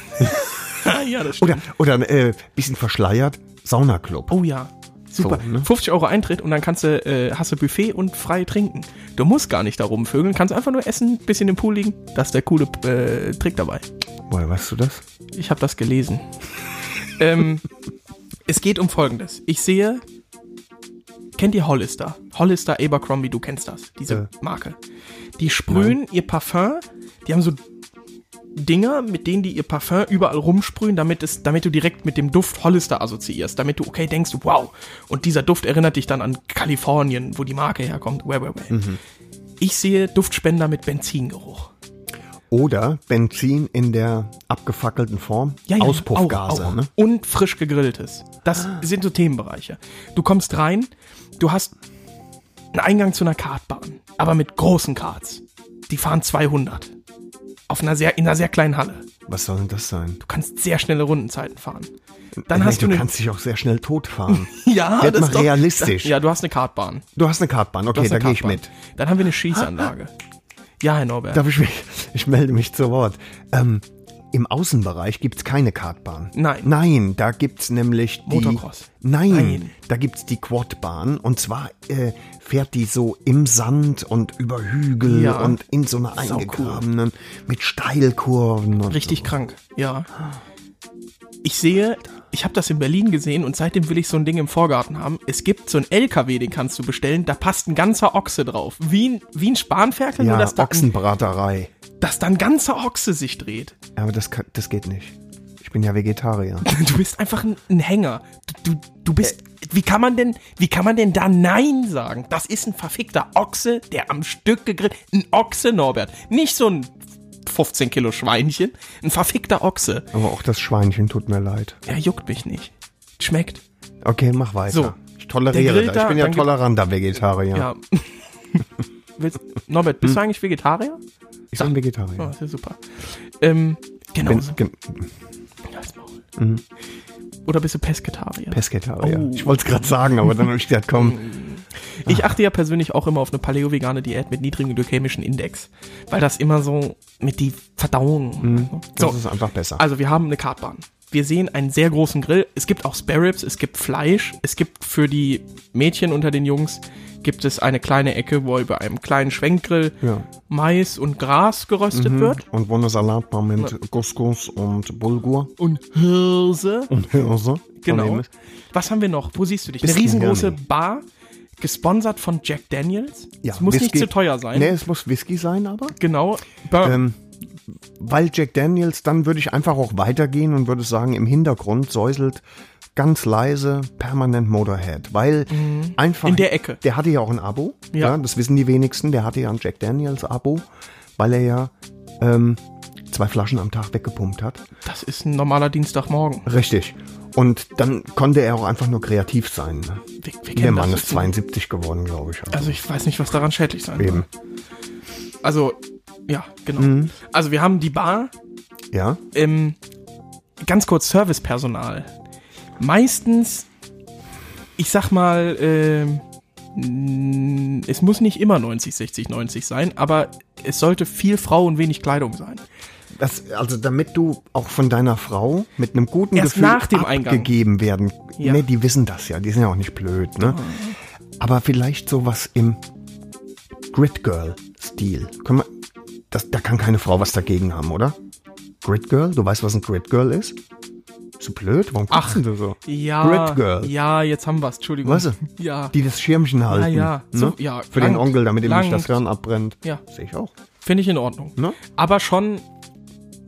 Speaker 3: [laughs] ja, das stimmt.
Speaker 2: Oder, oder äh, bisschen verschleiert, Saunaclub.
Speaker 3: oh ja. Super.
Speaker 2: So, ne?
Speaker 3: 50 Euro Eintritt und dann kannst du, äh, hast du Buffet und frei trinken. Du musst gar nicht da rumvögeln, kannst einfach nur essen, bisschen im Pool liegen. Das ist der coole äh, Trick dabei.
Speaker 2: Woher weißt du das?
Speaker 3: Ich habe das gelesen. [laughs] ähm, es geht um Folgendes. Ich sehe, kennt ihr Hollister? Hollister, Abercrombie, du kennst das, diese
Speaker 2: Ja.
Speaker 3: Marke. Die sprühen ihr Parfum, die haben so Dinger, mit denen die ihr Parfum überall rumsprühen, damit, es, damit du direkt mit dem Duft Hollister assoziierst, damit du okay denkst, wow. Und dieser Duft erinnert dich dann an Kalifornien, wo die Marke herkommt. Where, where, where. Ich sehe Duftspender mit Benzingeruch.
Speaker 2: Oder Benzin in der abgefackelten Form, Auspuffgase.
Speaker 3: auch, auch.
Speaker 2: Ne? Ah.
Speaker 3: Und frisch gegrilltes. Das sind so Themenbereiche. Du kommst rein, du hast einen Eingang zu einer Kartbahn, aber mit großen Karts. Die fahren 200. Auf einer sehr, in einer sehr kleinen Halle.
Speaker 2: Was soll denn das sein? Äh,
Speaker 3: Du kannst sehr schnelle Rundenzeiten fahren. Dann
Speaker 2: Nee,
Speaker 3: hast du,
Speaker 2: du
Speaker 3: eine.
Speaker 2: kannst dich auch sehr schnell totfahren.
Speaker 3: [laughs] ja,
Speaker 2: Werd
Speaker 3: das
Speaker 2: mal
Speaker 3: ist doch-
Speaker 2: realistisch.
Speaker 3: Ja, du hast eine Kartbahn.
Speaker 2: Du hast eine Kartbahn,
Speaker 3: Du
Speaker 2: okay,
Speaker 3: hast
Speaker 2: da
Speaker 3: eine
Speaker 2: gehe ich mit.
Speaker 3: Kartbahn. Dann haben wir eine Schießanlage. Ja, Herr Norbert.
Speaker 2: Darf ich mich? [laughs] Ich melde mich zu Wort. Ähm, Im Außenbereich gibt es keine Kartbahn.
Speaker 3: Nein.
Speaker 2: Nein, da gibt es nämlich die.
Speaker 3: Motocross.
Speaker 2: Nein,
Speaker 3: Nein.
Speaker 2: da gibt es die Quadbahn. Und zwar äh, fährt die so im Sand und über Hügel
Speaker 3: Ja.
Speaker 2: und in so einer
Speaker 3: Sau cool.
Speaker 2: eingegrabenen mit Steilkurven. Und
Speaker 3: Richtig krank, ja. Ich sehe, ich habe das in Berlin gesehen und seitdem will ich so ein Ding im Vorgarten haben. Es gibt so einen LKW, den kannst du bestellen, da passt ein ganzer Ochse drauf. Wie ein, wie ein Spanferkel,
Speaker 2: Ja,
Speaker 3: nur dass da, ein,
Speaker 2: Ochsenbraterei.
Speaker 3: dass da ein ganzer Ochse sich dreht.
Speaker 2: Aber das, kann, das geht nicht. Ich bin ja Vegetarier.
Speaker 3: Du bist einfach ein, ein Hänger. Du, du, du bist. Wie kann man denn, wie kann man denn da Nein sagen? Das ist ein verfickter Ochse, der am Stück gegrillt. Ein Ochse, Norbert. Nicht so ein 15 Kilo Schweinchen. Ein verfickter Ochse.
Speaker 2: Aber auch das Schweinchen tut mir leid.
Speaker 3: Ja, juckt mich nicht. Schmeckt.
Speaker 2: Okay, mach weiter.
Speaker 3: So,
Speaker 2: ich
Speaker 3: Der
Speaker 2: toleriere
Speaker 3: grillt
Speaker 2: das.
Speaker 3: da,
Speaker 2: Ich bin ja
Speaker 3: dann gibt-
Speaker 2: toleranter Vegetarier.
Speaker 3: Ja. [laughs] Willst, Norbert,
Speaker 2: Hm.
Speaker 3: bist du eigentlich Vegetarier?
Speaker 2: ich bin
Speaker 3: Oh,
Speaker 2: Vegetarier.
Speaker 3: das ist ja super. Ähm, genau.
Speaker 2: Bin, Mhm.
Speaker 3: so.
Speaker 2: bin
Speaker 3: Halt's Maul. Oder bist du Pesketarier?
Speaker 2: Pesketarier.
Speaker 3: Oh.
Speaker 2: Ich wollte es gerade sagen, aber dann habe ich gedacht,
Speaker 3: [laughs]
Speaker 2: komm,
Speaker 3: ich achte ja persönlich auch immer auf eine paleo-vegane Diät mit niedrigem glykämischen Index, weil das immer so mit die Verdauung.
Speaker 2: Mhm.
Speaker 3: ne?
Speaker 2: das ist einfach besser.
Speaker 3: Also wir haben eine Kartbahn. Wir sehen einen sehr großen Grill. Es gibt auch Spare Ribs, es gibt Fleisch, es gibt für die Mädchen unter den Jungs gibt es eine kleine Ecke, wo über einem kleinen Schwenkgrill
Speaker 2: Ja. Mhm.
Speaker 3: Mais und Gras geröstet wird
Speaker 2: Und wo eine Salatbar mit Couscous und Bulgur
Speaker 3: und Hirse.
Speaker 2: und Hirse. von dem
Speaker 3: Genau.
Speaker 2: ist-
Speaker 3: Was haben wir noch? Wo siehst du dich? Eine
Speaker 2: Whisky,
Speaker 3: riesengroße
Speaker 2: ja, nee.
Speaker 3: Bar, gesponsert von Jack Daniels.
Speaker 2: Ja,
Speaker 3: es muss nicht
Speaker 2: Whisky-
Speaker 3: zu teuer sein.
Speaker 2: Nee, es muss Whisky sein, aber.
Speaker 3: Genau. Bur
Speaker 2: Ähm, weil Jack Daniels, dann würde ich einfach auch weitergehen und würde sagen, im Hintergrund säuselt ganz leise permanent Motorhead, weil einfach
Speaker 3: Mhm. In der Ecke.
Speaker 2: Der hatte ja auch ein Abo,
Speaker 3: Ja.
Speaker 2: ja. das wissen die wenigsten. Der hatte ja ein Jack Daniels Abo, weil er ja ähm, zwei Flaschen am Tag weggepumpt hat.
Speaker 3: das ist ein normaler Dienstagmorgen.
Speaker 2: Richtig. Und dann konnte er auch einfach nur kreativ sein. Ne?
Speaker 3: Wir, wir
Speaker 2: Der Mann
Speaker 3: das
Speaker 2: ist
Speaker 3: System.
Speaker 2: 72 geworden, glaube ich.
Speaker 3: Also ich weiß nicht, was daran schädlich sein soll.
Speaker 2: Eben.
Speaker 3: Also, ja, genau.
Speaker 2: Mhm.
Speaker 3: Also wir haben die Bar,
Speaker 2: Ja.
Speaker 3: ähm, ganz kurz Servicepersonal. Meistens, ich sag mal, ähm, n- es muss nicht immer 90, 60, 90 sein, aber es sollte viel Frau und wenig Kleidung sein.
Speaker 2: Das, also damit du auch von deiner Frau mit einem guten
Speaker 3: Erst
Speaker 2: Gefühl
Speaker 3: nach dem Eingang.
Speaker 2: abgegeben werden.
Speaker 3: Ja. Mhm.
Speaker 2: Ne, die wissen das ja, die sind ja auch nicht blöd, ne? Aber vielleicht sowas im Grid Girl Stil. Können wir, das, da kann keine Frau was dagegen haben, oder? Grid Girl, du weißt, was ein Grid Girl ist? Bist du blöd? Warum
Speaker 3: Ach.
Speaker 2: guckst denn du so?
Speaker 3: Ja,
Speaker 2: Grid Girl.
Speaker 3: ja, jetzt haben wir's, Entschuldigung.
Speaker 2: Weißt du?
Speaker 3: Ja,
Speaker 2: Die das Schirmchen halten.
Speaker 3: ja,
Speaker 2: ne?
Speaker 3: so- ja,
Speaker 2: Für
Speaker 3: lang-
Speaker 2: den Onkel, damit ihm nicht
Speaker 3: lang-
Speaker 2: das Hirn abbrennt.
Speaker 3: Ja.
Speaker 2: Sehe ich auch.
Speaker 3: finde ich in Ordnung.
Speaker 2: Ne?
Speaker 3: Aber schon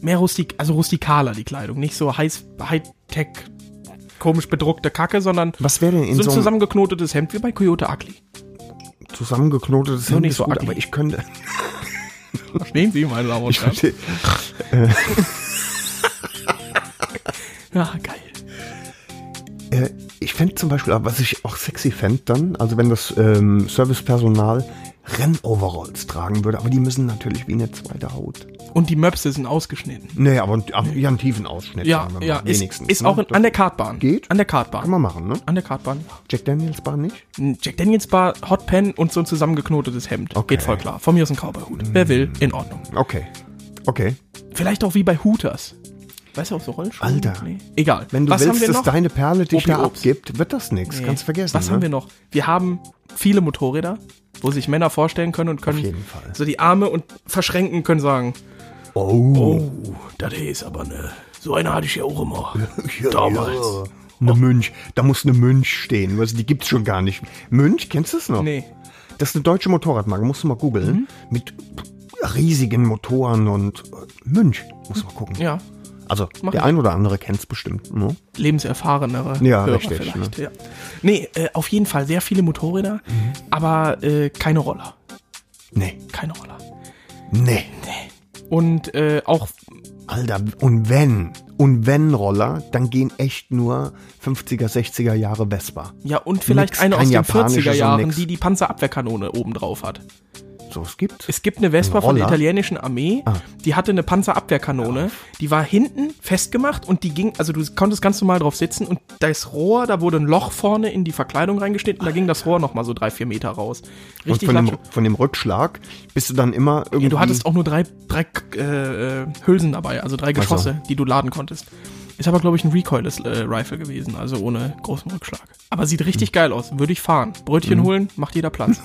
Speaker 3: mehr rustik, also rustikaler die Kleidung, nicht so heiß, Hightech, komisch bedruckte Kacke, sondern
Speaker 2: Was wäre denn in
Speaker 3: so ein
Speaker 2: so einem
Speaker 3: zusammengeknotetes Hemd wie bei Coyote Ugly.
Speaker 2: zusammengeknotetes
Speaker 3: Nur
Speaker 2: Hemd
Speaker 3: nicht
Speaker 2: ist
Speaker 3: so
Speaker 2: gut,
Speaker 3: ugly.
Speaker 2: aber ich könnte...
Speaker 3: Verstehen Sie, mein Sauer?
Speaker 2: Ich verstehe.
Speaker 3: Ja, geil.
Speaker 2: Äh, ich fände zum Beispiel, aber was ich auch sexy fände dann, also wenn das ähm, Servicepersonal Rennoveralls tragen würde, aber die müssen natürlich wie eine zweite Haut.
Speaker 3: Und die Möpse sind ausgeschnitten.
Speaker 2: Nee, aber einen, aber ja, einen tiefen Ausschnitt.
Speaker 3: Ja,
Speaker 2: sagen wir mal,
Speaker 3: ja, ist,
Speaker 2: wenigstens.
Speaker 3: ist
Speaker 2: ne?
Speaker 3: auch in,
Speaker 2: Das
Speaker 3: an der Kartbahn.
Speaker 2: Geht?
Speaker 3: An der
Speaker 2: Kann
Speaker 3: Kartbahn.
Speaker 2: man machen, ne?
Speaker 3: An der Kartbahn.
Speaker 2: Jack Daniels Bar nicht?
Speaker 3: Ein Jack Daniels Bar, Hot Pen und so ein zusammengeknotetes Hemd.
Speaker 2: Okay. Mm.
Speaker 3: Geht voll klar. Von mir ist ein Cowboy-Hut. Wer will, in Ordnung.
Speaker 2: Okay. Okay.
Speaker 3: Vielleicht auch wie bei Hooters. Weißt du, auch so Rollschuhe?
Speaker 2: Alter.
Speaker 3: Egal.
Speaker 2: Wenn du
Speaker 3: Was haben
Speaker 2: willst,
Speaker 3: wir
Speaker 2: dass
Speaker 3: noch?
Speaker 2: deine Perle dich
Speaker 3: Opi
Speaker 2: da
Speaker 3: Obst.
Speaker 2: abgibt, wird das nichts.
Speaker 3: Nee.
Speaker 2: Kannst vergessen.
Speaker 3: Was
Speaker 2: ne?
Speaker 3: haben wir noch? Wir haben viele Motorräder, wo sich Männer vorstellen können und können
Speaker 2: jeden Fall.
Speaker 3: so die Arme und verschränken können sagen,
Speaker 2: Oh,
Speaker 3: oh, das ist aber ne. So eine hatte ich ja
Speaker 2: [laughs]
Speaker 3: auch immer.
Speaker 2: ja,
Speaker 3: damals.
Speaker 2: Ja. Eine Münch. Da muss eine Münch stehen. Also die gibt's schon gar nicht. Münch, kennst du das noch?
Speaker 3: Nee.
Speaker 2: Das ist eine deutsche Motorradmarke, musst du mal googeln.
Speaker 3: Mhm.
Speaker 2: Mit riesigen Motoren und äh, Münch, musst du mal gucken.
Speaker 3: Ja.
Speaker 2: Also
Speaker 3: Mach
Speaker 2: der
Speaker 3: ich.
Speaker 2: ein oder andere kennt es bestimmt. Ne?
Speaker 3: lebenserfahrenere
Speaker 2: Ja, richtig, ne?
Speaker 3: vielleicht. Ja. Nee, äh, auf jeden Fall sehr viele Motorräder,
Speaker 2: Mhm.
Speaker 3: aber äh, keine Roller.
Speaker 2: Nee,
Speaker 3: Keine Roller.
Speaker 2: nee.
Speaker 3: Und äh, auch,
Speaker 2: Alter, und wenn, und wenn Roller, dann gehen echt nur 50er, 60er Jahre Vespa.
Speaker 3: ja, und vielleicht
Speaker 2: Nix,
Speaker 3: eine aus
Speaker 2: kein
Speaker 3: den
Speaker 2: japanisches
Speaker 3: 40er
Speaker 2: und
Speaker 3: Jahren,
Speaker 2: nix.
Speaker 3: die die Panzerabwehrkanone oben drauf hat.
Speaker 2: So, es gibt's.
Speaker 3: Es gibt eine Vespa
Speaker 2: Ein
Speaker 3: von der
Speaker 2: Roller? Ah.
Speaker 3: italienischen Armee, die hatte eine Panzerabwehrkanone, die war hinten festgemacht und die ging, also du konntest ganz normal drauf sitzen und das Rohr, da wurde ein Loch vorne in die Verkleidung reingeschnitten, da ging das Rohr nochmal so drei, vier Meter raus.
Speaker 2: und
Speaker 3: Richtig
Speaker 2: von
Speaker 3: lasch-
Speaker 2: dem, von dem Rückschlag bist du dann immer irgendwie.
Speaker 3: Ja, du hattest auch nur drei, drei äh, äh, Hülsen dabei, also drei Geschosse, die du laden konntest. Ist aber, glaube ich, ein recoilless äh, Rifle gewesen, also ohne großen Rückschlag. Aber sieht richtig geil aus, würde ich fahren. Brötchen holen, macht jeder Platz.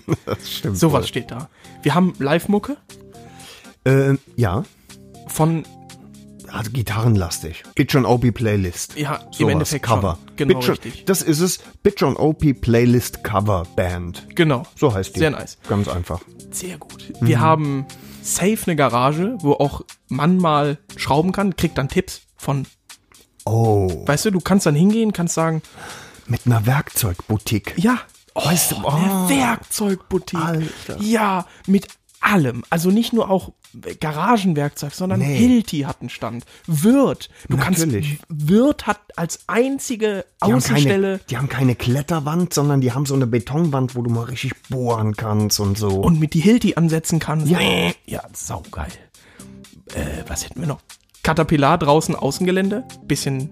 Speaker 2: [laughs] das stimmt.
Speaker 3: Sowas steht da. Wir haben Live-Mucke
Speaker 2: Äh, ja,
Speaker 3: von,
Speaker 2: also gitarrenlastig. Bitch on OP Playlist.
Speaker 3: ja, im
Speaker 2: Sowas,
Speaker 3: Endeffekt
Speaker 2: Cover.
Speaker 3: Schon. Genau,
Speaker 2: Bitch on,
Speaker 3: richtig.
Speaker 2: Das ist es. Bitch on OP Playlist Cover Band.
Speaker 3: Genau.
Speaker 2: So heißt die.
Speaker 3: Sehr nice.
Speaker 2: Ganz einfach.
Speaker 3: Sehr gut. Wir haben safe eine Garage, wo auch Mann mal schrauben kann, kriegt dann Tipps von,
Speaker 2: Oh,
Speaker 3: weißt du, du kannst dann hingehen, kannst sagen,
Speaker 2: mit einer Werkzeugboutique.
Speaker 3: Ja. Oh, weißt du, eine Oh, Werkzeugboutique.
Speaker 2: oh. Alter.
Speaker 3: Ja, mit allem, also nicht nur auch Garagenwerkzeug, sondern
Speaker 2: Nee.
Speaker 3: Hilti hat einen Stand. Wirt. Du
Speaker 2: Natürlich.
Speaker 3: kannst. Wirt hat als einzige
Speaker 2: Die haben, keine,
Speaker 3: Außenstelle
Speaker 2: die haben keine Kletterwand, sondern die haben so eine Betonwand, wo du mal richtig bohren kannst und so.
Speaker 3: und mit die Hilti ansetzen kannst. Ja, ja saugeil. Äh, was hätten wir noch? Caterpillar draußen Außengelände, bisschen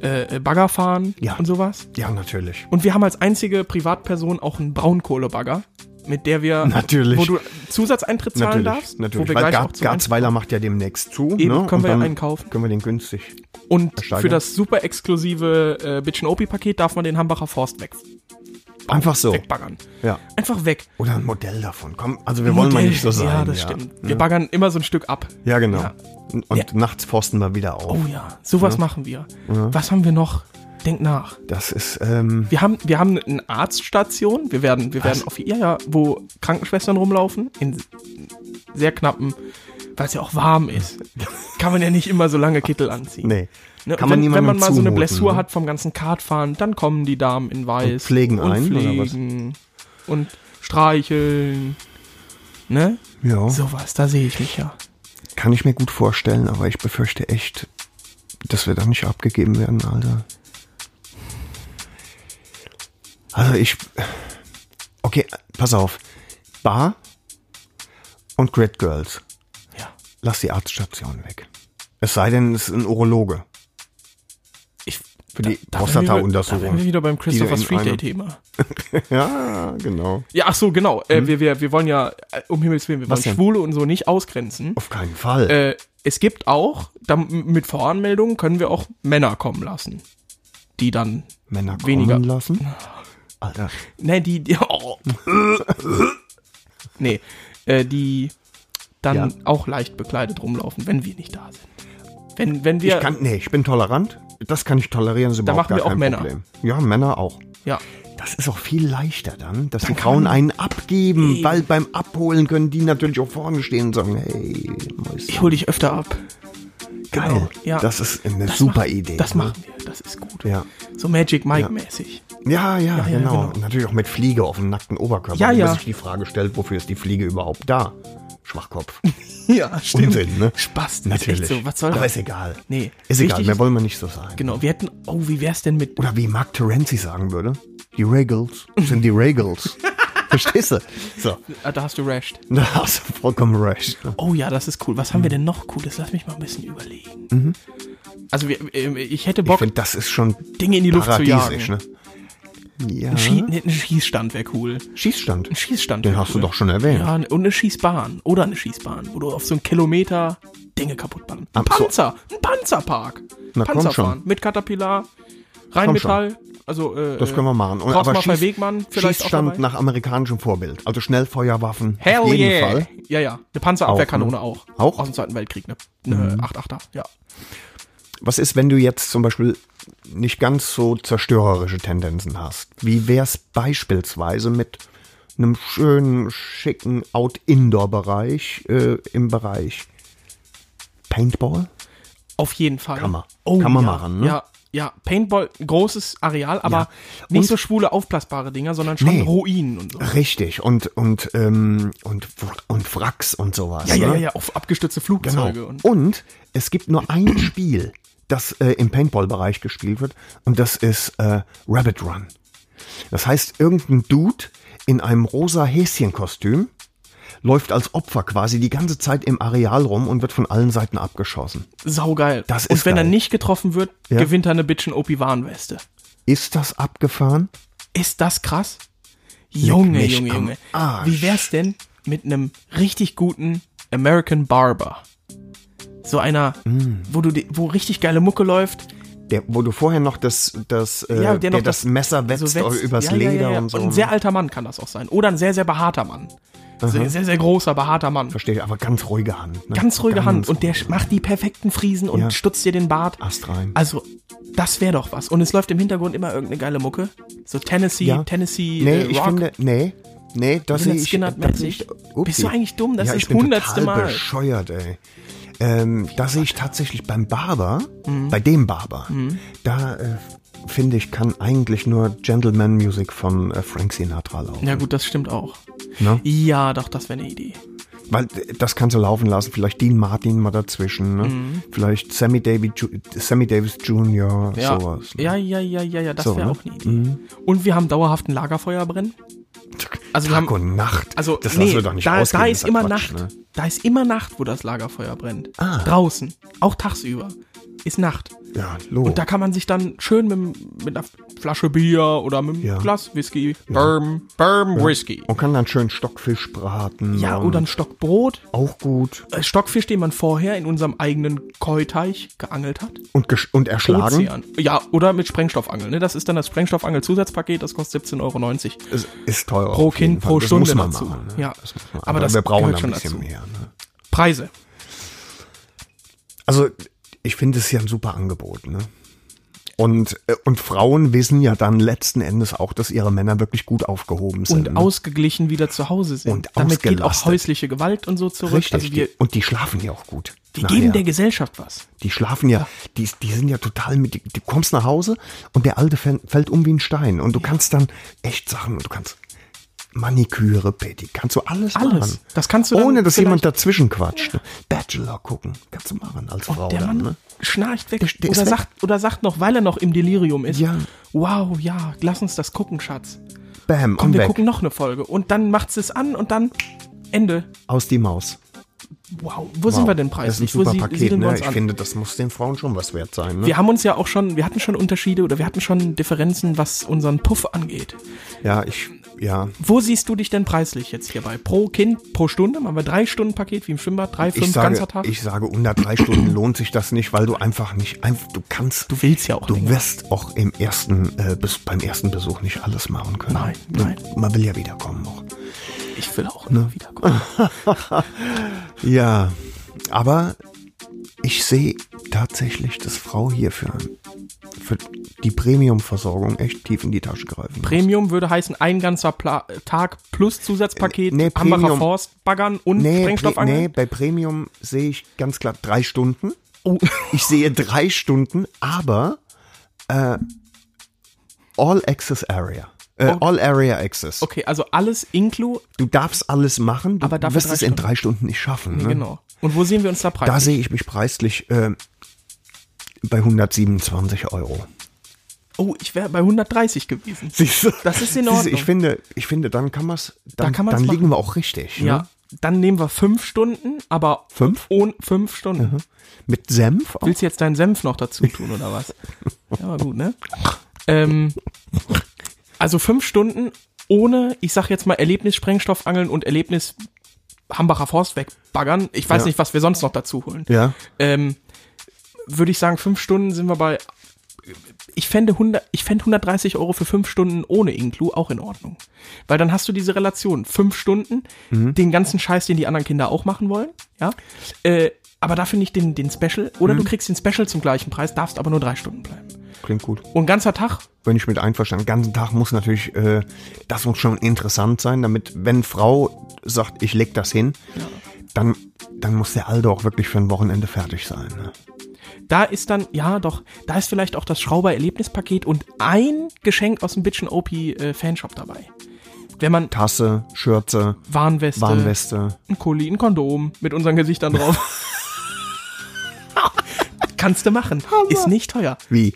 Speaker 3: äh, Bagger fahren
Speaker 2: Ja.
Speaker 3: und sowas.
Speaker 2: ja, natürlich.
Speaker 3: Und wir haben als einzige Privatperson auch einen Braunkohlebagger, mit der wir
Speaker 2: Natürlich.
Speaker 3: wo du Zusatzeintritt zahlen
Speaker 2: Natürlich,
Speaker 3: darfst,
Speaker 2: natürlich.
Speaker 3: wo wir
Speaker 2: Weil
Speaker 3: gleich
Speaker 2: Gar,
Speaker 3: auch zu Eintritt-
Speaker 2: Garzweiler macht ja demnächst zu.
Speaker 3: Eben,
Speaker 2: ne?
Speaker 3: können
Speaker 2: Und
Speaker 3: wir ja
Speaker 2: dann
Speaker 3: einen kaufen.
Speaker 2: Können wir den günstig.
Speaker 3: Und
Speaker 2: Steigern.
Speaker 3: für das super exklusive äh, Bitchen Opi Paket darf man den Hambacher Forst weg,
Speaker 2: Einfach so.
Speaker 3: wegbaggern.
Speaker 2: Ja.
Speaker 3: Einfach weg.
Speaker 2: Oder ein Modell davon. Komm, also wir wollen mal
Speaker 3: Modell.
Speaker 2: nicht so sein.
Speaker 3: Ja, das stimmt. Wir baggern immer so ein Stück ab.
Speaker 2: Ja, genau.
Speaker 3: Ja.
Speaker 2: Und und nachts forsten wir wieder auf.
Speaker 3: Oh ja, sowas machen wir. Was haben wir noch? Denk nach.
Speaker 2: Das ist, ähm,
Speaker 3: Wir haben, wir haben eine Arztstation. Wir werden, wir werden auf ja, ja, wo Krankenschwestern rumlaufen in sehr knappen, weil es ja auch warm ist. Kann man ja nicht immer so lange Kittel anziehen.
Speaker 2: nee.
Speaker 3: Ne,
Speaker 2: Kann man
Speaker 3: wenn, wenn
Speaker 2: niemandem
Speaker 3: man mal so eine
Speaker 2: zumuten,
Speaker 3: Blessur
Speaker 2: ne?
Speaker 3: hat vom ganzen Kartfahren, dann kommen die Damen in Weiß.
Speaker 2: Und pflegen
Speaker 3: und
Speaker 2: ein, oder was?
Speaker 3: pflegen Und streicheln. Ne?
Speaker 2: Ja,
Speaker 3: Sowas, da sehe ich mich ja.
Speaker 2: kann ich mir gut vorstellen, aber ich befürchte echt, dass wir da nicht abgegeben werden, Alter. Also ich, okay, pass auf. Bar und Grid Girls.
Speaker 3: Ja.
Speaker 2: Lass die Arztstation weg. Es sei denn, es ist ein Urologe.
Speaker 3: Ich,
Speaker 2: Für die
Speaker 3: wären wir, da
Speaker 2: Prostata-Untersuchung.
Speaker 3: wären wir wieder beim Christopher
Speaker 2: in
Speaker 3: Street Day
Speaker 2: einem-
Speaker 3: Thema.
Speaker 2: Ja, genau.
Speaker 3: Ja, ach so, genau. Äh, wir, wir, wir wollen ja, äh, um Himmels Willen, wir
Speaker 2: Was
Speaker 3: wollen
Speaker 2: denn?
Speaker 3: Schwule und so nicht ausgrenzen.
Speaker 2: Auf keinen Fall.
Speaker 3: Äh, es gibt auch, da, mit Voranmeldungen können wir auch Männer kommen lassen. Die dann
Speaker 2: Männer kommen
Speaker 3: weniger.
Speaker 2: lassen. Alter.
Speaker 3: Nein, die. [laughs] die oh. nee, äh, die dann
Speaker 2: Ja.
Speaker 3: auch leicht bekleidet rumlaufen, wenn wir nicht da sind. Wenn, wenn wir.
Speaker 2: Ich kann, nee, ich bin tolerant. Das kann ich tolerieren. Da
Speaker 3: machen wir auch Männer.
Speaker 2: Problem. Ja, Männer auch.
Speaker 3: ja,
Speaker 2: Das ist auch viel leichter dann, dass die Frauen einen abgeben,
Speaker 3: Eben.
Speaker 2: weil beim Abholen können die natürlich auch vorne stehen und sagen, hey, Mäuschen.
Speaker 3: ich hole dich öfter ab.
Speaker 2: Genau.
Speaker 3: Ja.
Speaker 2: Das ist eine super
Speaker 3: machen,
Speaker 2: Idee.
Speaker 3: Das
Speaker 2: ne?
Speaker 3: machen wir, das ist gut.
Speaker 2: Ja.
Speaker 3: So Magic Mike-mäßig.
Speaker 2: Ja, ja,
Speaker 3: ja,
Speaker 2: genau.
Speaker 3: genau.
Speaker 2: Natürlich auch mit Fliege auf dem nackten Oberkörper.
Speaker 3: Ja,
Speaker 2: wenn
Speaker 3: ja.
Speaker 2: man sich die Frage stellt, wofür ist die Fliege überhaupt da? Schwachkopf.
Speaker 3: Ja, [laughs] stimmt.
Speaker 2: Unsinn, ne?
Speaker 3: Spaß, das ist
Speaker 2: Natürlich.
Speaker 3: echt so. Was soll
Speaker 2: Aber
Speaker 3: das?
Speaker 2: ist egal.
Speaker 3: Nee.
Speaker 2: Ist
Speaker 3: Wichtig
Speaker 2: egal, mehr
Speaker 3: ist-
Speaker 2: wollen wir nicht so sein.
Speaker 3: Genau, wir hätten. Oh, wie wär's denn mit.
Speaker 2: Oder wie Mark Terenzi sagen würde, die Regals sind die
Speaker 3: [laughs]
Speaker 2: Regals. Verstehst du? So,
Speaker 3: Ah, da hast du rashed.
Speaker 2: da hast du vollkommen recht.
Speaker 3: Oh ja, das ist cool. Was
Speaker 2: Mhm.
Speaker 3: haben wir denn noch Cooles? Lass mich mal ein bisschen überlegen. Also, wir, äh, ich hätte
Speaker 2: Ich
Speaker 3: Bock,
Speaker 2: finde, das ist schon
Speaker 3: Dinge in die Luft zu jagen.
Speaker 2: paradiesisch, ne? Ja.
Speaker 3: Schie ne, ein Schießstand wäre cool.
Speaker 2: Schießstand.
Speaker 3: Ein Schießstand.
Speaker 2: Den
Speaker 3: wär
Speaker 2: hast
Speaker 3: cool.
Speaker 2: du doch schon erwähnt.
Speaker 3: Ja, und eine Schießbahn. Oder eine Schießbahn, wo du auf so einen Kilometer Dinge kaputt ballern. Ein
Speaker 2: Ab so-
Speaker 3: Panzer. Ein Panzerpark.
Speaker 2: Na, komm
Speaker 3: Panzerfahren. Mit Caterpillar. Rheinmetall. Also, äh,
Speaker 2: Das können wir machen.
Speaker 3: Und, aber mal
Speaker 2: Schieß-
Speaker 3: bei Wegmann vielleicht auch
Speaker 2: Schießstand
Speaker 3: dabei.
Speaker 2: nach amerikanischem Vorbild. Also Schnellfeuerwaffen.
Speaker 3: Hell
Speaker 2: auf jeden
Speaker 3: yeah.
Speaker 2: Fall.
Speaker 3: Ja, ja. Eine Panzerabwehrkanone auch,
Speaker 2: ne? Auch? Mhm.
Speaker 3: Aus dem Zweiten Weltkrieg. Eine, eine 8-8er. Ja.
Speaker 2: Was ist, wenn du jetzt zum Beispiel nicht ganz so zerstörerische Tendenzen hast? Wie wär's beispielsweise mit einem schönen, schicken Out-Indoor-Bereich äh, im Bereich Paintball?
Speaker 3: Auf jeden Fall. Oh,
Speaker 2: Kann man. Kann man machen, ne?
Speaker 3: Ja, ja. Paintball, großes Areal, aber
Speaker 2: Ja.
Speaker 3: nicht
Speaker 2: Und-
Speaker 3: so schwule, aufblasbare Dinger, sondern schon
Speaker 2: Nee.
Speaker 3: Ruinen und so.
Speaker 2: Richtig, und, und, ähm, und, Wr- und Wracks und sowas.
Speaker 3: Ja, ja,
Speaker 2: ne?
Speaker 3: ja, ja, auf abgestützte
Speaker 2: Genau.
Speaker 3: Flugzeuge. Und,
Speaker 2: Und es gibt nur ein
Speaker 3: [clears throat]
Speaker 2: Spiel, das äh, im Paintball-Bereich gespielt wird, und das ist äh, Rabbit Run. Das heißt, irgendein Dude in einem rosa Häschenkostüm läuft als Opfer quasi die ganze Zeit im Areal rum und wird von allen Seiten abgeschossen.
Speaker 3: saugeil.
Speaker 2: Das
Speaker 3: und
Speaker 2: ist
Speaker 3: wenn er
Speaker 2: geil.
Speaker 3: nicht getroffen wird,
Speaker 2: Ja.
Speaker 3: gewinnt er eine bitchen Opi-Warnweste.
Speaker 2: Ist das abgefahren?
Speaker 3: Ist das krass? Junge,
Speaker 2: mich
Speaker 3: Junge,
Speaker 2: am
Speaker 3: Junge.
Speaker 2: Arsch.
Speaker 3: Wie wär's denn mit einem richtig guten American Barber? So einer,
Speaker 2: Mm.
Speaker 3: wo du, die- wo richtig geile Mucke läuft,
Speaker 2: Der, wo du vorher noch das, das, äh,
Speaker 3: Ja, der
Speaker 2: der
Speaker 3: noch
Speaker 2: das,
Speaker 3: das-
Speaker 2: Messer
Speaker 3: so
Speaker 2: wetzt
Speaker 3: wetzt.
Speaker 2: übers
Speaker 3: Also Ja,
Speaker 2: Leder
Speaker 3: ja, ja, ja.
Speaker 2: und so. ne?
Speaker 3: ein sehr alter Mann kann das auch sein. Oder ein sehr, sehr beharter Mann. Sehr, sehr, sehr großer, behaarter Mann.
Speaker 2: Verstehe, aber ganz ruhige Hand. Ne?
Speaker 3: Ganz ruhige Hand. Und der sch- macht die perfekten Friesen und
Speaker 2: Ja.
Speaker 3: stutzt dir den Bart.
Speaker 2: Ast rein.
Speaker 3: Also, das wäre doch was. Und es läuft im Hintergrund immer irgendeine geile Mucke. So Tennessee,
Speaker 2: Ja.
Speaker 3: Tennessee
Speaker 2: Nee,
Speaker 3: äh,
Speaker 2: ich
Speaker 3: Rock.
Speaker 2: finde, nee, nee, das sehe
Speaker 3: Leonard
Speaker 2: ich.
Speaker 3: Skinner
Speaker 2: das sehe
Speaker 3: mäßig.
Speaker 2: ich- upsi.
Speaker 3: Bist du eigentlich dumm? Das
Speaker 2: ja,
Speaker 3: ist
Speaker 2: ich bin
Speaker 3: hundertste
Speaker 2: total
Speaker 3: Mal.
Speaker 2: bescheuert, ey. Ähm, das sehe ich tatsächlich beim Barber,
Speaker 3: Mhm.
Speaker 2: bei dem Barber. Da äh, finde ich, kann eigentlich nur Gentleman Music von äh, Frank Sinatra laufen.
Speaker 3: Ja gut, das stimmt auch.
Speaker 2: Ne?
Speaker 3: Ja, doch, das wäre eine Idee.
Speaker 2: Weil äh, das kannst du laufen lassen. Vielleicht Dean Martin mal dazwischen. Ne?
Speaker 3: Mhm.
Speaker 2: Vielleicht Sammy, Davi, Ju- Sammy Davis Jr.
Speaker 3: Ja.
Speaker 2: Sowas. Ne?
Speaker 3: ja, ja, ja, ja, ja, das
Speaker 2: So,
Speaker 3: wäre
Speaker 2: ne?
Speaker 3: auch eine Idee. Und wir haben dauerhaft ein Lagerfeuer brennen. Also wir
Speaker 2: Tag
Speaker 3: haben,
Speaker 2: und Nacht.
Speaker 3: also
Speaker 2: das
Speaker 3: nee,
Speaker 2: lassen wir doch nicht
Speaker 3: da,
Speaker 2: ausgehen,
Speaker 3: da ist
Speaker 2: dieser
Speaker 3: immer
Speaker 2: Quatsch,
Speaker 3: Nacht.
Speaker 2: ne? Ah.
Speaker 3: Da ist immer Nacht, wo das Lagerfeuer brennt. Draußen, auch tagsüber, ist Nacht.
Speaker 2: ne? Ja, los.
Speaker 3: Und da kann man sich dann schön mit, mit einer Flasche Bier oder mit einem
Speaker 2: Ja.
Speaker 3: Glas Whisky, Bourbon, Bourbon Whisky.
Speaker 2: Und kann dann schön Stockfisch braten.
Speaker 3: Ja, oh,
Speaker 2: und
Speaker 3: oder ein Stock Brot.
Speaker 2: auch gut.
Speaker 3: Äh, Stockfisch, den man vorher in unserem eigenen Keuteich geangelt hat.
Speaker 2: Und, gesch- und erschlagen.
Speaker 3: Ozean. Ja, oder mit Sprengstoffangeln. Ne? Das ist dann das Sprengstoffangel-Zusatzpaket, das kostet 17,90 Euro.
Speaker 2: Es ist teuer.
Speaker 3: Pro
Speaker 2: auf jeden
Speaker 3: Kind,
Speaker 2: Fall.
Speaker 3: pro
Speaker 2: das
Speaker 3: Stunde
Speaker 2: muss man
Speaker 3: dazu.
Speaker 2: Machen, ne?
Speaker 3: Ja.
Speaker 2: das muss man.
Speaker 3: Aber
Speaker 2: Aber
Speaker 3: das
Speaker 2: wir brauchen
Speaker 3: gehört
Speaker 2: ein
Speaker 3: schon
Speaker 2: bisschen
Speaker 3: dazu.
Speaker 2: mehr. Ne?
Speaker 3: Preise.
Speaker 2: Also, ich finde es ja ein super Angebot. Ne? Und, äh, und Frauen wissen ja dann letzten Endes auch, dass ihre Männer wirklich gut aufgehoben sind.
Speaker 3: Und
Speaker 2: ne?
Speaker 3: ausgeglichen wieder zu Hause sind.
Speaker 2: Und
Speaker 3: Damit geht auch
Speaker 2: ausgelastet.
Speaker 3: häusliche Gewalt und so zurück.
Speaker 2: Richtig.
Speaker 3: also wir,
Speaker 2: die, und die schlafen ja auch gut.
Speaker 3: wir
Speaker 2: nachher.
Speaker 3: geben der Gesellschaft was.
Speaker 2: Die schlafen ja, die, die sind ja total mit, die- du kommst nach Hause und der Alte fäll- fällt um wie ein Stein und du kannst dann echt Sachen und du kannst Maniküre, Pedi, kannst du alles,
Speaker 3: Alles.
Speaker 2: machen.
Speaker 3: Das kannst du dann
Speaker 2: Ohne, dass
Speaker 3: vielleicht-
Speaker 2: jemand dazwischen quatscht. ne? Bachelor gucken, kannst du machen als Frau
Speaker 3: der
Speaker 2: dann,
Speaker 3: Mann
Speaker 2: ne?
Speaker 3: schnarcht weg.
Speaker 2: Der- der
Speaker 3: oder,
Speaker 2: ist weg.
Speaker 3: Sagt, oder sagt noch, weil er noch im Delirium ist.
Speaker 2: Ja.
Speaker 3: Wow, ja, lass uns das gucken, Schatz.
Speaker 2: Bam,
Speaker 3: Komm,
Speaker 2: und
Speaker 3: wir
Speaker 2: weg,
Speaker 3: gucken noch eine Folge. Und dann macht's es an und dann Ende.
Speaker 2: aus die Maus.
Speaker 3: Wow, wo sind wir denn
Speaker 2: Das ist
Speaker 3: preislich?
Speaker 2: ein super
Speaker 3: wo sie-
Speaker 2: Paket,
Speaker 3: siedeln wir
Speaker 2: ne?
Speaker 3: uns
Speaker 2: Ich
Speaker 3: an?
Speaker 2: finde, das muss den Frauen schon was wert sein, ne?
Speaker 3: Wir haben uns ja auch schon, wir hatten schon Unterschiede oder wir hatten schon Differenzen, was unseren Puff angeht.
Speaker 2: Ja, ich, ja.
Speaker 3: Wo siehst du dich denn preislich jetzt hierbei? Pro Kind, pro Stunde? Machen wir drei Stunden Paket wie im Schwimmbad, drei,
Speaker 2: Ich
Speaker 3: fünf,
Speaker 2: sage,
Speaker 3: ganzer Tag?
Speaker 2: ich sage, unter drei Stunden lohnt sich das nicht, weil du einfach nicht, einfach, du kannst,
Speaker 3: du willst ja auch
Speaker 2: Du
Speaker 3: länger.
Speaker 2: wirst auch im ersten, äh, bis, beim ersten Besuch nicht alles machen können.
Speaker 3: Nein,
Speaker 2: Du-
Speaker 3: nein.
Speaker 2: Man will ja wiederkommen noch.
Speaker 3: Ich will auch
Speaker 2: Ne?
Speaker 3: immer wiederkommen.
Speaker 2: Ja, aber ich sehe tatsächlich, dass Frau hier für, für die Premium-Versorgung echt tief in die Tasche greifen. muss.
Speaker 3: Premium würde heißen, ein ganzer Pla Tag plus Zusatzpaket,
Speaker 2: Äh, Nee, Premium-
Speaker 3: Hambacher Forst, Baggern und
Speaker 2: Nee, Pre
Speaker 3: Sprengstoffangeln.
Speaker 2: nee, bei Premium sehe ich ganz klar drei Stunden.
Speaker 3: Oh.
Speaker 2: [laughs] Ich sehe drei Stunden, aber äh, All Access Area. Äh, All Area Access.
Speaker 3: Okay, also alles inklu,
Speaker 2: Du darfst alles machen, du
Speaker 3: Aber dafür
Speaker 2: wirst
Speaker 3: drei
Speaker 2: es in
Speaker 3: Stunden.
Speaker 2: drei Stunden nicht schaffen. Ne?
Speaker 3: genau. Und wo sehen wir uns da
Speaker 2: Da
Speaker 3: preislich?
Speaker 2: sehe ich mich preislich äh, bei 127 Euro.
Speaker 3: oh, ich wäre bei 130 gewesen.
Speaker 2: Siehst du?
Speaker 3: Das ist in
Speaker 2: Siehst du,
Speaker 3: Ordnung.
Speaker 2: Ich finde, ich finde, dann kann man's, dann,
Speaker 3: kann man's
Speaker 2: dann liegen
Speaker 3: machen.
Speaker 2: wir auch richtig. Ne?
Speaker 3: Ja, dann nehmen wir fünf Stunden, aber
Speaker 2: Fünf? Mhm.
Speaker 3: ohne fünf Stunden.
Speaker 2: Mit Senf auch.
Speaker 3: Willst du jetzt deinen Senf noch dazu tun oder was? Ja, war gut, ne? Ähm, also fünf Stunden ohne, ich sag jetzt mal, Erlebnissprengstoffangeln und Erlebnis Hambacher Forst wegbaggern. Ich weiß
Speaker 2: Ja.
Speaker 3: nicht, was wir sonst noch dazu holen.
Speaker 2: Ja.
Speaker 3: Ähm, Würde ich sagen, fünf Stunden sind wir bei. Ich fände, 100, ich fände 130 Euro für fünf Stunden ohne Inklu auch in Ordnung. Weil dann hast du diese Relation. Fünf Stunden, den ganzen Scheiß, den die anderen Kinder auch machen wollen, ja. Äh, aber dafür nicht den, den Special. Oder du kriegst den Special zum gleichen Preis, darfst aber nur drei Stunden bleiben.
Speaker 2: Klingt gut.
Speaker 3: Und ganzer Tag,
Speaker 2: Bin ich mit einverstanden. Den ganzen Tag muss natürlich, äh, das muss schon interessant sein, damit, wenn Frau sagt, ich leg das hin, dann, dann muss der Aldo auch wirklich für ein Wochenende fertig sein. Ne?
Speaker 3: da ist dann, ja doch, da ist vielleicht auch das Schrauber-Erlebnispaket und ein Geschenk aus dem Bitchen OP äh, Fanshop dabei. Wenn man
Speaker 2: Tasse, Schürze,
Speaker 3: Warnweste,
Speaker 2: Warnweste.
Speaker 3: ein Kuli, ein Kondom mit unseren
Speaker 2: [laughs]
Speaker 3: Gesichtern drauf. Kannst du machen. Ist nicht teuer.
Speaker 2: Wie?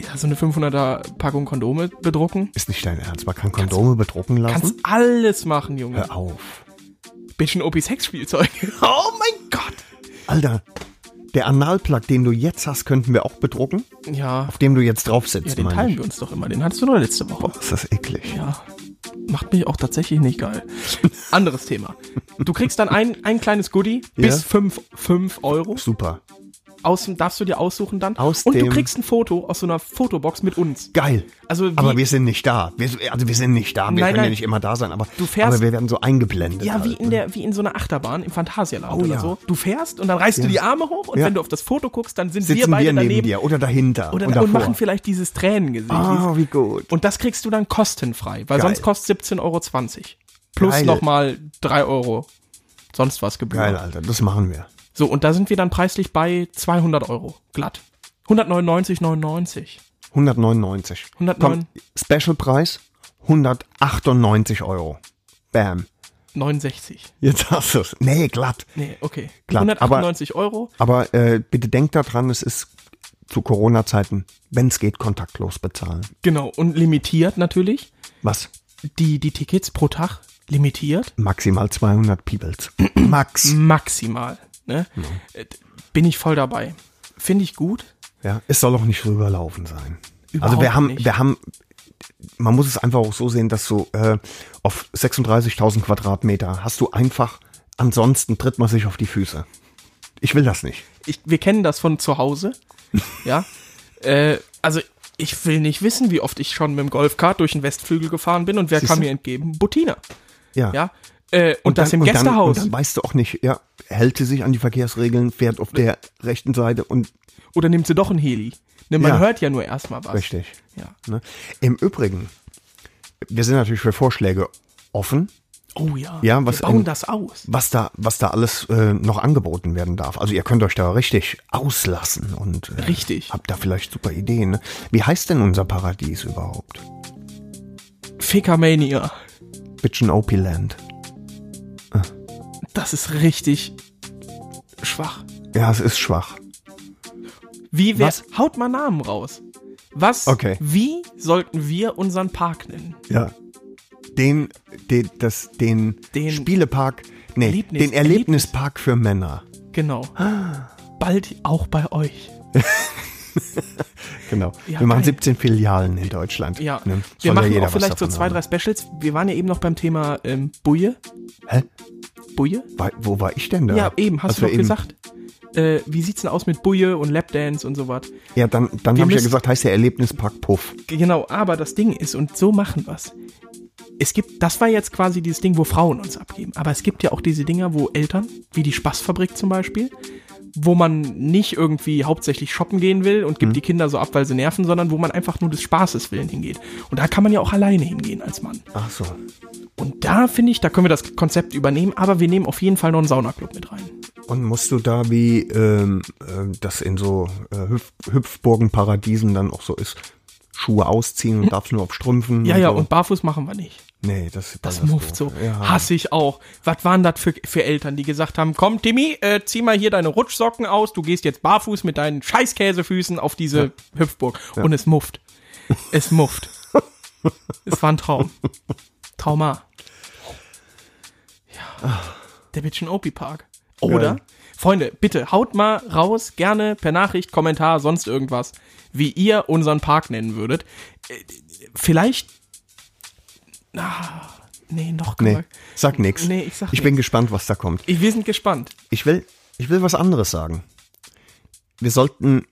Speaker 3: Ja, so eine 500er Packung Kondome bedrucken.
Speaker 2: Ist nicht dein Ernst? Man kann Kondome bedrucken lassen?
Speaker 3: Kannst alles machen, Junge.
Speaker 2: Hör auf.
Speaker 3: Bisschen
Speaker 2: [laughs]
Speaker 3: Opis Hexspielzeug. Oh mein Gott.
Speaker 2: Alter, der Analplug, den du jetzt hast, könnten wir auch bedrucken,
Speaker 3: Ja,
Speaker 2: auf dem du jetzt drauf
Speaker 3: ja
Speaker 2: sitzt,
Speaker 3: den
Speaker 2: meine
Speaker 3: teilen
Speaker 2: ich.
Speaker 3: wir uns doch immer. Den hattest du doch letzte Woche.
Speaker 2: Boah, ist das eklig.
Speaker 3: Ja. Macht mich auch tatsächlich
Speaker 2: [laughs]
Speaker 3: nicht geil. Anderes Thema. Du kriegst dann ein, ein kleines Goodie
Speaker 2: Ja.
Speaker 3: bis 5 fünf Euro.
Speaker 2: Super.
Speaker 3: Aus, dem- darfst du dir aussuchen dann.
Speaker 2: Aus
Speaker 3: Und du
Speaker 2: dem-
Speaker 3: kriegst ein Foto aus so einer Fotobox mit uns.
Speaker 2: Geil.
Speaker 3: Also wie-
Speaker 2: aber wir sind nicht da. Wir, also wir sind nicht da. Wir
Speaker 3: Nein,
Speaker 2: können
Speaker 3: nein.
Speaker 2: ja nicht immer da sein, aber,
Speaker 3: Du fährst-
Speaker 2: aber wir werden so eingeblendet.
Speaker 3: Ja, wie
Speaker 2: halt,
Speaker 3: in,
Speaker 2: ne?
Speaker 3: der, wie in so einer Achterbahn im Phantasialand
Speaker 2: Oh
Speaker 3: oder
Speaker 2: ja.
Speaker 3: so. Du fährst und dann reißt du die Arme hoch und
Speaker 2: Ja.
Speaker 3: wenn du auf das Foto guckst, dann sind wir
Speaker 2: Sitzen wir,
Speaker 3: beide
Speaker 2: neben
Speaker 3: daneben
Speaker 2: dir oder dahinter
Speaker 3: oder,
Speaker 2: und
Speaker 3: und,
Speaker 2: davor.
Speaker 3: machen vielleicht dieses Tränengesicht.
Speaker 2: Ah,
Speaker 3: Dieses-
Speaker 2: wie gut.
Speaker 3: Und das kriegst du dann kostenfrei, weil
Speaker 2: Geil.
Speaker 3: sonst kostet 17,20 Euro. Plus
Speaker 2: Geil.
Speaker 3: nochmal 3 Euro sonst was
Speaker 2: Geil,
Speaker 3: Gebühr.
Speaker 2: Alter, das machen wir.
Speaker 3: So, und da sind wir dann preislich bei 200 Euro glatt. 199,99.
Speaker 2: 199.
Speaker 3: 109.
Speaker 2: Komm, Specialpreis 198 Euro. Bam.
Speaker 3: 69.
Speaker 2: Jetzt hast du's. Nee, glatt.
Speaker 3: Nee, okay.
Speaker 2: Glatt, aber-
Speaker 3: 198 Euro.
Speaker 2: Aber äh, bitte denkt daran, es ist zu Corona-Zeiten, wenn es geht, kontaktlos bezahlen.
Speaker 3: Genau. Und limitiert natürlich.
Speaker 2: Was?
Speaker 3: Die, die Tickets pro Tag limitiert.
Speaker 2: Maximal 200 [clears throat] Peoples. Max.
Speaker 3: Maximal. Ne? Äh, Bin ich voll dabei. Finde ich gut.
Speaker 2: Ja, es soll auch nicht rüberlaufen sein.
Speaker 3: Überhaupt
Speaker 2: also wir haben,
Speaker 3: nicht.
Speaker 2: wir haben, man muss es einfach auch so sehen, dass du äh, auf 36.000 Quadratmeter hast du einfach, ansonsten tritt man sich auf die Füße. Ich will das nicht.
Speaker 3: Ich, wir kennen das von zu Hause.
Speaker 2: [laughs]
Speaker 3: ja. Äh, also ich will nicht wissen, wie oft ich schon mit dem Golfkart durch den Westflügel gefahren bin und wer
Speaker 2: Siehst
Speaker 3: kam
Speaker 2: du?
Speaker 3: mir entgeben? Buttina.
Speaker 2: Ja.
Speaker 3: Ja. Äh, und, das
Speaker 2: dann-
Speaker 3: im
Speaker 2: dann-
Speaker 3: Gästehaus.
Speaker 2: Und dann weißt du auch nicht, ja, hält sie sich an die Verkehrsregeln, fährt auf der rechten Seite und
Speaker 3: Oder nimmt sie doch ein Heli? Ne, man
Speaker 2: Ja.
Speaker 3: hört ja nur erstmal was.
Speaker 2: richtig.
Speaker 3: Ja.
Speaker 2: Ne? Im Übrigen, wir sind natürlich für Vorschläge offen,
Speaker 3: Oh ja.
Speaker 2: Ja, was
Speaker 3: wir bauen
Speaker 2: im-
Speaker 3: das aus.
Speaker 2: was da, was da alles äh, noch angeboten werden darf. Also ihr könnt euch da richtig auslassen und äh,
Speaker 3: Richtig.
Speaker 2: habt da vielleicht super Ideen. Ne? Wie heißt denn unser Paradies überhaupt?
Speaker 3: Fickermania.
Speaker 2: Bitchin' Opieland.
Speaker 3: Das ist richtig schwach.
Speaker 2: Ja, es ist schwach.
Speaker 3: Wie wär,
Speaker 2: Was?
Speaker 3: Haut mal Namen raus. Was?
Speaker 2: Okay.
Speaker 3: Wie sollten wir unseren Park nennen?
Speaker 2: Ja. Den, den, das, den,
Speaker 3: Den-
Speaker 2: Spielepark, nee,
Speaker 3: Erlebnis-
Speaker 2: den Erlebnispark für Männer.
Speaker 3: Genau. Bald auch bei euch.
Speaker 2: Genau.
Speaker 3: Ja,
Speaker 2: wir machen
Speaker 3: geil.
Speaker 2: 17 Filialen in Deutschland.
Speaker 3: Ja.
Speaker 2: Ne? Soll
Speaker 3: Wir machen
Speaker 2: jeder
Speaker 3: auch
Speaker 2: was
Speaker 3: vielleicht so
Speaker 2: davon
Speaker 3: zwei, drei
Speaker 2: haben.
Speaker 3: Specials. Wir waren ja eben noch beim Thema ähm, Buje.
Speaker 2: Hä?
Speaker 3: Buje?
Speaker 2: Wa- Wo war ich denn da?
Speaker 3: Ja, eben, hast
Speaker 2: Als
Speaker 3: du
Speaker 2: wir
Speaker 3: doch gesagt. Äh, wie sieht's denn aus mit Buje und Lapdance und so was?
Speaker 2: Ja, dann, dann
Speaker 3: Wir
Speaker 2: habe ich ja
Speaker 3: müssen-
Speaker 2: gesagt, heißt der Erlebnispark Puff.
Speaker 3: Genau, aber das Ding ist, und so machen wir's. Es gibt, das war jetzt quasi dieses Ding, wo Frauen uns abgeben. Aber es gibt ja auch diese Dinger, wo Eltern, wie die Spaßfabrik zum Beispiel, wo man nicht irgendwie hauptsächlich shoppen gehen will und gibt die Kinder so ab, weil sie nerven, sondern wo man einfach nur des Spaßes willen hingeht. Und da kann man ja auch alleine hingehen als Mann.
Speaker 2: Ach so.
Speaker 3: Und da finde ich, da können wir das Konzept übernehmen, aber wir nehmen auf jeden Fall noch einen Saunaclub mit rein.
Speaker 2: Und musst du da wie ähm, ähm, das in so äh, Hüpf Hüpfburgen, Paradiesen dann auch so ist, Schuhe ausziehen und darfst nur auf Strümpfen?
Speaker 3: Hm? Ja, ja,
Speaker 2: so.
Speaker 3: und barfuß machen wir nicht.
Speaker 2: Nee, das,
Speaker 3: Das
Speaker 2: war
Speaker 3: Muft so.
Speaker 2: doof. Ja.
Speaker 3: Hasse ich auch. Was waren das für, für Eltern, die gesagt haben, komm, Timmy, äh, zieh mal hier deine Rutschsocken aus, du gehst jetzt barfuß mit deinen Scheißkäsefüßen auf diese Hüpfburg. Und es mufft.
Speaker 2: [laughs]
Speaker 3: Es mufft. es war ein Traum. Trauma. Ja. Der Bitchin Opie Park. Oder?
Speaker 2: Geil.
Speaker 3: Freunde, bitte haut mal raus, gerne per Nachricht, Kommentar, sonst irgendwas, wie ihr unseren Park nennen würdet. Äh, Vielleicht. Ah, nee, noch
Speaker 2: Nee, sag nix.
Speaker 3: Nee, ich sag
Speaker 2: Ich bin
Speaker 3: nix.
Speaker 2: gespannt, was da kommt.
Speaker 3: Ich, wir sind gespannt.
Speaker 2: Ich will, ich will was anderes sagen. Wir sollten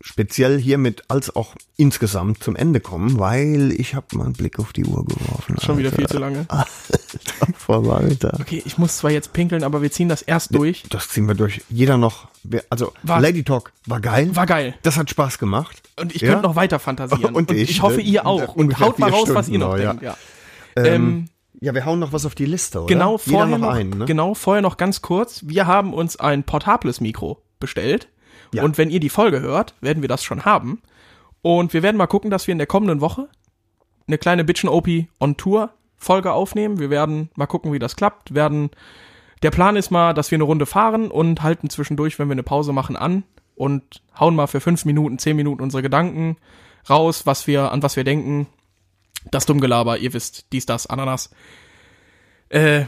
Speaker 2: speziell hiermit als auch insgesamt zum Ende kommen, weil ich habe mal einen Blick auf die Uhr geworfen.
Speaker 3: Schon wieder
Speaker 2: Alter.
Speaker 3: viel zu lange.
Speaker 2: Alter, voll Alter.
Speaker 3: Okay, ich muss zwar jetzt pinkeln, aber wir ziehen das erst durch.
Speaker 2: Das ziehen wir durch. Jeder noch. wir- Also
Speaker 3: War-
Speaker 2: Lady Talk war geil.
Speaker 3: War geil.
Speaker 2: Das hat Spaß gemacht.
Speaker 3: Und ich
Speaker 2: Ja?
Speaker 3: könnte noch weiter
Speaker 2: [laughs]
Speaker 3: fantasieren.
Speaker 2: Und
Speaker 3: ich,
Speaker 2: ich,
Speaker 3: hoffe,
Speaker 2: ne?
Speaker 3: ihr auch. Und
Speaker 2: Ungefähr
Speaker 3: haut mal
Speaker 2: vier
Speaker 3: raus, was ihr
Speaker 2: Stunden
Speaker 3: noch
Speaker 2: noch, ja.
Speaker 3: denkt. Ja. Ähm,
Speaker 2: Ja, wir hauen noch was auf die Liste, oder?
Speaker 3: genau,
Speaker 2: Jeder
Speaker 3: vorher
Speaker 2: noch,
Speaker 3: noch,
Speaker 2: einen, ne?
Speaker 3: genau vorher noch ganz kurz. Wir haben uns ein portables Mikro bestellt.
Speaker 2: Ja.
Speaker 3: Und wenn ihr die Folge hört, werden wir das schon haben. Und wir werden mal gucken, dass wir in der kommenden Woche eine kleine Bitchen OP on Tour Folge aufnehmen. Wir werden mal gucken, wie das klappt. Werden der Plan ist mal, dass wir eine Runde fahren und halten zwischendurch, wenn wir eine Pause machen, an und hauen mal für fünf Minuten, zehn Minuten unsere Gedanken raus, was wir, an was wir denken. Das Dummgelaber, ihr wisst, dies, das, Ananas. Äh,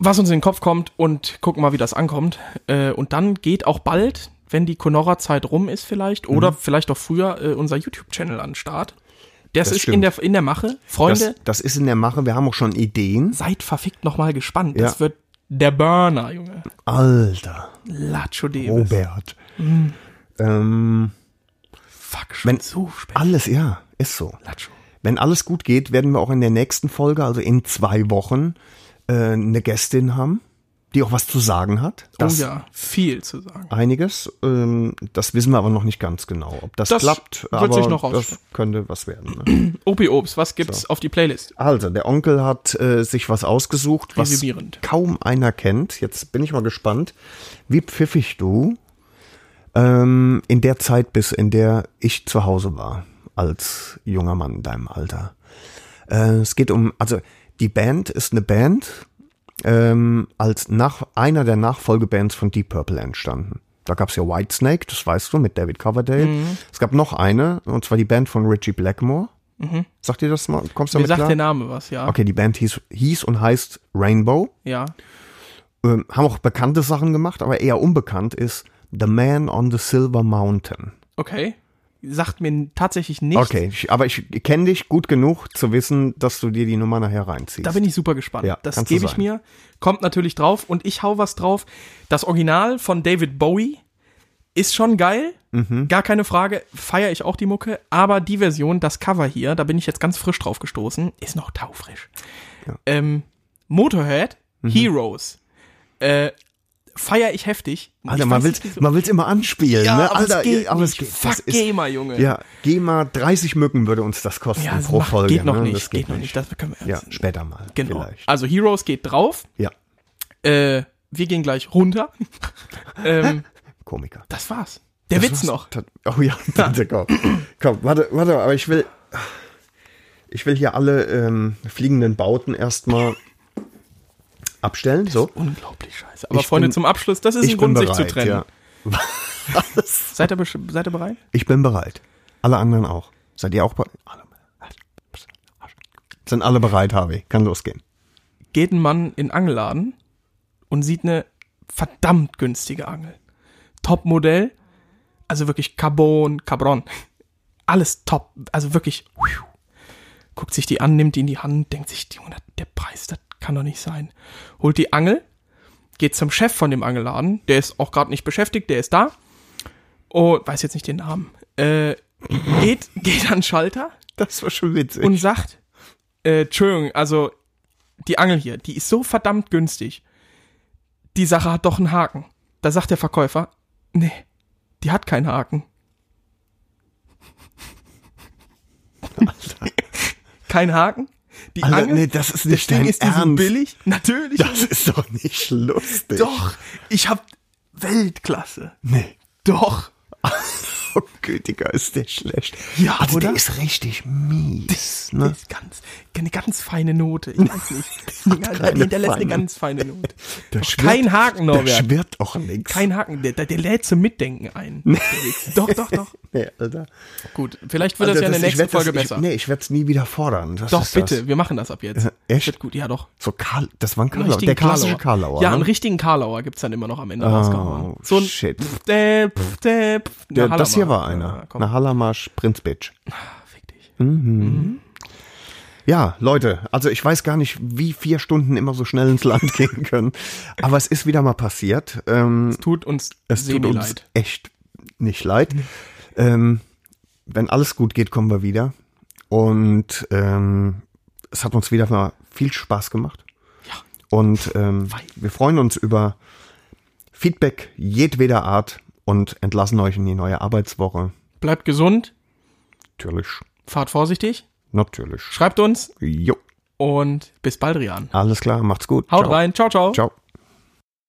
Speaker 3: was uns in den Kopf kommt und gucken mal, wie das ankommt. Äh, und dann geht auch bald, wenn die Conora-Zeit rum ist vielleicht,
Speaker 2: Mhm.
Speaker 3: oder vielleicht auch früher, äh, unser YouTube-Channel an den Start. Das,
Speaker 2: Das
Speaker 3: ist in
Speaker 2: stimmt.
Speaker 3: der, in der Mache. Freunde,
Speaker 2: Das, das ist in der Mache. Wir haben auch schon Ideen.
Speaker 3: seid verfickt nochmal gespannt.
Speaker 2: Ja.
Speaker 3: Das wird der Burner, Junge.
Speaker 2: Alter,
Speaker 3: Lacho
Speaker 2: Oh.
Speaker 3: Davis.
Speaker 2: Robert.
Speaker 3: Mhm.
Speaker 2: Ähm,
Speaker 3: Fuck, schon
Speaker 2: Wenn-
Speaker 3: so spät.
Speaker 2: alles, ja, ist so.
Speaker 3: Lacho.
Speaker 2: Wenn alles gut geht, werden wir auch in der nächsten Folge, also in zwei Wochen, äh, eine Gästin haben, die auch was zu sagen hat.
Speaker 3: oh ja, viel zu sagen.
Speaker 2: Einiges. Ähm, das wissen wir aber noch nicht ganz genau, ob das,
Speaker 3: Das
Speaker 2: klappt.
Speaker 3: wird
Speaker 2: aber
Speaker 3: sich noch
Speaker 2: das
Speaker 3: rausstellen.
Speaker 2: könnte was werden. Ne?
Speaker 3: Opi Obst, was gibt's auf die Playlist?
Speaker 2: Also, der Onkel hat äh, sich was ausgesucht, was
Speaker 3: Resümierend.
Speaker 2: kaum einer kennt. Jetzt bin ich mal gespannt, wie pfiffig du ähm, in der Zeit bist, in der ich zu Hause war, als junger Mann in deinem Alter. Äh, es geht um, also die Band ist eine Band, ähm, als nach, einer der Nachfolgebands von Deep Purple entstanden. Da gab's ja Whitesnake, das weißt du, mit David Coverdale. Es gab noch eine, und zwar die Band von Richie Blackmore. Sagt dir das mal? Kommst du
Speaker 3: Mir
Speaker 2: damit
Speaker 3: sagt
Speaker 2: klar?
Speaker 3: der Name was, ja.
Speaker 2: Okay, die Band hieß, hieß und heißt Rainbow.
Speaker 3: Ja.
Speaker 2: Ähm, haben auch bekannte Sachen gemacht, aber eher unbekannt ist The Man on the Silver Mountain.
Speaker 3: Okay. Sagt mir tatsächlich nichts.
Speaker 2: Okay, ich, aber ich kenne dich gut genug zu wissen, dass du dir die Nummer nachher reinziehst.
Speaker 3: Da bin ich super gespannt.
Speaker 2: Ja,
Speaker 3: das
Speaker 2: kannst du
Speaker 3: gebe ich
Speaker 2: sein.
Speaker 3: mir. Kommt natürlich drauf und ich hau was drauf. Das Original von David Bowie ist schon geil.
Speaker 2: Mhm.
Speaker 3: Gar keine Frage. Feiere ich auch die Mucke. Aber die Version, das Cover hier, da bin ich jetzt ganz frisch drauf gestoßen, ist noch taufrisch. Ähm, Motorhead,
Speaker 2: Mhm.
Speaker 3: Heroes. Äh, feiere ich heftig.
Speaker 2: Alter,
Speaker 3: ich
Speaker 2: man
Speaker 3: weiß
Speaker 2: will's,
Speaker 3: nicht, wieso-
Speaker 2: man will's immer anspielen,
Speaker 3: Ja,
Speaker 2: ne?
Speaker 3: aber es
Speaker 2: Alter,
Speaker 3: geht
Speaker 2: aber es
Speaker 3: nicht.
Speaker 2: geht.
Speaker 3: Fuck
Speaker 2: das ist,
Speaker 3: GEMA, Junge.
Speaker 2: Ja, GEMA 30 Mücken würde uns das kosten
Speaker 3: ja, das
Speaker 2: pro
Speaker 3: macht,
Speaker 2: Folge.
Speaker 3: geht noch
Speaker 2: ne?
Speaker 3: nicht.
Speaker 2: Das
Speaker 3: geht, noch nicht. Das können wir
Speaker 2: Ja, später mal.
Speaker 3: genau.
Speaker 2: Vielleicht.
Speaker 3: Also Heroes geht drauf.
Speaker 2: Ja,
Speaker 3: Äh, wir gehen gleich
Speaker 2: [laughs]
Speaker 3: runter. ähm,
Speaker 2: Komiker.
Speaker 3: das war's. Der
Speaker 2: Das
Speaker 3: Witz
Speaker 2: war's.
Speaker 3: noch. Ah.
Speaker 2: Das- Oh ja, [laughs] warte, komm. komm, warte, warte, aber ich will. Ich will hier alle ähm, fliegenden Bauten erstmal abstellen. So.
Speaker 3: Unglaublich scheiße. Aber
Speaker 2: Ich
Speaker 3: Freunde,
Speaker 2: bin-
Speaker 3: zum Abschluss, das ist ein
Speaker 2: Ich bin
Speaker 3: Grund,
Speaker 2: bereit.
Speaker 3: sich zu trennen.
Speaker 2: Ja.
Speaker 3: Seid, ihr, besch- seid ihr bereit?
Speaker 2: Ich bin bereit. Alle anderen auch. Seid ihr auch bereit? Sind alle bereit, Harvey? Kann losgehen.
Speaker 3: Geht ein Mann in den Angelladen und sieht eine verdammt günstige Angel. Top-Modell, also wirklich Carbon, Cabron. Alles top, also wirklich. phew. Guckt sich die an, nimmt die in die Hand, denkt sich, Junge, das- der Preis, das kann doch nicht sein. Holt die Angel, geht zum Chef von dem Angelladen, der ist auch gerade nicht beschäftigt, der ist da. Und weiß jetzt nicht den Namen. Äh, geht, [laughs] geht an den Schalter,
Speaker 2: Das war schon witzig.
Speaker 3: und sagt, äh, Entschuldigung, also die Angel hier, die ist so verdammt günstig. Die Sache hat doch einen Haken. Da sagt der Verkäufer, nee, die hat keinen Haken. Kein Haken? Die
Speaker 2: Alter,
Speaker 3: Angel?
Speaker 2: nee, das ist nicht
Speaker 3: Ding
Speaker 2: dein
Speaker 3: ist die so
Speaker 2: Ernst.
Speaker 3: billig? Natürlich.
Speaker 2: das ist doch nicht lustig.
Speaker 3: doch. Ich hab Weltklasse.
Speaker 2: Nee.
Speaker 3: Doch.
Speaker 2: [laughs] Oh, Gütiger, ist der schlecht.
Speaker 3: Ja,
Speaker 2: also
Speaker 3: oder?
Speaker 2: der ist richtig [laughs] mies.
Speaker 3: Ne?
Speaker 2: Ne?
Speaker 3: Ist ganz, eine ganz feine Note. Ich weiß nicht. Ja, der
Speaker 2: [laughs] keine
Speaker 3: hinterlässt eine
Speaker 2: feine.
Speaker 3: ganz feine Note.
Speaker 2: Der
Speaker 3: Doch
Speaker 2: schwirrt-
Speaker 3: kein
Speaker 2: Der
Speaker 3: Haken, Norbert.
Speaker 2: schwirrt auch nichts.
Speaker 3: Kein Haken. Der, der, der lädt zum Mitdenken ein. Der Wichs. doch, doch, doch.
Speaker 2: Nee, Alter.
Speaker 3: Gut, vielleicht wird das ja in der
Speaker 2: ich
Speaker 3: nächsten
Speaker 2: werd Also das-
Speaker 3: Folge
Speaker 2: ich,
Speaker 3: besser.
Speaker 2: Nee, ich werde es nie wieder fordern. Das
Speaker 3: doch,
Speaker 2: ist das. Äh,
Speaker 3: bitte. Wir machen das ab jetzt.
Speaker 2: echt?
Speaker 3: Wird gut, ja doch.
Speaker 2: So Karl, das war ein
Speaker 3: Einen
Speaker 2: Karlauer. Der klassische Karlauer.
Speaker 3: Ja, einen
Speaker 2: ne? Oh,
Speaker 3: richtigen Karlauer gibt's dann immer noch am Ende rausgehauen. So ein
Speaker 2: shit.
Speaker 3: Pf, der, pf, der, pf,
Speaker 2: Der,
Speaker 3: na,
Speaker 2: das hier
Speaker 3: Hallermann.
Speaker 2: war einer. Hm.
Speaker 3: Ja, komm, Ah,
Speaker 2: Eine Hallermarsch Prinz Bitch.
Speaker 3: fick dich.
Speaker 2: Ja, Leute, also ich weiß gar nicht, wie vier Stunden immer so schnell ins Land [laughs] gehen können. Aber es ist wieder mal passiert. Ähm,
Speaker 3: Tut uns
Speaker 2: es tut uns
Speaker 3: semi-leid.
Speaker 2: echt nicht leid. Ähm, wenn alles gut geht, kommen wir wieder. Und ähm, es hat uns wieder mal viel Spaß gemacht. Und ähm, wir freuen uns über Feedback jedweder Art und entlassen euch in die neue Arbeitswoche.
Speaker 3: Bleibt gesund,
Speaker 2: Natürlich.
Speaker 3: fahrt vorsichtig,
Speaker 2: Natürlich.
Speaker 3: schreibt uns
Speaker 2: Jo.
Speaker 3: und bis bald, Rian.
Speaker 2: Alles klar, macht's gut.
Speaker 3: Haut
Speaker 2: Ciao.
Speaker 3: rein. Ciao, ciao.
Speaker 2: Ciao.